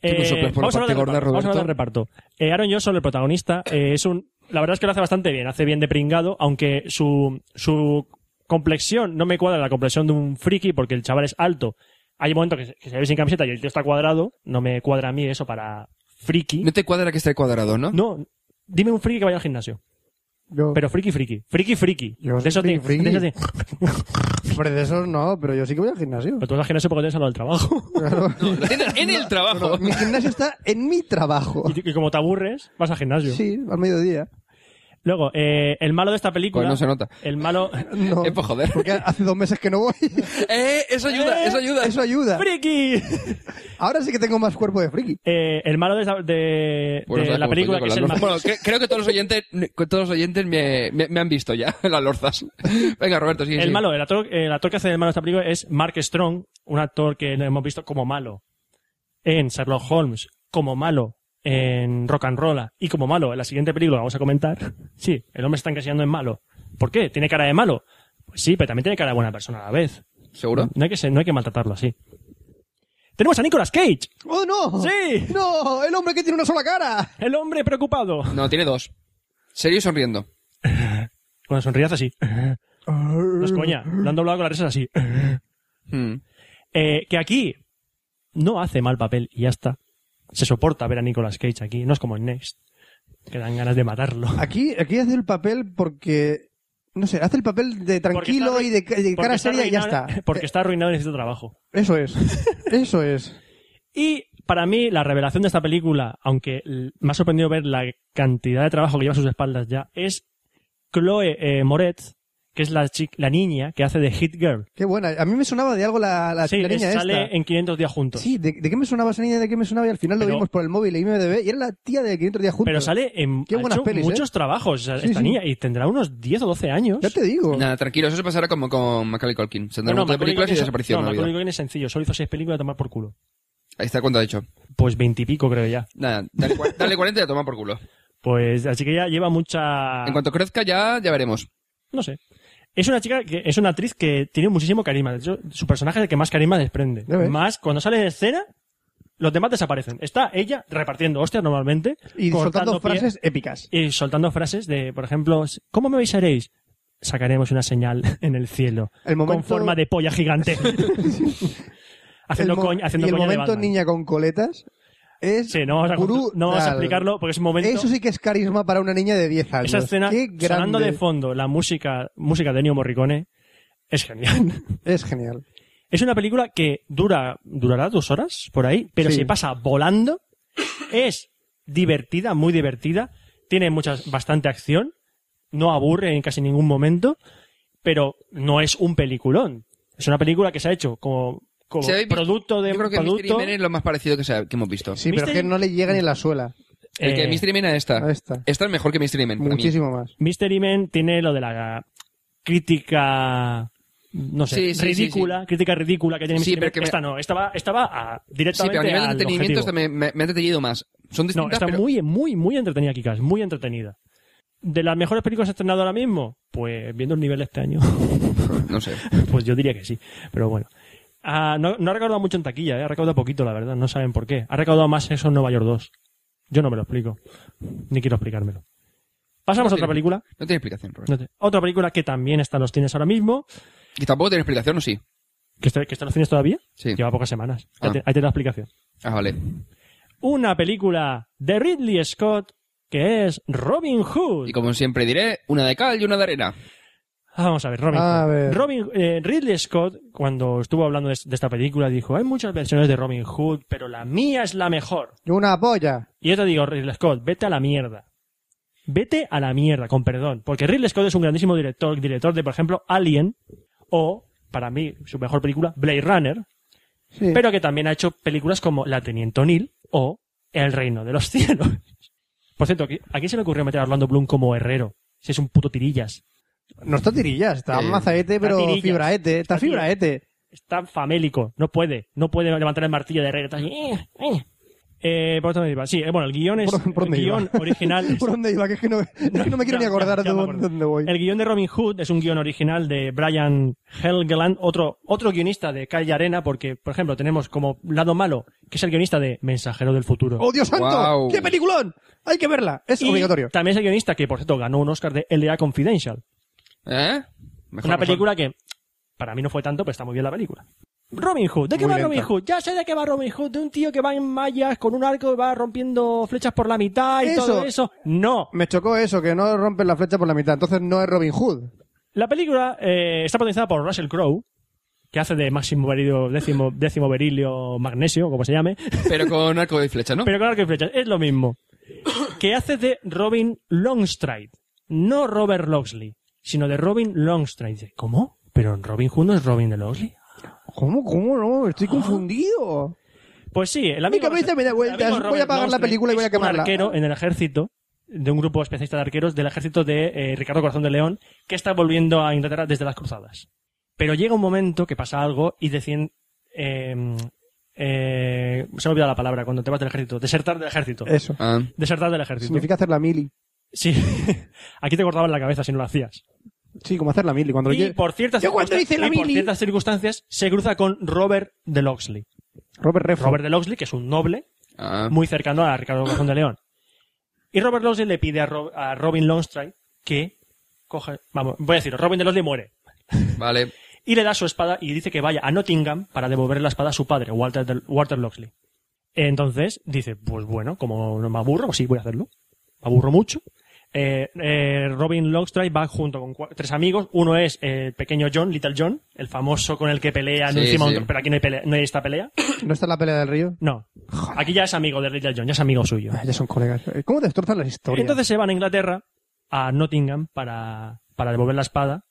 Eh,
Tú no soplas por la
vamos, a hablar
parte
de
gorda,
reparto, vamos a hablar de
Roberto.
reparto. Eh, Aaron Johnson, el protagonista, eh, es un. La verdad es que lo hace bastante bien, hace bien de pringado, aunque su, su complexión no me cuadra la complexión de un friki, porque el chaval es alto. Hay un momento que se, que se ve sin camiseta y el tío está cuadrado, no me cuadra a mí eso para friki.
No te cuadra que esté cuadrado, ¿no?
No, dime un friki que vaya al gimnasio.
Yo,
Pero friki, friki. Friki, friki.
Yo
de eso
soy
te,
friki.
de eso te-
hombre, de esos no, pero yo sí que voy al gimnasio.
Pero tú vas al gimnasio porque tienes algo del trabajo.
Claro.
Lo tienes en el trabajo.
Mi gimnasio está en mi trabajo.
y, y como te aburres, vas al gimnasio.
Sí, al mediodía.
Luego, eh, el malo de esta película.
Pues no se nota.
El malo.
No.
Eh, pues, joder.
Porque hace dos meses que no voy.
¡Eh! Eso ayuda, eso ayuda.
Eso ayuda.
¡Friki!
Ahora sí que tengo más cuerpo de friki.
Eh, el malo de, esa- de-
Bueno,
de
¿sabes
la
cómo
película, que
estoy
es
yo
el
con las
malo.
lorzas? Bueno, cre- creo que todos los oyentes, todos los oyentes me, me- me han visto ya, las lorzas. Venga, Roberto, sigue.
El
sigue.
malo, el actor, el actor que hace el malo de esta película es Mark Strong, un actor que lo hemos visto como malo en Sherlock Holmes, como malo en Rock and Roll y como malo en la siguiente película que vamos a comentar. Sí, el hombre se está encasillando en malo. ¿Por qué? ¿Tiene cara de malo? Pues sí, pero también tiene cara de buena persona a la vez.
¿Seguro?
No hay que, ser- no hay que maltratarlo así. Tenemos a Nicolas Cage,
¡Oh, no!
Sí.
¡No! ¡El hombre que tiene una sola cara!
el hombre preocupado.
No, tiene dos. Serio y sonriendo.
Con la sonrisa así. No es Pues coña. Lo han doblado con la risa así.
Hmm.
Eh, que aquí no hace mal papel y ya está. Se soporta ver a Nicolas Cage aquí. No es como en Next. Que dan ganas de matarlo.
Aquí, aquí hace el papel porque. No sé, hace el papel de tranquilo
Porque
y de,
está arruin-
ca- de
porque
cara
está
seria y ya
arruinado-
está.
Porque
Eh,
está arruinado y necesita trabajo.
Eso es. Eso es.
Y para mí, la revelación de esta película, aunque l- me ha sorprendido ver la cantidad de trabajo que lleva a sus espaldas ya, es Chloe eh, Moretz, que es la, chi- la niña que hace de Hit Girl.
Qué buena. A mí me sonaba de algo la, la,
sí,
la niña
es- sale
esta.
en 500 días juntos.
Sí, ¿de, de qué me sonaba esa niña? ¿De qué me sonaba? Y al final lo
Pero-
vimos por el móvil y IMDB y era la tía de 500 días juntos.
Pero sale en
Qué
ha
buenas
hecho
pelis, ¿eh?
muchos trabajos o sea,
Sí,
esta
sí.
niña y tendrá unos 10 o 12 años.
Ya te digo.
Nada, tranquilo, eso se pasará como con Macaulay Culkin. Se
Oh. No, no,
un montón de
Macaulay
películas y
Culkin-
desapareció.
no,
en la vida.
Macaulay Culkin es sencillo, solo hizo 6 películas a tomar por culo.
Ahí está cuánto ha hecho.
Pues 20 y pico creo ya.
Nada, dale, cua- dale 40 y a tomar por culo.
Pues así que ya lleva mucha
En cuanto crezca ya, ya veremos.
no sé. Es una chica que es una actriz que tiene muchísimo carisma, de hecho, su personaje es el que más carisma desprende.
Ya ves.
Más cuando sale de escena Los demás desaparecen. Está ella repartiendo hostias normalmente.
Y soltando
cortando pie-
frases épicas.
Y soltando frases de, por ejemplo, ¿cómo me avisaréis? Sacaremos una señal en el cielo.
El momento-
Con forma de polla gigante. haciendo
El mo-
coña, haciendo
y el
coña de
momento
Batman.
niña con coletas es
Sí, no vamos a,
brutal.
no vamos a explicarlo porque es un momento...
Eso sí que es carisma para una niña de 10 años.
Esa escena,
Qué
sonando
grande.
de fondo la música, música de Ennio Morricone, es genial.
Es genial.
Es una película que dura, durará dos horas por ahí, pero
Sí.
se pasa volando. Es divertida, muy divertida. Tiene muchas, bastante acción. No aburre en casi ningún momento, pero no es un peliculón. Es una película que se ha hecho como, como
Se ve-
producto de
Yo creo que Mystery
producto.
Men es lo más parecido que, se ha- que hemos visto.
Sí,
Mister-
pero es que no le llega ni la suela.
El que
eh,
Mystery Men a esta.
A esta.
Esta es mejor que Mystery Men. para mí.
Muchísimo más.
Mystery Men tiene lo de la crítica no sé,
Sí, sí,
ridícula,
sí,
crítica ridícula que tiene
Sí,
Mystery
pero
Men.
que me-
Esta no, esta va, esta va a,
Sí,
directamente
pero a nivel de
al objetivo.
entretenimiento esta me, me- me ha entretenido más. Son distintas,
No, está
pero-
muy, muy, muy entretenida, Kikas, muy entretenida. ¿De las mejores películas estrenadas ahora mismo? Pues viendo el nivel este año,
No sé.
pues yo diría que sí, pero bueno. Ah, no, no ha recaudado mucho en taquilla, eh, ha recaudado poquito, la verdad, no saben por qué. Ha recaudado más eso en Nueva York 2. Yo no me lo explico, ni quiero explicármelo. Pasamos a otra película.
No tiene explicación, Robert.
No te- Otra película que también está en los cines ahora mismo,
Y tampoco tiene explicación, ¿o sí?
que está, que está en los cines todavía,
Sí.
lleva pocas semanas.
Ah.
Ahí te- ahí te da la explicación.
Ah, vale.
Una película de Ridley Scott que es Robin Hood.
Y como siempre diré, una de cal y una de arena.
Ah, Vamos a ver, Robin.
A
Hood.
ver.
Robin- eh, Ridley Scott, cuando estuvo hablando de, de esta película, dijo, hay muchas versiones de Robin Hood, pero la mía es la mejor.
Una polla.
Y yo te digo, Ridley Scott, vete a la mierda. Vete a la mierda, con perdón. Porque Ridley Scott es un grandísimo director, director de, por ejemplo, Alien, o, para mí, su mejor película, Blade Runner,
Sí.
pero que también ha hecho películas como La Teniente O'Neill o El Reino de los Cielos. Por cierto, aquí- ¿a quién se le ocurrió meter a Orlando Bloom como herrero? Si es un puto tirillas.
No está tirillas, está
Eh,
mazaete, pero
tirillas.
fibraete. Está,
Está
fibraete.
está famélico, no puede, no puede levantar el martillo de reggae. está así, eh, eh. Eh, por dónde iba? Sí, eh, bueno, el guión es
¿Por- por
el
dónde iba?
guión original. es-
¿Por dónde iba? Que es que no, no me quiero
ya-
ni acordar
ya-
de
ya me
dónde-
acuerdo.
dónde voy.
El guión de Robin Hood es un guión original de Brian Helgeland, otro, otro guionista de Calle Arena, porque, por ejemplo, tenemos como lado malo, que es el guionista de Mensajero del Futuro.
¡Oh, Dios santo!
Guau.
¡Qué peliculón! Hay que verla. Es
Y
obligatorio.
También es el guionista que, por cierto, ganó un Oscar de LA Confidential.
¿Eh? Mejor,
una
mejor.
película que para mí no fue tanto, pero está muy bien la película. Robin Hood, ¿de qué
Muy
va
lenta.
Robin Hood? Ya sé de qué va Robin Hood, de un tío que va en mallas con un arco y va rompiendo flechas por la mitad y
Eso.
todo eso. No.
Me chocó eso, que no rompen la flecha por la mitad. Entonces no es Robin Hood.
La película eh, está protagonizada por Russell Crowe, que hace de máximo berilio, décimo, décimo berilio magnesio, como se llame,
Pero con arco y flecha, ¿no?
pero con arco y flechas. Es lo mismo. Que hace de Robin Longstride, no Robert Loxley, sino de Robin Longstride. Dice, ¿Cómo? Pero Robin Hood no es Robin de Loxley.
¿Cómo, cómo no?
Ah.
Estoy confundido.
Pues sí, el amigo.
cabeza me da vueltas.
el amigo
Voy a
Robert
apagar la
Longstreet
película y voy a
es un
quemarla.
arquero en el ejército, de un grupo especialista de arqueros del ejército de eh, Ricardo Corazón de León, que está volviendo a Inglaterra desde las cruzadas. Pero llega un momento que pasa algo y deciden. eh, eh, se me ha olvidado la palabra cuando te vas del ejército. Desertar del ejército.
Eso.
Ah.
Desertar del ejército.
Significa hacer la mili.
Sí. Aquí te cortaban la cabeza si no lo hacías.
Sí, como hacer la mili. Cuando
Y
llegue-
por ciertas,
Yo cuando
circunstan-
hice la
y por
mili-
ciertas circunstancias se cruza con Robert de Loxley.
Robert Redford.
Robert de Loxley, que es un noble
Ah.
muy cercano a Ricardo Corazón de León. Y Robert Losley le pide a, Ro- a Robin Longstride que coja, vamos, voy a decirlo, Robin de Losley muere
Vale.
y le da su espada y dice que vaya a Nottingham para devolver la espada a su padre, Walter, de- Walter Loxley. Entonces dice, pues bueno, como no me aburro, pues sí, voy a hacerlo. Me aburro mucho. Eh, eh, Robin Longstride va junto con cua- tres amigos. Uno es el pequeño John, Little John, el famoso con el que pelean
Sí,
encima, de
sí.
otro, pero aquí no hay, pelea- no hay esta pelea.
¿No está en la pelea del río?
No, aquí ya es amigo de Little John, ya es amigo suyo.
Ah, ya son colegas. ¿Cómo destrozan las historias?
Entonces se van a Inglaterra, a Nottingham, para, para devolver la espada,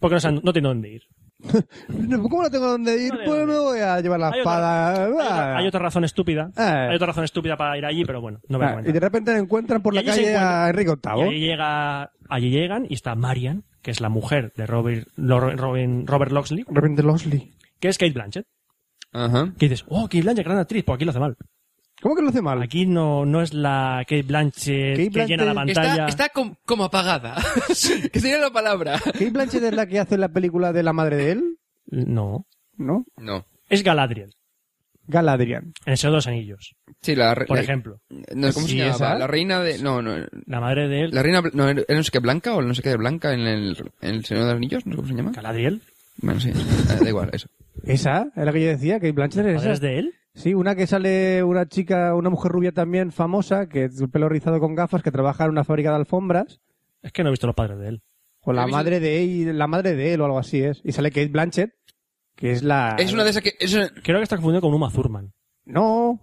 porque no, saben- no tienen dónde ir.
¿Cómo no tengo dónde ir?
No tengo
pues
dónde
me voy a llevar la
Hay
espada.
otra, hay,
Ah.
otra, hay otra razón estúpida.
Ah.
Hay otra razón estúpida para ir allí, pero bueno, no me
Ah, y de repente encuentran por
Y
la
allí se
calle a
encuentran-
Enrique
Y allí,
VIII.
llega, allí llegan y está Marian, que es la mujer de Robert, Lo- Robin- Robert Loxley,
De repente Losley.
que es Kate Blanchett.
Ajá.
Que dices, oh, Kate Blanchett, gran actriz, pues aquí lo hace mal.
¿Cómo que lo hace mal?
Aquí no, no es la Kate Blanchett
Kate
que llena la
Blanchett-
pantalla.
Está, está com- como apagada. que sería la palabra.
¿Kate Blanchett es la que hace la película de la madre de él?
No.
¿No?
No.
Es Galadriel.
Galadriel.
En el Señor de los Anillos,
Sí, la re-
Eh,
por
la-
ejemplo.
no, ¿Cómo
Sí,
se llamaba?
esa.
La reina de. No, no.
La madre de él,
La reina. bl- No, era era no sé qué blanca o no sé qué de blanca en el, en el Señor de los Anillos, no sé cómo se llama.
Galadriel,
Bueno, sí. eh, Da igual, eso.
¿Esa? ¿Es la que yo decía? ¿Que Blanchett
la
es
madre
esa?
es de él.
Sí, una que sale una chica, una mujer rubia también famosa, que es el pelo rizado con gafas, que trabaja en una fábrica de alfombras.
Es que no he visto los padres de él.
O la
He visto-
madre de él, la madre de él o algo así es. Y sale Kate Blanchett, que es la...
Es una de esas que. es una-
Creo que está confundido con Uma Thurman,
No,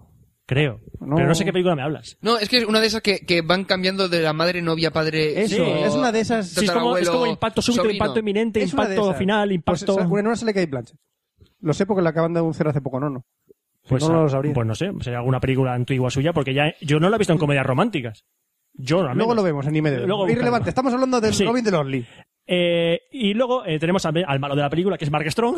creo.
No.
Pero no sé qué película me hablas.
no, es que es una de esas que, que van cambiando de la madre, novia, padre.
Eso, es una de esas-
Sí, es, como, es como
tatarabuelo,
impacto súbito,
sobrino.
impacto inminente,
es una de
impacto
esas.
final, impacto...
Pues, bueno, no sale Kate Blanchett. Lo sé porque lo acaban de anunciar hace poco, no, no.
Pues,
no, no
ah,
lo sabría.
Pues no sé, sería alguna película antigua suya, porque ya yo no la he visto en comedias románticas. Yo no, al
Luego
menos.
lo vemos en IMDb.
Luego buscarlo.
Irrelevante, estamos hablando del
Sí.
Robin de los Lee.
Eh, y luego eh, tenemos al, al malo de la película, que es Mark Strong,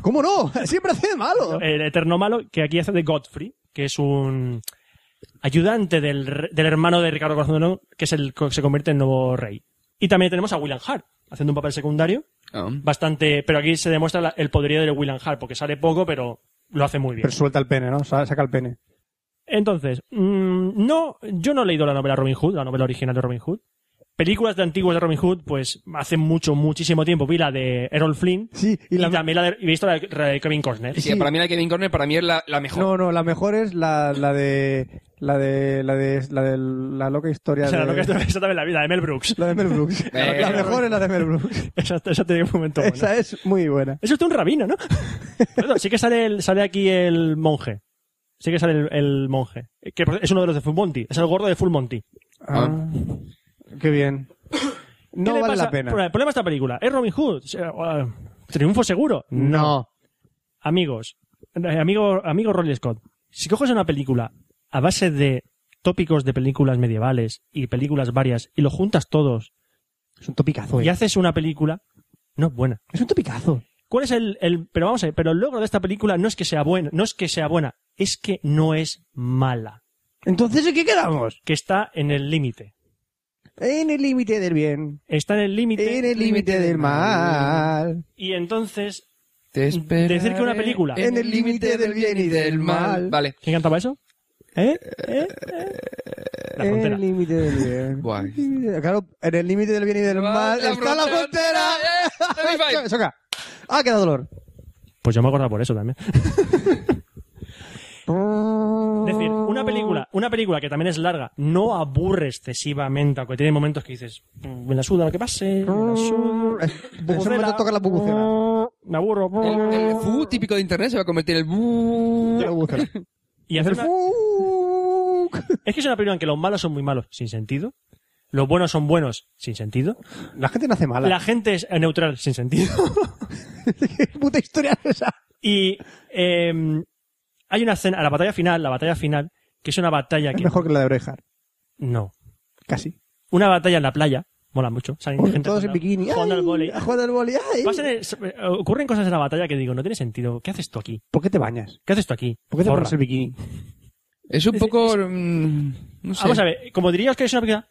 ¿Cómo no? Siempre hace de malo.
el eterno malo, que aquí hace de Godfrey, que es un ayudante del, re- del hermano de Ricardo Corazón de León, que es el que se convierte en nuevo rey. Y también tenemos a William Hart, haciendo un papel secundario,
Ah.
bastante... Pero aquí se demuestra la- el poderío de William Hart, porque sale poco, pero lo hace muy bien.
Pero suelta el pene, ¿no? Sa- Saca el pene.
Entonces, mm, no, yo no he leído la novela Robin Hood, la novela original de Robin Hood. Películas de antiguas de Robin Hood, pues hace mucho, muchísimo tiempo vi la de Errol Flynn
Sí, y
y,
la...
también la de, he visto la de, la de Kevin Costner.
Sí,
Sí.
para mí la Kevin Corner, para mí es la, la mejor.
No, no, la mejor es la, la de... La de... La de... La de la loca historia
O sea,
de...
lo que es esa también la vida de Mel Brooks.
La de Mel Brooks.
Eh,
la mejor es la de Mel Brooks.
Esa, esa tiene un momento bueno.
Esa es muy buena.
Es usted un rabino, ¿no? Bueno, sí que sale, el- sale aquí el monje. Sí que sale el, el monje. Que por- es uno de los de Full Monty. Es el gordo de Full Monty.
Ah, qué bien. No
¿Qué le
vale
pasa?
la pena.
Bueno, El problema de esta película es Robin Hood. O sea, uh, Triunfo seguro.
No.
amigos, eh, amigo, amigo Ronnie Scott, si coges una película a base de tópicos de películas medievales y películas varias y lo juntas todos
Es un topicazo. eh.
y haces una película, no es buena.
Es un topicazo.
¿Cuál es el, el- pero vamos a ver, pero el logro de esta película no es que sea buena, no es que sea buena, es que no es mala,
Entonces, ¿en qué quedamos?
que está en el límite.
En el límite del bien.
Está en el
En
límite
el límite del mal.
y entonces,
Te esperaré
decir que una película-
En el límite del bien y del mal.
Vale.
¿quién cantaba eso? ¿Eh? ¿Eh? La
en
frontera.
el límite del bien.
Guay.
Claro, en el límite del bien y del mal
La
está la frontera.
frontera. Eh, 35.
Soca. Ah, queda dolor.
Pues yo me acuerdo por eso también. Es decir, una película, una película que también es larga, no aburre excesivamente, aunque tiene momentos que dices, "Mm, me la suda lo que pase,
Eh,
me
Mm.
la suda,
En ese momento toca la bubucela.
me aburro.
Mm.
El, el fu típico de internet se va a convertir en el bu-
La bubucela.
Y
Es
hacer
el
una-
fuuuuc.
es que es una película en que los malos son muy malos, sin sentido. Los buenos son buenos, sin sentido.
La gente no hace mala.
La gente es neutral, sin sentido.
¿Qué puta historia es esa?
Y em, hay una escena, la batalla final, la batalla final, que es una batalla
Es
que...
mejor que la de Orejar.
No.
Casi.
Una batalla en la playa, mola mucho. Salen gente
Todos en
jugando-
bikini.
jugando al
Ay,
vóley.
Jugando al vóley. ay.
Pasan en- eh, ocurren cosas en la batalla que digo, no tiene sentido. ¿Qué haces tú aquí?
¿Por qué te bañas?
¿Qué haces tú aquí?
¿Por qué te
Zorra?
pones el bikini?
Es un poco... mm, no sé.
Ah, Vamos a ver, como diría Oscar, es una película...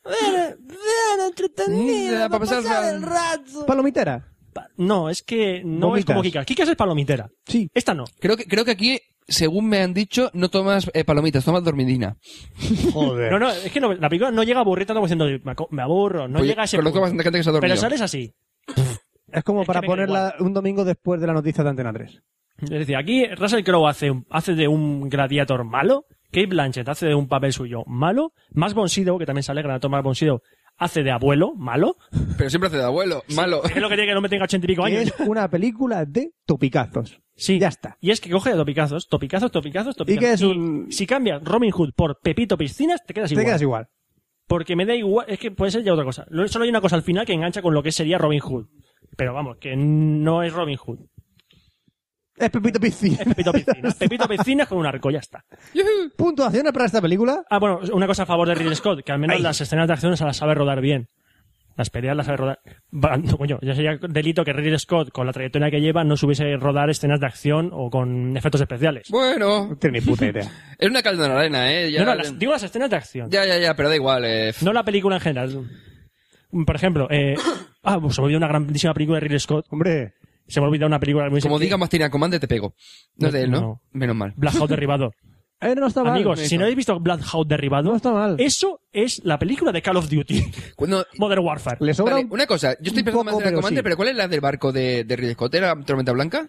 Mm, para pasar el rato.
¿Palomitera?
No, es que no
Vomitas.
es como Kika. Kika es palomitera.
Sí.
Esta no.
Creo que, creo que aquí, según me han dicho, no tomas eh, palomitas, tomas dormidina.
Joder.
No, no, es que no- la película no llega aburrida, no diciendo, me aco- me aburro, no
Pues yo
llega a ese
Conozco
punto.
bastante gente que se ha dormido.
Pero sales así.
Es como
Es que
para
me da
ponerla un domingo después de la noticia de Antena 3.
Es decir, aquí Russell Crowe hace, un- hace de un gladiator malo, Kate Blanchett hace de un papel suyo malo, Max Bonsido, que también sale, Granato Max Bonsido, hace de abuelo malo.
Pero siempre hace de abuelo, malo.
Es lo que tiene que no me tenga ochenta y pico
Que
años.
es una película de topicazos.
Sí.
Ya está.
Y es que coge topicazos, topicazos, topicazos, topicazos.
que es un-
Si cambias Robin Hood por Pepito Piscinas, te quedas
Te
igual.
quedas igual.
Porque me da igual, es que puede ser ya otra cosa. Lo- Solo hay una cosa al final que engancha con lo que sería Robin Hood. Pero vamos, que no es Robin Hood.
Es Pepito Piscina.
Es Pepito Piscinas. Pepito Piscinas con un arco, ya está.
Puntuaciones para esta película.
Ah, bueno, una cosa a favor de Ridley Scott, que al menos las escenas de acción se las sabe rodar bien. Las peleas las sabe rodar. Bah, no, coño, ya sería delito que Ridley Scott, con la trayectoria que lleva, no supiese rodar escenas de acción o con efectos especiales.
Bueno,
No tiene ni puta idea.
es una caldo en arena, ¿eh? Ya,
No, no, las- digo las escenas de acción.
ya, ya, ya, pero da igual. Eh.
No la película en general. Por ejemplo, eh, ah, pues se me olvidó una grandísima película de Ridley Scott
Hombre,
Se me ha olvidado una película muy
Como
sencilla.
diga Master and Commander, te pego. No es de él, ¿no?
Pues No.
Menos mal.
Blackout derribado.
Eh, no está mal.
Amigos, si no habéis visto Blackout derribado,
No está mal.
eso es la película de Call of Duty.
Cuando-
Modern Warfare.
Le sobra
Vale,
un-
una cosa, yo estoy
un
pensando
poco,
en Master and
pero
Commander,
sí.
pero ¿cuál es la del barco de, de Ridley Scott? ¿Era Tormenta Blanca?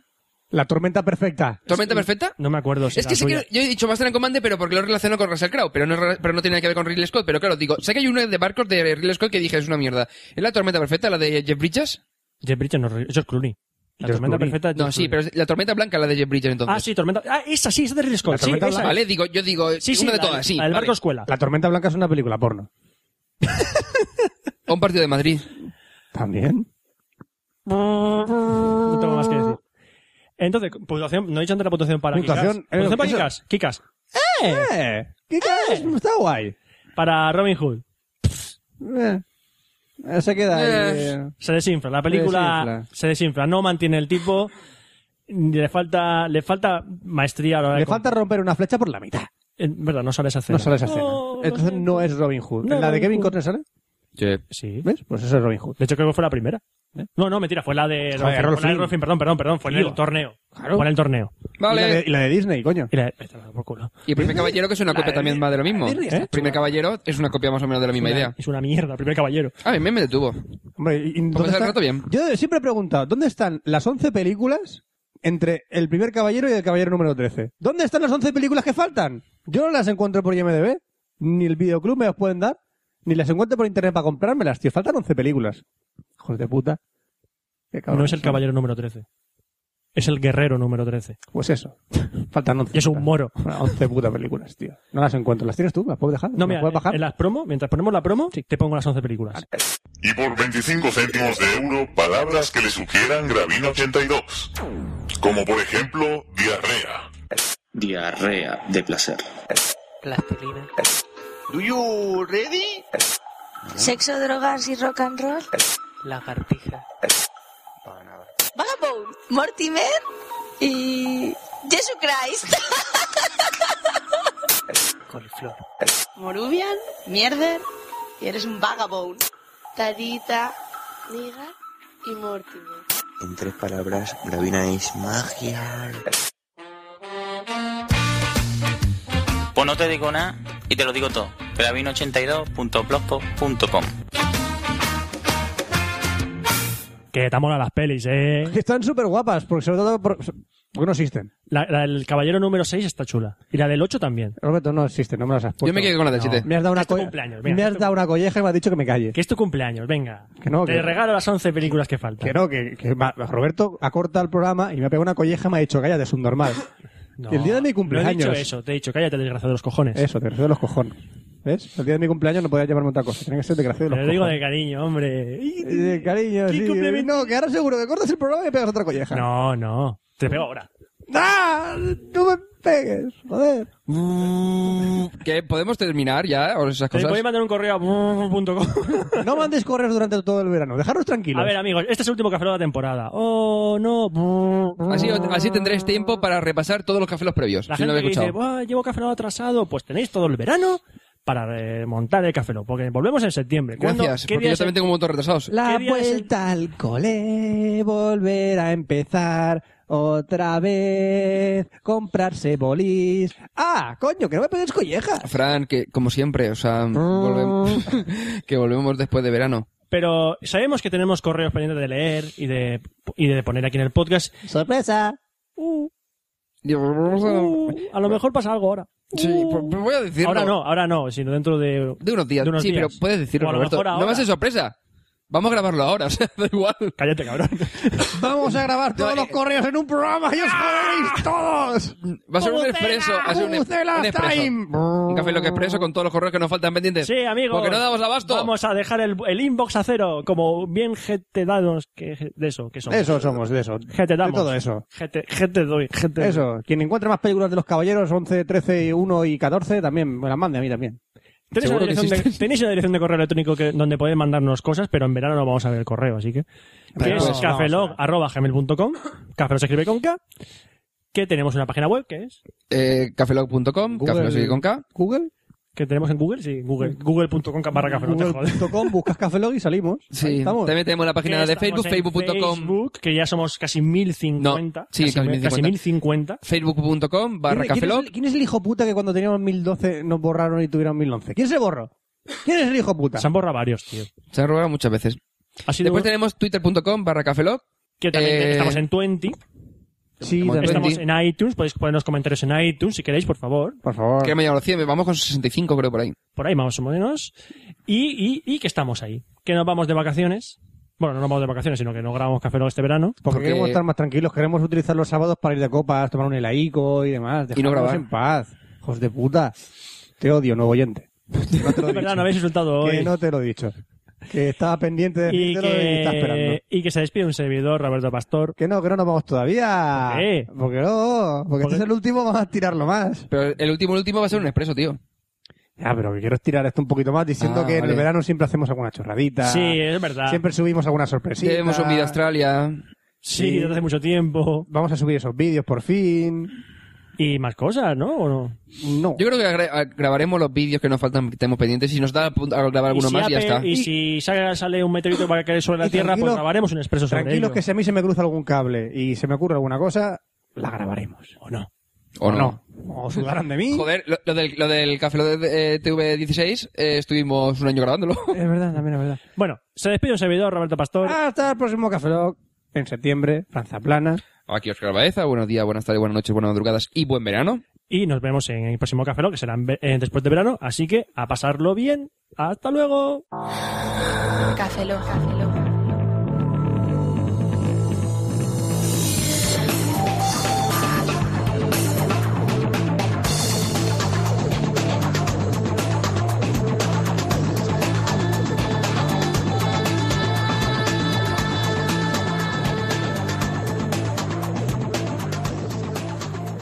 la tormenta perfecta.
¿Tormenta Perfecta?
No me acuerdo. si
Es
la
que sé
suya.
que yo he dicho Master and Commander, pero porque lo relaciono con Russell Crowe, pero no, re- pero no tiene nada que ver con Ridley Scott. Pero claro, digo, sé que hay una de barcos de Ridley Scott que dije es una mierda. ¿Es la Tormenta Perfecta, la de Jeff Bridges?
Jeff Bridges no, George Clooney. La
George
tormenta
Clooney.
perfecta. de
No,
George
sí,
Clooney.
pero es la Tormenta Blanca, la de Jeff Bridges, entonces.
Ah, sí, tormenta. Ah, esa sí, esa de Ridley Scott.
La
Sí,
tormenta
esa.
blanca.
Vale, digo, yo digo,
Sí, sí,
una de
la-
todas, sí.
La del
vale.
barco escuela.
La tormenta blanca es una película porno.
O Un partido de Madrid.
También.
No tengo más que decir. Entonces, puntuación, no he dicho antes la puntuación para
Puntuación,
Kikas. Puntuación
eh,
para
eso-
Kikas. Kikas.
Eh, ¿Qué crees? Está guay.
Para Robin Hood.
Eh, eh, se queda ahí.
Eh.
eh.
Se desinfla. La película
Desinfla.
se desinfla. No mantiene el tipo. Le falta, le falta maestría a la hora de
Le
con-
falta romper una flecha por la mitad.
En verdad, no sale esa escena.
No sale esa escena.
No, lo
Entonces
siento.
no es Robin Hood.
No,
¿La de
Robin
Kevin
Hood.
Costner sale?
Sí.
¿Ves? Pues eso es Robin Hood.
De hecho, creo que fue la primera. ¿eh? No, no, mentira, fue la de Rolfing.
Rolf
Fue la de
Lynn.
Rolf Lynn, perdón, perdón, perdón. Fue en el
Tío.
torneo.
Claro.
Fue en el torneo.
Y la de,
Vale.
y la de Disney, coño.
Y la- Vete a tomar por culo.
Y el primer caballero, que es una copia también más de lo mismo.
Disney está
El primer caballero es una copia más o menos de la misma idea.
Es una mierda, primer caballero.
A mí me me detuvo.
Pues
Hombre, ¿y- y dónde
pasar el
está-
rato bien.
Yo siempre he preguntado, ¿dónde están las 11 películas entre el primer caballero y el caballero número 13? ¿Dónde están las 11 películas que faltan? Yo no las encuentro por IMDB, ni el videoclub me las pueden dar, ni las encuentro por internet para comprármelas, tío. Faltan 11 películas. Hijos de puta. Qué cabrones
No es el
son.
caballero número 13. Es el guerrero número 13.
Pues eso. Faltan 11.
Y es un
putas.
moro.
Bueno, 11 putas películas, tío. No las encuentro. ¿Las tienes tú? ¿Las puedo dejar?
No,
¿Las
mira,
puedes bajar?
en las promo, mientras ponemos la promo, te pongo las 11 películas.
Y por 25 céntimos de euro, palabras que le sugieran Gravina 82. Como por ejemplo, diarrea.
Diarrea de placer.
Plastilina.
Sexo, drogas y rock and roll.
Lagartija.
Vagabond, Mortimer y Jesucrist.
Coliflor.
Morubian, mierder y eres un vagabond. Tadita, Niga y Mortimer.
En tres palabras, Gravina es magia.
Pues no te digo nada y te lo digo todo. Gravino82.blogspot.com
Que te mola las pelis, eh.
Están súper guapas, porque sobre todo por- porque no existen.
La, la del caballero número 6 está chula. Y la del 8 también.
Roberto, no existen, no me las has puesto.
Yo me quedé con la del 7.
Me has dado una,
Es tu
colle-
Este cumpleaños, mira,
me
es
has
tu
dado una colleja y me has dicho que me calle.
Que es tu cumpleaños, venga.
Que no,
te
que-
regalo las 11 películas que faltan.
Que no, que, que va- Roberto acorta el programa y me ha pegado una colleja y me ha dicho, cállate, es un normal.
No,
el día de mi
No he
cumpleaños.
dicho eso, te he dicho, cállate, desgraciado de los cojones.
Eso, te resuelve los cojones. ¿Ves? El día de mi cumpleaños no podía llamarme otra cosa. Tiene que ser desgraciado
Te
de
lo
los
digo de
cojones.
cariño, hombre.
Eh, cariño,
¿Qué
sí.
complemento?
No, que ahora seguro que cortas el programa y me pegas otra colleja.
No, no. Te pego ahora.
¡Ah! ¡No me pegues! ¡Joder!
Que podemos terminar ya, o esas
Te
cosas.
podéis mandar un correo a brrr.com.
No mandes correos durante todo el verano. Dejaros tranquilos.
A ver, amigos, este es el último café de la temporada. Oh, no. brrr.
Así, así tendréis tiempo para repasar todos los cafés los previos.
La
si no
gente que
lo habéis
dice,
escuchado.
"Buah, llevo café Lock atrasado, pues tenéis todo el verano para remontar el café Lock, porque volvemos en septiembre. ¿Cuándo?
Gracias,
¿Qué
porque
día
yo
es
también
el-
tengo un montón de retrasados.
La
¿Qué día es el-
vuelta al cole, volver a empezar otra vez, comprarse bolis. ¡Ah, coño, que no me pegues colleja!
Fran, que como siempre, o sea,
Mm.
volvemos- que volvemos después de verano.
Pero sabemos que tenemos correos pendientes de leer y de, y de poner aquí en el podcast.
¡Sorpresa!
Uh,
Digo, vamos a-
uh, a lo mejor pasa algo ahora.
Pues Sí,
Uh.
pues voy a decirlo.
Ahora no, ahora no, sino dentro de...
De unos días.
De unos
sí,
días.
pero puedes decirlo,
O a lo
Roberto.
mejor
No
ahora.
va a ser sorpresa. Vamos a grabarlo ahora, o sea, da igual.
Cállate, cabrón.
Vamos a grabar todos
No, eh,
los correos en un programa y os joderéis todos.
Va a ser un expreso. Va a ser ¡Ah! un, un
¡Bubucela
expreso.
time!
Un café lo que expreso con todos los correos que nos faltan pendientes.
sí, amigos.
Porque no damos abasto.
Vamos a dejar el, el inbox a cero, como bien gente dados que, de eso, que son.
Eso somos, de eso.
Gente
De
damos.
todo eso.
Gente, gente doy, gente
Eso. Quien encuentre más películas de los caballeros, 11, 13, 1 y 14, también me las mande a mí también.
Tenéis una,
Seguro que
dirección de,
existe.
tenéis una dirección de correo electrónico que, donde podéis mandarnos cosas, pero en verano no vamos a ver el correo, así que. Que
Pero
es
pues,
cafelog.gmail.com. Cafelog se escribe con K. Que tenemos una página web que es
Eh, cafelog.com,
Google.
cafelog sigue con K.
¿Google?
que tenemos en Google, sí, Google, google.com barra café, no te jodas.
Google.com, buscas Cafelog y salimos. Ahí
Sí,
estamos.
también tenemos la página de
Estamos
Facebook,
en
facebook.com
Facebook, que ya somos casi 1050.
No, sí, casi 1050.
casi 1050.
facebook.com barra
¿Quién, es
cafelog.
el, quién es el hijo puta que cuando teníamos 1012 nos borraron y tuvieron 1011? ¿Quién se borró? ¿Quién es el hijo puta?
Se han borrado varios, tío.
Se ha robado muchas veces.
Ha sido
Después tenemos twitter.com barra cafelog.
que también
eh,
estamos en 20,
Sí,
Hemos-
también.
estamos en iTunes, podéis ponernos comentarios en iTunes si queréis, por favor.
Por favor.
Que hemos llegado a los 100, vamos con 65 creo por ahí.
por ahí más o menos, y, y, y que estamos ahí, que nos vamos de vacaciones. Bueno, no nos vamos de vacaciones, sino que no grabamos Café Lock este verano.
Porque,
porque-
queremos estar más tranquilos, queremos utilizar los sábados para ir de copas, tomar un helaico y demás.
Y no
Dejadnos
grabar.
en paz, hijos de puta. Te odio, nuevo oyente. No te lo he
Es verdad,
dicho.
no habéis insultado
Que
hoy.
no te lo he dicho. Que estaba pendiente de
y,
decírtelo y está esperando.
que, y que se despide un servidor, Roberto Pastor.
Que no, que no nos vamos todavía.
¿Por qué?
Porque no, porque
Porque-
este es el último, vamos a tirarlo más.
Pero el último, el último va a ser un expreso, tío.
Ya, pero que quiero estirar esto un poquito más diciendo
Ah,
que en
vale. ah.
el verano siempre hacemos alguna chorradita.
Sí, es verdad.
Siempre subimos alguna sorpresita.
Tenemos un vídeo Australia.
sí,
sí.
desde hace mucho tiempo.
Vamos a subir esos vídeos por fin.
Y más cosas, ¿no? ¿O no?
No.
Yo creo que agra- a- grabaremos los vídeos que nos faltan, que tenemos pendientes. Si nos da pu- a grabar
y
alguno
si
más, ya
Apple-
está.
Y, si sa- sale un meteorito para caer sobre la
Y
Tierra, pues
tranquilo-
grabaremos un expreso sobre
Tranquilos
ello.
que si a mí se me cruza algún cable y se me ocurre alguna cosa, la grabaremos.
¿O no?
¿O no?
O sudarán de mí.
Joder, lo, lo del, lo del Café Lock de eh, TV16 eh, estuvimos un año grabándolo.
Es verdad, también es verdad.
Bueno, se despide un servidor, Roberto Pastor.
Hasta el próximo Café Lock en septiembre, Franza Plana.
Aquí Oscar Baeza, buenos días, buenas tardes, buenas noches, buenas madrugadas y buen verano.
Y nos vemos en el próximo Café Lock, que será en ve- eh, después de verano. Así que a pasarlo bien. ¡Hasta luego!
Café Lock. Café Lock.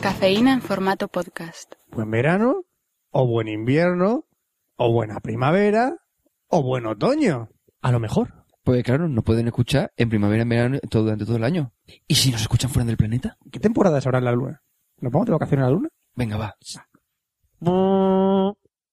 Cafeína en formato podcast.
Buen verano, o buen invierno, o buena primavera, o buen otoño.
A lo mejor.
Pues claro, nos pueden escuchar en primavera, en verano, todo, durante todo el año. ¿Y si nos escuchan fuera del planeta?
¿Qué temporada es ahora en la luna? ¿Nos vamos de vacaciones a la luna?
Venga, va.
Mm.